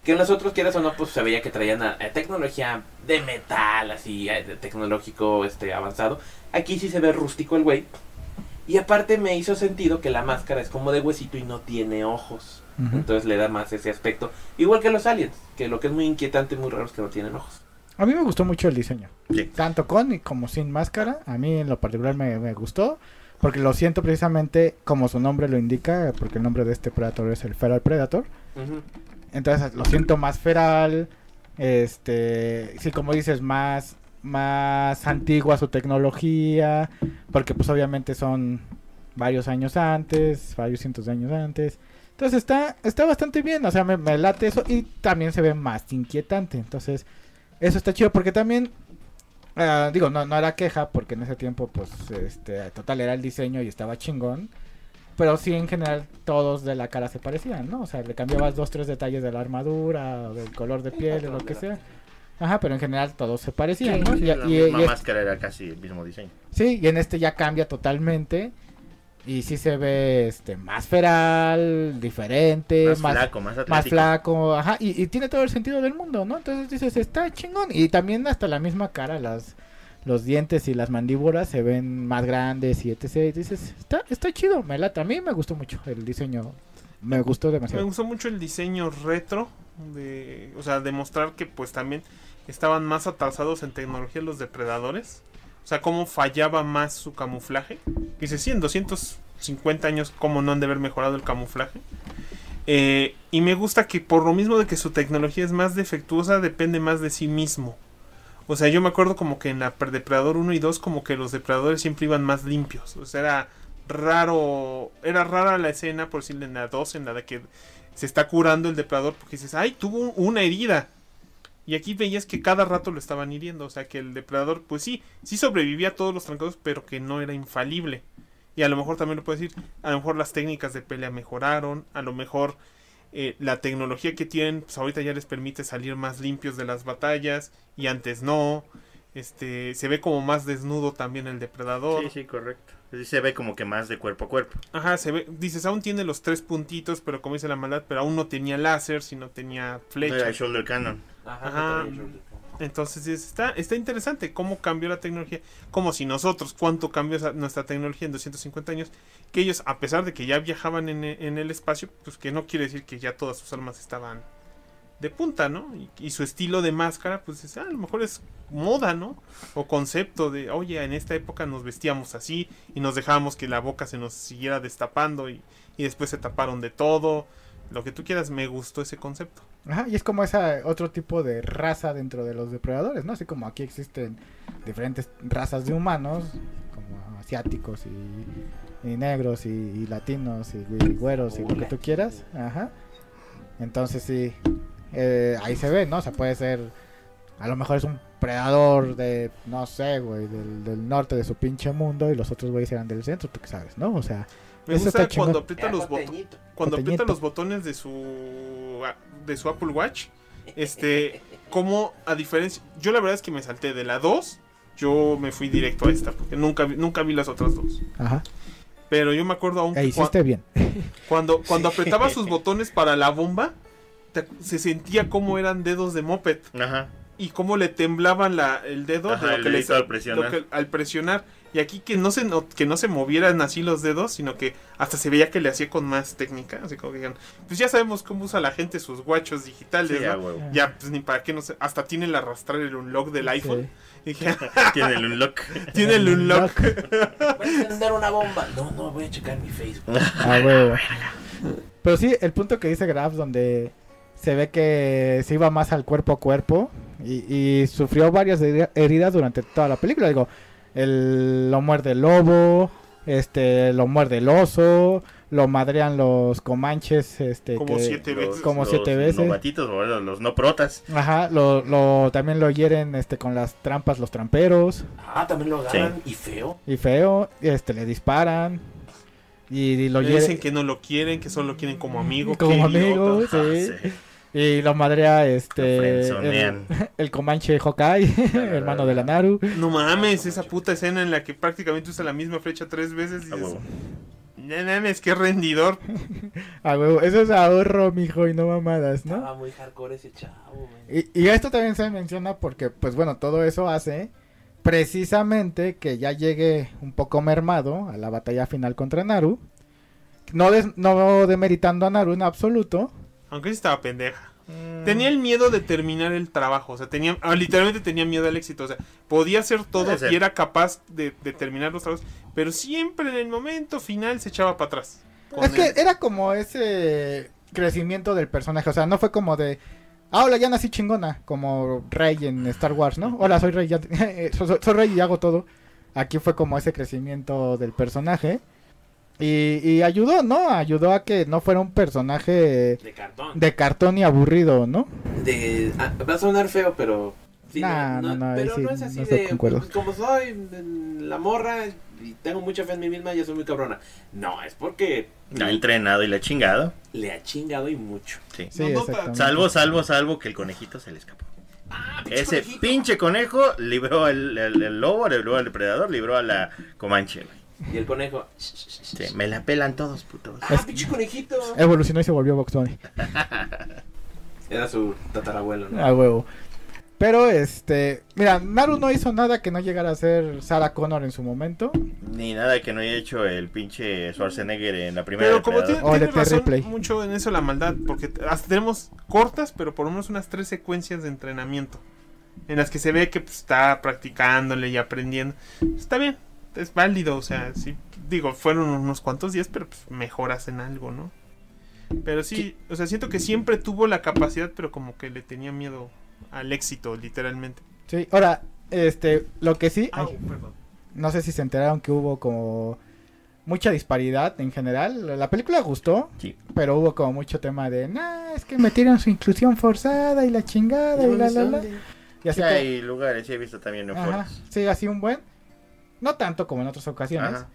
Speaker 1: Que nosotros, quieras o no, pues se veía que traían eh, tecnología de metal, así, eh, de tecnológico este, avanzado. Aquí sí se ve rústico el güey. Y aparte me hizo sentido que la máscara es como de huesito y no tiene ojos.
Speaker 4: Ujú.
Speaker 1: Entonces le da más ese aspecto. Igual que los aliens, que lo que es muy inquietante y muy raro es que no tienen ojos.
Speaker 4: A mí me gustó mucho el diseño.
Speaker 2: Sí.
Speaker 4: Tanto con y como sin máscara. A mí en lo particular me, me gustó. Porque lo siento precisamente como su nombre lo indica. Porque el nombre de este Predator es el Feral Predator. Entonces lo siento más feral. Este. Sí, como dices, más. Más antigua su tecnología. Porque pues obviamente son varios años antes. Varios cientos de años antes. Entonces está, está bastante bien, o sea, me, me late eso y también se ve más inquietante. Entonces, eso está chido porque también, ah, digo, no, no era queja porque en ese tiempo, pues, este, total era el diseño y estaba chingón. Pero sí, en general, todos de la cara se parecían, ¿no? O sea, le cambiabas dos, tres detalles de la armadura, o del color de piel, o lo que sea. Ajá, pero en general todos se parecían, ¿no?
Speaker 2: Sí,
Speaker 4: Y-
Speaker 2: la
Speaker 4: y-
Speaker 2: misma
Speaker 4: y-
Speaker 2: máscara era casi el mismo diseño.
Speaker 4: Sí, y en este ya cambia totalmente. Y sí se ve este más feral, diferente,
Speaker 2: Más,
Speaker 4: Eh, más,
Speaker 2: flaco, más atlético.
Speaker 4: más flaco, ajá, y, y tiene todo el sentido del mundo, ¿no? Entonces dices, está chingón. Y también hasta la misma cara, las, los dientes y las mandíbulas se ven más grandes y etc. Y dices, está, está chido, me lata. A mí me gustó mucho el diseño, me gustó
Speaker 3: Me
Speaker 4: demasiado.
Speaker 3: gustó mucho el diseño retro, de, o sea, demostrar que pues también estaban más atrasados en tecnología los depredadores. O sea, cómo fallaba más su camuflaje. Dice, sí, en 250 años, cómo no han de haber mejorado el camuflaje. Eh, y me gusta que por lo mismo de que su tecnología es más defectuosa, depende más de sí mismo. O sea, yo me acuerdo como que en la pre- Depredador 1 y 2 como que los depredadores siempre iban más limpios. O sea, era raro, era rara la escena, por decirlo en la 2, en la de que se está curando el depredador porque dices, ay, tuvo un- una herida. Y aquí veías que cada rato lo estaban hiriendo. O sea, que el depredador, pues sí, sí sobrevivía a todos los trancados, pero que no era infalible. Y a lo mejor también lo puedes decir, a lo mejor las técnicas de pelea mejoraron, a lo mejor eh, la tecnología que tienen, pues ahorita ya les permite salir más limpios de las batallas y antes no. Este, se ve como más desnudo también el depredador.
Speaker 2: Sí, sí, correcto. Sí se ve como que más de cuerpo a cuerpo.
Speaker 3: Ajá, se ve, dices, aún tiene los tres puntitos, pero como dice la maldad, pero aún no tenía láser, sino tenía
Speaker 2: No era el
Speaker 3: flechas.
Speaker 2: shoulder cannon.
Speaker 1: Ajá.
Speaker 3: Ajá.
Speaker 1: no traía shoulder.
Speaker 3: Entonces es- está, está interesante cómo cambió la tecnología, como si nosotros, cuánto cambió esa- nuestra tecnología en 250 años, que ellos, a pesar de que ya viajaban en, e- en el espacio, pues que no quiere decir que ya todas sus armas estaban de punta, ¿no? Y, y su estilo de máscara, pues es, ah, a lo mejor es moda, ¿no? O concepto de, oye, en esta época nos vestíamos así y nos dejábamos que la boca se nos siguiera destapando y, y después se taparon de todo, lo que tú quieras, me gustó ese concepto.
Speaker 4: Ajá, y es como esa otro tipo de raza dentro de los depredadores, ¿no? Así como aquí existen diferentes razas de humanos, como asiáticos y, y negros y, y latinos y, gü- güeros y lo que tú quieras. Ajá. Entonces sí, eh, ahí se ve, ¿no? O sea, puede ser, a lo mejor es un predador de, no sé, güey, del, del norte de su pinche mundo y los otros güeyes eran del centro, tú que sabes, ¿no? O sea,
Speaker 3: Me
Speaker 4: Eso
Speaker 3: gusta
Speaker 4: está chingón.
Speaker 3: cuando aprieta
Speaker 1: Era
Speaker 3: los botones.
Speaker 1: costeñito.
Speaker 3: cuando aprieta
Speaker 4: Pequeñito.
Speaker 3: los botones de su de su Apple Watch, este, como a diferencia, yo la verdad es que me salté de la 2, yo me fui directo a esta porque nunca vi- nunca vi las otras dos.
Speaker 4: ajá.
Speaker 3: Pero yo me acuerdo aún
Speaker 4: E
Speaker 3: que cua-
Speaker 4: hiciste bien.
Speaker 3: cuando cuando apretaba sus botones para la bomba te- se sentía como eran dedos de moped
Speaker 2: Ajá.
Speaker 3: y cómo le temblaban la, el dedo
Speaker 2: Ajá,
Speaker 3: de lo
Speaker 2: el
Speaker 3: que le
Speaker 2: dedito al presionar.
Speaker 3: lo que- al presionar. Y aquí que no se no- que no se movieran así los dedos, sino que hasta se veía que le hacía con más técnica. Así como que digan, pues ya sabemos cómo usa la gente sus guachos digitales,
Speaker 2: Sí,
Speaker 3: ¿no?
Speaker 2: a huevo.
Speaker 3: Ya, pues ni para qué no sé. Hasta tiene el arrastrar el unlock del iPhone. Y dije,
Speaker 2: Tiene el unlock.
Speaker 3: tiene el unlock.
Speaker 1: Voy a encender una bomba. No, no, voy a checar mi Facebook.
Speaker 4: Ah, huevo. Pero sí, el punto que dice Graf, donde se ve que se iba más al cuerpo a cuerpo y, y sufrió varias heri- heridas durante toda la película. Digo, el, lo muerde el lobo, este, lo muerde el oso, lo madrean los comanches, este,
Speaker 3: Como
Speaker 4: que-
Speaker 3: siete
Speaker 2: Los-
Speaker 3: veces.
Speaker 4: como siete
Speaker 2: los
Speaker 4: veces.
Speaker 2: novatitos, o los, los no protas.
Speaker 4: Ajá, lo, lo- también lo hieren este, con las trampas los tramperos
Speaker 1: Ah, también lo agarran y feo.
Speaker 4: y feo, este, le disparan y, y lo
Speaker 3: Le dicen
Speaker 4: hieren
Speaker 3: que no lo quieren, que solo lo quieren como amigo.
Speaker 4: como
Speaker 3: qué
Speaker 4: amigo,
Speaker 3: idiota.
Speaker 4: sí.
Speaker 2: Ah, sí.
Speaker 4: y lo madrea este...
Speaker 2: Lo
Speaker 4: el-
Speaker 2: frenzonean.
Speaker 4: El Comanche Hawkeye, hermano de la Naru.
Speaker 3: No mames, esa puta escena en la que prácticamente usa la misma flecha tres veces. Y
Speaker 2: A
Speaker 3: dices,
Speaker 2: huevo.
Speaker 3: no mames, qué rendidor.
Speaker 4: A huevo, eso es ahorro, mijo, y no mamadas, ¿no?
Speaker 1: Estaba Ah, muy hardcore ese chavo, güey.
Speaker 4: Y, y esto también se menciona porque, pues bueno, todo eso hace precisamente que ya llegue un poco mermado a la batalla final contra Naru. No, des- no demeritando a Naru en absoluto.
Speaker 3: Aunque sí estaba pendeja.
Speaker 2: Mm.
Speaker 3: Tenía el miedo de terminar el trabajo. O sea, tenía, ah, literalmente tenía miedo al éxito. O sea, podía hacer todo
Speaker 2: Puede ser.
Speaker 3: y era capaz de, de terminar los trabajos. Pero siempre en el momento final se echaba para atrás. Con
Speaker 4: Es que
Speaker 3: el-
Speaker 4: era como ese crecimiento del personaje, o sea, no fue como de, ah, hola, ya nací chingona, como Rey en Star Wars, ¿no? Hola, soy Rey, ya- eh, so- so- soy Rey y hago todo. Aquí fue como ese crecimiento del personaje. Y, y ayudó, ¿no? Ayudó a que no fuera un personaje
Speaker 1: De cartón.
Speaker 4: de cartón y aburrido, ¿no?
Speaker 1: de ah, va a sonar feo, pero sí,
Speaker 4: Nah, no, no, ahí
Speaker 1: pero
Speaker 4: sí,
Speaker 1: no es así
Speaker 4: no estoy
Speaker 1: de
Speaker 4: concuerdo.
Speaker 1: pues, como soy mm, la morra y tengo mucha fe en mí misma, yo soy muy cabrona. No, es porque
Speaker 2: Ha entrenado y la chingado.
Speaker 1: le ha chingado y mucho.
Speaker 2: Sí.
Speaker 4: Sí,
Speaker 6: No, no,
Speaker 4: exactamente.
Speaker 2: Salvo, salvo, salvo que el conejito se le escapó. Ah,
Speaker 1: Ah,
Speaker 2: Ese pinche conejo libró al al- al lobo, libró al depredador, libró a la comanche. güey.
Speaker 1: Y el conejo,
Speaker 2: Sí, me la pelan todos, putos.
Speaker 1: ah, pinche conejito.
Speaker 4: Evolucionó y se volvió Box Bunny.
Speaker 1: Era su tatarabuelo, ¿no?
Speaker 4: A huevo. Pero este, mira, Naru no hizo nada que no llegara a ser Sarah Connor en su momento.
Speaker 2: Ni nada que no haya hecho el pinche Schwarzenegger en la primera.
Speaker 3: Pero como tiene,
Speaker 2: depredador.
Speaker 4: O
Speaker 3: tiene
Speaker 4: de Terry
Speaker 3: razón
Speaker 4: Play.
Speaker 3: mucho en eso la maldad, porque t- hasta tenemos cortas, pero por lo menos unas tres secuencias de entrenamiento. En las que se ve que pues, está practicándole y aprendiendo. Está bien, es válido, o sea, sí, digo, fueron unos cuantos días, pero pues, mejoras en algo, ¿no? Pero sí, o sea, siento que siempre tuvo la capacidad, pero como que le tenía miedo al éxito, literalmente.
Speaker 4: Sí, ahora, este, lo que sí...
Speaker 3: Au,
Speaker 4: ay.
Speaker 3: perdón.
Speaker 4: No sé si se enteraron que hubo como mucha disparidad en general. La película gustó,
Speaker 2: Sí.
Speaker 4: pero hubo como mucho tema de, nah, es que metieron su inclusión forzada y la chingada y la la la. Y así
Speaker 2: Sí,
Speaker 4: como-
Speaker 2: hay lugares, sí he visto también en
Speaker 4: Ajá,
Speaker 2: foros.
Speaker 4: sí, así un buen. No tanto como en otras ocasiones,
Speaker 2: Ajá.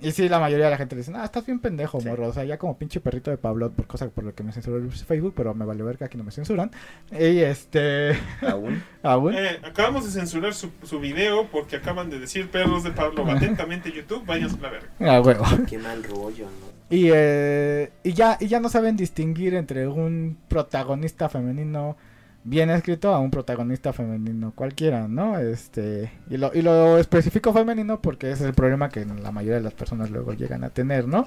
Speaker 4: Y sí, la mayoría de la gente le dice, ah, estás bien pendejo,
Speaker 2: Sí.
Speaker 4: morro. O sea, ya como pinche perrito de Pablo, por cosa por lo que me censuró el Facebook, pero me vale verga que no me censuran. Y este,
Speaker 2: Aún.
Speaker 4: aún.
Speaker 7: Eh, acabamos de censurar su, su video porque acaban de decir perros de Pablo. Atentamente, YouTube, váyanse a la verga.
Speaker 4: A huevo.
Speaker 1: Qué mal rollo, ¿no?
Speaker 4: Y, eh, y, ya, y ya no saben distinguir entre un protagonista femenino bien escrito a un protagonista femenino cualquiera, ¿no? Este, y, lo, y lo especifico femenino porque ese es el problema que la mayoría de las personas luego llegan a tener, ¿no?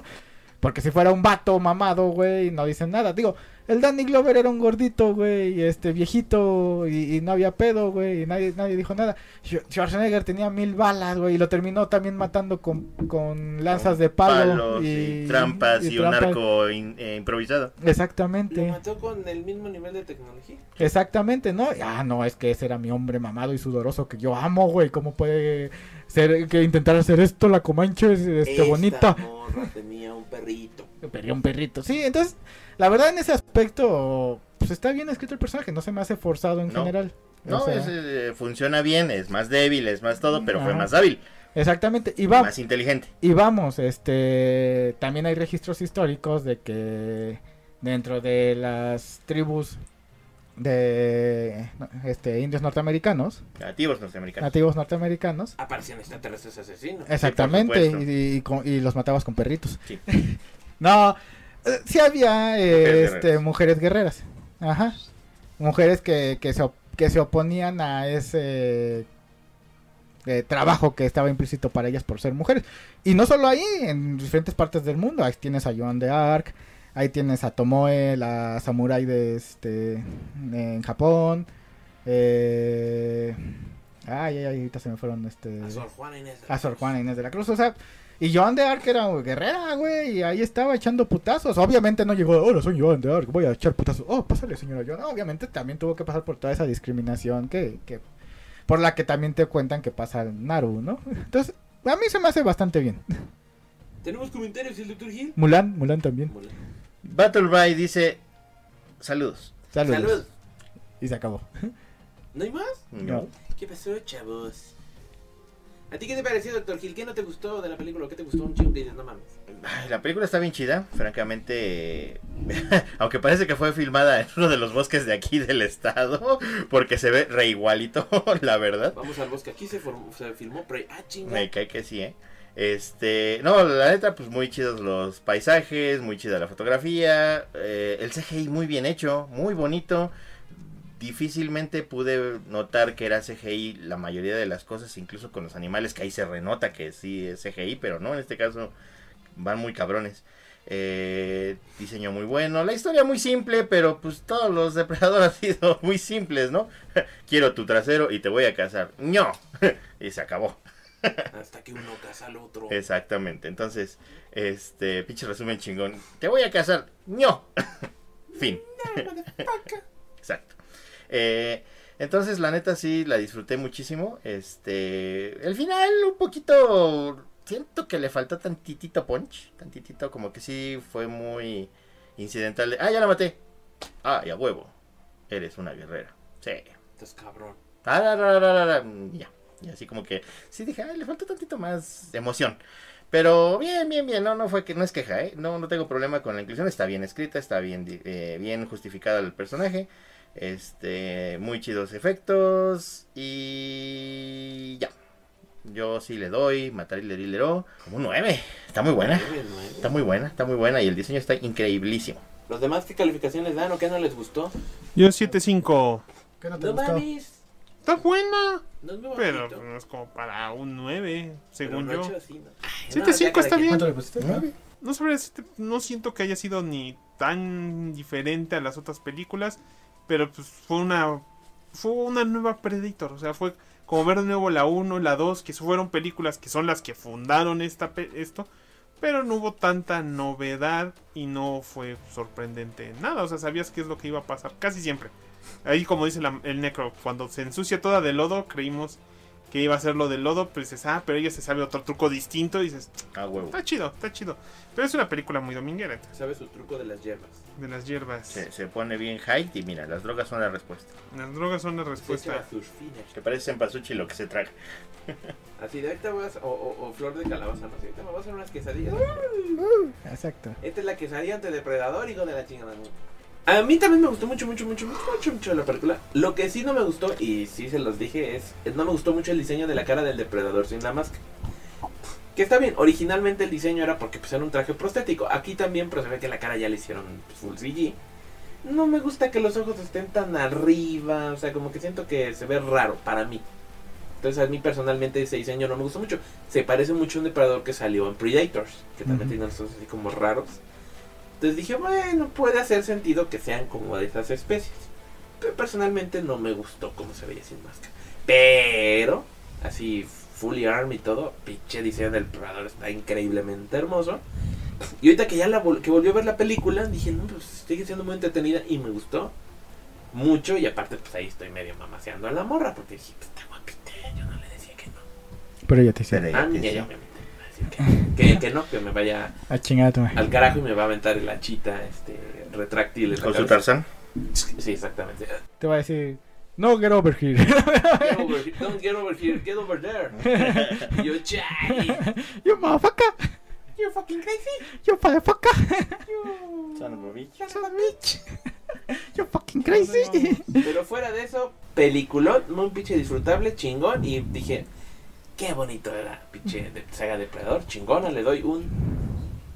Speaker 4: Porque si fuera un vato mamado, güey, no dicen nada. Digo, el Danny Glover era un gordito, güey, este, viejito, y, y no había pedo, güey, y nadie, nadie dijo nada. Schwar- Schwarzenegger tenía mil balas, güey, y lo terminó también matando con, con lanzas de palo.
Speaker 2: Palos y,
Speaker 4: y,
Speaker 2: trampas y, un
Speaker 4: trampas.
Speaker 2: arco in- eh, improvisado.
Speaker 1: Lo
Speaker 4: Exactamente,
Speaker 1: mató con el mismo nivel de tecnología.
Speaker 4: exactamente, ¿no? Ah, no, es que ese era mi hombre mamado y sudoroso que yo amo, güey, ¿cómo puede ser que intentar hacer esto la Comanche es, este,
Speaker 1: Esta
Speaker 4: bonita?
Speaker 1: morra tenía un perrito.
Speaker 4: Pero un perrito. Sí, entonces, la verdad en ese aspecto, pues está bien escrito el personaje, no se me hace forzado en
Speaker 2: No.
Speaker 4: general. O
Speaker 2: No,
Speaker 4: sea,
Speaker 2: ese, eh, funciona bien, es más débil, es más todo, pero fue
Speaker 4: Ajá.
Speaker 2: más hábil,
Speaker 4: Exactamente, y, va,
Speaker 2: más inteligente.
Speaker 4: y vamos, este, también hay registros históricos de que dentro de las tribus de no, este, indios norteamericanos,
Speaker 2: Nativos norteamericanos.
Speaker 4: nativos norteamericanos,
Speaker 1: Aparecían extraterrestres asesinos.
Speaker 4: Exactamente,
Speaker 2: Sí, por supuesto.
Speaker 4: y, y con- y los matabas con perritos.
Speaker 2: Sí.
Speaker 4: no, eh, sí había eh,
Speaker 2: Mujeres
Speaker 4: este,
Speaker 2: guerreras.
Speaker 4: mujeres guerreras. Ajá. Mujeres que, que, se, op- que se oponían a ese eh, trabajo que estaba implícito para ellas por ser mujeres. Y no solo ahí, en diferentes partes del mundo. Ahí tienes a Joan de Arc, ahí tienes a Tomoe, la samurái de este, en Japón. Eh, ay, ay, ay, ahorita se me fueron este...
Speaker 1: A Sor Juana Inés. de la
Speaker 4: A Sor
Speaker 1: Cruz.
Speaker 4: Juana Inés de la Cruz, o sea, y Joan de Arc era guerrera, güey, y ahí estaba echando putazos. Obviamente no llegó, hola, soy Joan de Arc, voy a echar putazos. Oh, pásale, señora Joan. Obviamente también tuvo que pasar por toda esa discriminación que, que por la que también te cuentan que pasa Naru, ¿no? Entonces, a mí se me hace bastante bien.
Speaker 1: Tenemos comentarios, el doctor Gil.
Speaker 4: Mulan, Mulan también.
Speaker 2: Battle Bay dice: Saludos.
Speaker 4: Saludos.
Speaker 1: Salud.
Speaker 4: Y se acabó.
Speaker 1: ¿No hay más?
Speaker 2: No.
Speaker 1: ¿Qué pasó, chavos? ¿A ti qué te pareció, doctor Gil? ¿Qué no te gustó de la película? ¿Qué te gustó un chingo que dices, no mames?
Speaker 2: Ay, La película está bien chida, francamente. Aunque parece que fue filmada en uno de los bosques de aquí del estado, porque se ve re igualito, la verdad.
Speaker 1: Vamos al bosque. Aquí se, formó- se filmó Prey. Ah, chinga.
Speaker 2: Me cae que sí, ¿eh? Este, no, la neta, pues muy chidos los paisajes, muy chida la fotografía, eh, el CGI muy bien hecho, muy bonito. Difícilmente pude notar que era CGI la mayoría de las cosas, incluso con los animales, que ahí se renota que sí es CGI, pero no, en este caso van muy cabrones. Eh, diseño muy bueno, la historia muy simple, pero pues todos los depredadores han sido muy simples, ¿no? Quiero tu trasero y te voy a casar. ¡No! y se acabó.
Speaker 1: Hasta que uno casa al otro.
Speaker 2: Exactamente. Entonces, este, pinche resumen chingón. Te voy a casar. No. fin. Exacto. Eh, entonces, la neta sí la disfruté muchísimo. Este, el final un poquito siento que le faltó tantitito punch, tantitito como que sí fue muy incidental. de, Ah, ya la maté. Ah, y a huevo. Eres una guerrera. Sí.
Speaker 1: Estás cabrón.
Speaker 2: Tararararara, Ya. Y así como que sí dije, ay, le falta tantito más emoción. Pero bien, bien, bien, no, no fue que no es queja, ¿eh? No, no tengo problema con la inclusión, está bien escrita, está bien, di- eh, bien justificada el personaje, este, muy chidos efectos y ya. Yo sí le doy, matar y lerilero, como nueve, está muy buena,
Speaker 1: Nueve, nueve.
Speaker 2: está muy buena, está muy buena y el diseño está increíblísimo.
Speaker 1: ¿Los demás qué calificaciones dan o qué no les gustó?
Speaker 3: Yo 7-5.
Speaker 4: ¿Qué no te
Speaker 1: No
Speaker 4: gustó?
Speaker 1: mames.
Speaker 3: Está buena.
Speaker 1: No es muy
Speaker 3: Pero
Speaker 1: bonito.
Speaker 3: pues, no es como para un 9, según
Speaker 1: Pero no
Speaker 3: yo.
Speaker 1: hecho así, ¿no? Ay,
Speaker 3: Siete,
Speaker 1: no, ya
Speaker 3: cinco
Speaker 1: cada
Speaker 3: está
Speaker 1: quien.
Speaker 3: bien.
Speaker 4: ¿Cuánto le pusiste? ¿Nueve?
Speaker 3: No sabría decirte, no siento que haya sido ni tan diferente a las otras películas, pero pues fue una fue una nueva Predator, o sea, fue como ver de nuevo la 1, la 2, que fueron películas que son las que fundaron esta pe- esto, pero no hubo tanta novedad y no fue sorprendente en nada, o sea, sabías qué es lo que iba a pasar casi siempre. Ahí como dice la- el Necro, cuando se ensucia toda de lodo, creímos que iba a ser lo del lodo, pues dices, ah, pero ella se sabe otro truco distinto y dices,
Speaker 2: Ah, huevo.
Speaker 3: está chido, está chido. Pero es una película muy dominguera, entonces,
Speaker 1: Sabe su truco de las yemas.
Speaker 3: de las hierbas.
Speaker 2: Se, se pone bien high y mira, las drogas son la respuesta.
Speaker 3: Las drogas son la
Speaker 1: Pues
Speaker 3: respuesta.
Speaker 1: sus fines.
Speaker 2: Que parece en Pasuchi lo que se traga.
Speaker 1: Así de ahorita vas, o, o- o flor de calabaza, no sé, ahorita me vas a hacer unas quesadillas.
Speaker 4: Exacto.
Speaker 1: Esta es la quesadilla antidepredador, hijo de la chingada. ¿no? A mí también me gustó mucho, mucho, mucho, mucho, mucho, mucho la película. Lo que sí no me gustó, y sí se los dije, es, es no me gustó mucho el diseño de la cara del depredador sin la máscara. Que está bien, originalmente el diseño era porque pues, era un traje prostético. Aquí también, pero se ve que la cara ya le hicieron pues, full CG. No me gusta que los ojos estén tan arriba, o sea, como que siento que se ve raro para mí. Entonces a mí personalmente ese diseño no me gustó mucho. Se parece mucho a un depredador que salió en Predators, que también
Speaker 4: Ujú.
Speaker 1: tiene los ojos así como raros. Entonces dije, bueno, puede hacer sentido que sean como de esas especies. Pero personalmente no me gustó cómo se veía sin máscara. Pero, así, fully arm y todo, pinche diseño del depredador está increíblemente hermoso. Y ahorita que ya la vol- que volvió a ver la película, dije, no, pues sigue siendo muy entretenida y me gustó mucho. Y aparte, pues ahí estoy medio mamaseando a la morra, porque dije, pues está guapita, yo no le decía que no.
Speaker 4: Pero ya te hice.
Speaker 1: Ah, ni ella obviamente me va a decir que, que, que no, que me vaya
Speaker 4: A chingada tu madre.
Speaker 1: al carajo y me va a aventar la chita este, retráctil. en la
Speaker 2: Con su
Speaker 1: cabeza.
Speaker 2: tarzán.
Speaker 1: Sí, exactamente.
Speaker 4: Te va a decir, no get over here.
Speaker 1: Get over here, Don't get over here, get over there. Y yo, chale.
Speaker 4: you motherfucker. You fucking crazy. You motherfucker.
Speaker 2: Son of a bitch.
Speaker 4: Son a bitch. You fucking crazy.
Speaker 1: Pero fuera de eso, peliculón, muy pinche disfrutable, chingón. Y dije, qué bonito era, pinche de, saga depredador, chingona, le doy un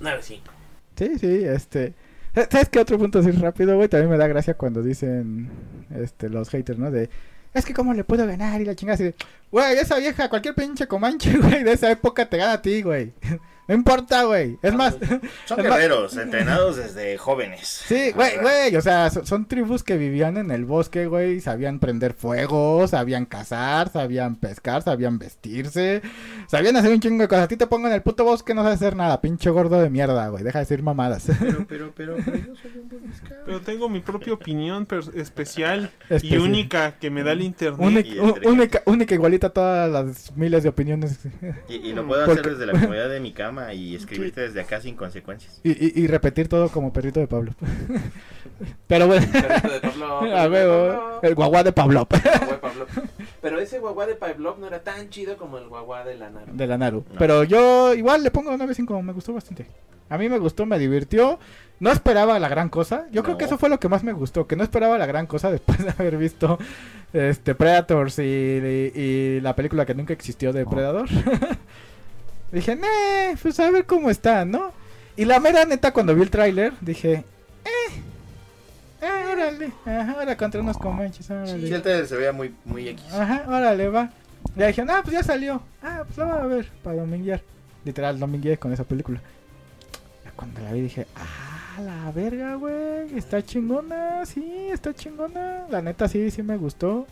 Speaker 1: 9.5.
Speaker 4: Sí, sí, este. ¿Sabes qué otro punto así rápido, güey? También me da gracia cuando dicen este, los haters, ¿no? De, es que cómo le puedo ganar y la chingada así de, güey, esa vieja, cualquier pinche comanche, güey, de esa época te gana a ti, güey. No importa, güey. Es más,
Speaker 2: Son
Speaker 4: Es más-
Speaker 2: guerreros, entrenados desde jóvenes.
Speaker 4: Sí, güey, güey, o sea, so- son, tribus que vivían en el bosque, güey, sabían prender fuego, sabían cazar, sabían pescar, sabían vestirse, sabían hacer un chingo de cosas. A ti te pongo en el puto bosque, no sabes hacer nada, pinche gordo de mierda, güey, deja de decir mamadas.
Speaker 2: Pero, pero, pero, pero yo soy un buen pescado.
Speaker 3: Pero tengo mi propia opinión per- especial y
Speaker 4: Especial.
Speaker 3: única que me da el internet.
Speaker 4: Única-
Speaker 2: y
Speaker 4: u-
Speaker 2: inteligente.
Speaker 4: única, única igualita a todas las miles de opiniones
Speaker 2: Y, y lo puedo
Speaker 4: Porque-
Speaker 2: hacer desde la comodidad de mi cama y escribirte desde acá sin consecuencias.
Speaker 4: y, y- y repetir todo como perrito de Pablo. Pero bueno,
Speaker 1: Perrito de Pablo.
Speaker 4: a huevo, el guaguá de Pablo,
Speaker 1: Guaguá de Pablo. Pero ese guaguá de Pavlov no era tan chido como el guaguá de la nave.
Speaker 4: de la Naru.
Speaker 2: No.
Speaker 4: Pero yo igual le pongo 9.5, me gustó bastante. A mí me gustó, me divirtió. No esperaba la gran cosa. Yo creo que
Speaker 2: No.
Speaker 4: eso fue lo que más me gustó, que no esperaba la gran cosa después de haber visto este Predators y, y- y la película que nunca existió de Predador. dije, "Nee, pues a ver cómo está, ¿no?" Y la mera neta cuando vi el tráiler dije, "Eh, eh, órale, ajá, ahora contra unos comanches, órale."
Speaker 2: Sí, antes se veía muy, muy X.
Speaker 4: Ajá, órale, va. Le dije, ah, pues ya salió. Ah, pues la voy a ver para dominguear. Literal, domingueé con esa película. Ya Cuando la vi dije, ah, la verga, güey. Está chingona, sí, está chingona. La neta, sí, sí me gustó.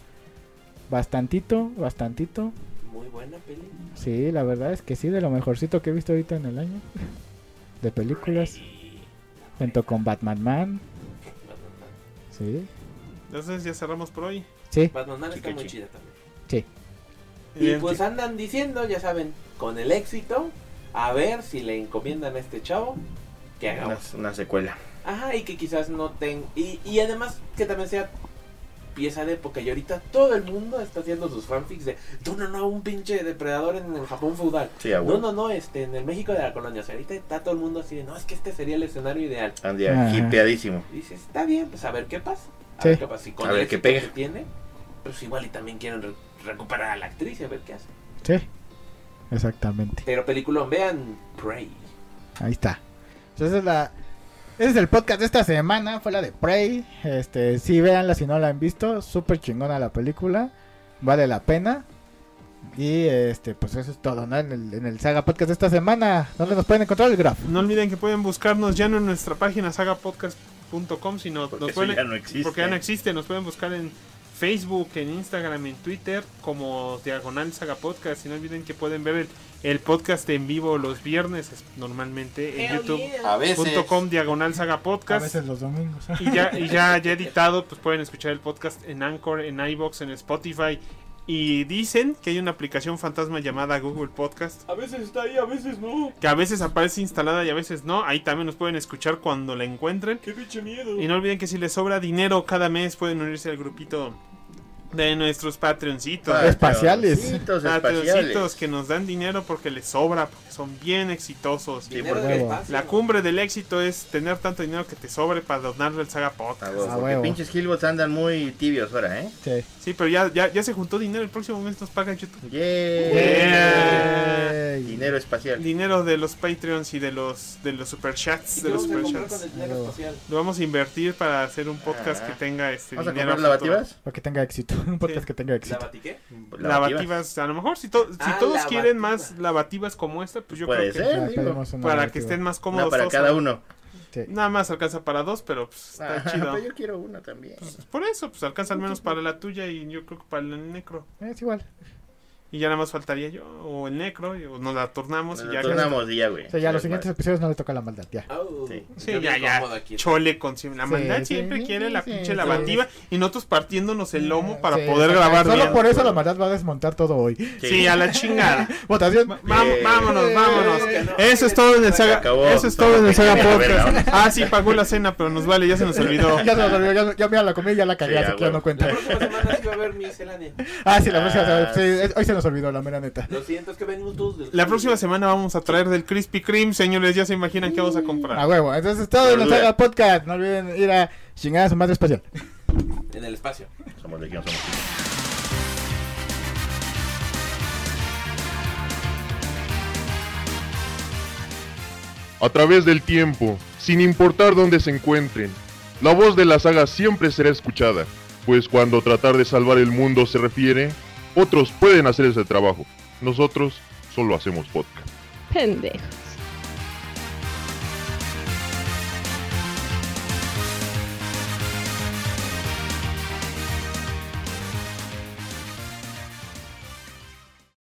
Speaker 4: Bastantito, bastantito.
Speaker 1: Muy buena peli.
Speaker 4: Sí, la verdad es que sí, de lo mejorcito que he visto ahorita en el año. De películas. Junto con Batman Man.
Speaker 1: Batman Man.
Speaker 4: Sí,
Speaker 3: Entonces ya cerramos por hoy.
Speaker 4: sí.
Speaker 1: Batman Man está
Speaker 2: Chica,
Speaker 1: muy chida
Speaker 2: chica.
Speaker 1: también. Y
Speaker 3: Eh,
Speaker 1: pues andan diciendo, ya saben, con el éxito, a ver si le encomiendan a este chavo que
Speaker 2: Una,
Speaker 1: hagamos.
Speaker 2: una secuela.
Speaker 1: Ajá, y que quizás no tenga. Y, y además que también sea pieza de época. Y ahorita todo el mundo está haciendo sus fanfics de. No, no, no, un pinche depredador en el Japón feudal.
Speaker 2: Sí, a
Speaker 1: No,
Speaker 2: huevo.
Speaker 1: no, no, este, en el México de la colonia. O sea, ahorita está todo el mundo así de. No, es que este sería el escenario ideal.
Speaker 2: Andy,
Speaker 4: Ajá.
Speaker 2: hipeadísimo.
Speaker 1: Y dices, está bien, pues a ver qué pasa. A
Speaker 4: Sí.
Speaker 1: ver qué pasa. Y con
Speaker 2: A
Speaker 1: el
Speaker 2: ver qué
Speaker 1: éxito que
Speaker 2: pega.
Speaker 1: tiene, pues igual y también quieren re- recuperar a la actriz y a ver qué hace.
Speaker 4: Sí. Exactamente.
Speaker 1: Pero película, vean Prey.
Speaker 4: Ahí está. Entonces es la. Ese es el podcast de esta semana, fue la de Prey. Este, sí, véanla si no la han visto. Súper chingona la película. Vale la pena. Y este, pues eso es todo, ¿no? En el, en el Saga Podcast de esta semana. ¿Dónde nos pueden encontrar el graf?
Speaker 2: ah.
Speaker 3: No olviden que pueden buscarnos ya no en nuestra página sagapodcast.com, sino
Speaker 2: Porque
Speaker 3: nos
Speaker 2: eso
Speaker 3: pueden-
Speaker 2: ya no existe.
Speaker 3: porque ya no existe. Nos pueden buscar en Facebook, en Instagram, en Twitter como Diagonal Saga Podcast. Y no olviden que pueden ver el, el podcast en vivo los viernes, es- normalmente en Ah.
Speaker 2: A veces.
Speaker 3: youtube.com Diagonal Saga Podcast.
Speaker 4: los domingos.
Speaker 3: Y ya, y ya, ya editado, pues pueden escuchar el podcast en Anchor, en iBox, en Spotify Y dicen que hay una aplicación fantasma llamada Google Podcast.
Speaker 1: A veces está ahí, a veces no.
Speaker 3: Que a veces aparece instalada y a veces no. Ahí también nos pueden escuchar cuando la encuentren.
Speaker 1: Qué pinche miedo.
Speaker 3: Y no olviden que si les sobra dinero cada mes pueden unirse al grupito de nuestros Patreoncitos.
Speaker 4: Espaciales.
Speaker 2: Patroncitos
Speaker 3: Patreoncitos
Speaker 2: espaciales.
Speaker 3: que nos dan dinero porque les sobra, porque son bien exitosos.
Speaker 1: Dinero
Speaker 2: por
Speaker 1: del
Speaker 4: huevo.
Speaker 1: espacio.
Speaker 3: pues, La cumbre del éxito es tener tanto dinero que te sobre para donarlo al Saga Podcast.
Speaker 2: Ah, huevo,
Speaker 4: A
Speaker 2: porque
Speaker 4: huevo.
Speaker 2: pinches Hillbots andan muy tibios ahora, ¿eh?
Speaker 4: Sí.
Speaker 3: Sí, pero ya, ya, ya se juntó dinero. El próximo mes nos pagan YouTube.
Speaker 2: Yeah.
Speaker 3: Eh.
Speaker 4: Ey.
Speaker 2: Dinero espacial.
Speaker 3: Dinero de los Patreons y de los de los
Speaker 1: ¿Y
Speaker 3: superchats.
Speaker 1: qué
Speaker 3: De los
Speaker 1: vamos a comprar
Speaker 3: superchats.
Speaker 1: con el dinero
Speaker 4: No.
Speaker 1: espacial?
Speaker 3: Lo vamos a invertir para hacer un podcast
Speaker 2: Ah.
Speaker 3: que tenga este
Speaker 2: ¿Vamos a
Speaker 3: dinero.
Speaker 2: comprar
Speaker 3: a futuro.
Speaker 2: lavativas?
Speaker 4: Para que tenga éxito. Un podcast
Speaker 3: Sí.
Speaker 4: que tenga
Speaker 1: ¿La
Speaker 4: éxito.
Speaker 1: batiqué?
Speaker 3: Lavativas, a lo mejor si, to- si
Speaker 1: Ah,
Speaker 3: todos
Speaker 1: lavativas.
Speaker 3: quieren más lavativas como esta, pues yo
Speaker 2: Puede
Speaker 3: creo que
Speaker 2: ser,
Speaker 4: Ya,
Speaker 2: digo,
Speaker 4: pedimos una
Speaker 3: para
Speaker 4: narrativa.
Speaker 3: que estén más cómodos.
Speaker 2: Una para
Speaker 3: todos,
Speaker 2: cada uno.
Speaker 4: Sí.
Speaker 3: Nada más alcanza para dos, pero pues, está
Speaker 2: Ajá,
Speaker 3: chido.
Speaker 2: pero yo quiero una también.
Speaker 3: Por eso, pues alcanza al menos para la tuya y yo creo que para el necro.
Speaker 4: Es igual.
Speaker 3: Y ya nada más faltaría yo o el necro, y- o nos la turnamos
Speaker 2: Nos
Speaker 3: y ya.
Speaker 2: tornamos y ya, güey.
Speaker 4: O sea, ya los
Speaker 2: Sí,
Speaker 4: siguientes episodios no le toca la maldad. Ya.
Speaker 1: Oh,
Speaker 2: Sí.
Speaker 3: Sí,
Speaker 1: yo
Speaker 3: ya,
Speaker 1: bien
Speaker 3: ya.
Speaker 1: cómodo aquí.
Speaker 3: Chole con la
Speaker 4: Sí,
Speaker 3: maldad
Speaker 4: sí,
Speaker 3: siempre
Speaker 4: sí,
Speaker 3: quiere la
Speaker 4: sí,
Speaker 3: pinche
Speaker 4: sí.
Speaker 3: lavativa y nosotros partiéndonos el lomo para
Speaker 4: Sí,
Speaker 3: poder
Speaker 4: exacto.
Speaker 3: grabar
Speaker 4: Solo
Speaker 3: bien.
Speaker 4: por eso la maldad va a desmontar todo hoy.
Speaker 2: güey.
Speaker 3: Sí, a la chingada.
Speaker 4: Votación.
Speaker 3: Vamos,
Speaker 2: Eh,
Speaker 3: vámonos,
Speaker 4: eh,
Speaker 3: vámonos.
Speaker 1: eh, no,
Speaker 3: Eso es
Speaker 1: eh,
Speaker 3: todo en el
Speaker 1: se
Speaker 3: Saga.
Speaker 2: acabó.
Speaker 3: Eso es todo en el Saga Podcast. Ah, sí, pagó la cena, pero nos vale, ya se nos olvidó.
Speaker 4: Ya, se nos olvidó, ya, ya mira, la comida ya la cagué,
Speaker 2: Sí,
Speaker 4: así
Speaker 2: ya,
Speaker 4: que ya
Speaker 2: huevo.
Speaker 4: no
Speaker 1: La
Speaker 4: cuenta.
Speaker 1: próxima semana sí va a haber miscelánea.
Speaker 4: Ah, sí, la música. se va-
Speaker 2: Ah,
Speaker 4: sí, es- hoy se nos olvidó, la mera neta.
Speaker 1: Lo siento, es que venimos todos del-
Speaker 3: La próxima semana vamos a traer del Krispy Kreme, señores, ya se imaginan qué vamos a
Speaker 4: A
Speaker 3: comprar.
Speaker 4: huevo. Entonces, todo en el
Speaker 2: Verdura.
Speaker 4: Saga Podcast. No olviden ir a chingar a su madre espacial.
Speaker 1: En el espacio.
Speaker 2: Somos legión, somos
Speaker 8: a través del tiempo, sin importar dónde se encuentren. La voz de la saga siempre será escuchada, pues cuando tratar de salvar el mundo se refiere, otros pueden hacer ese trabajo. Nosotros solo hacemos podcast.
Speaker 9: Pendejos.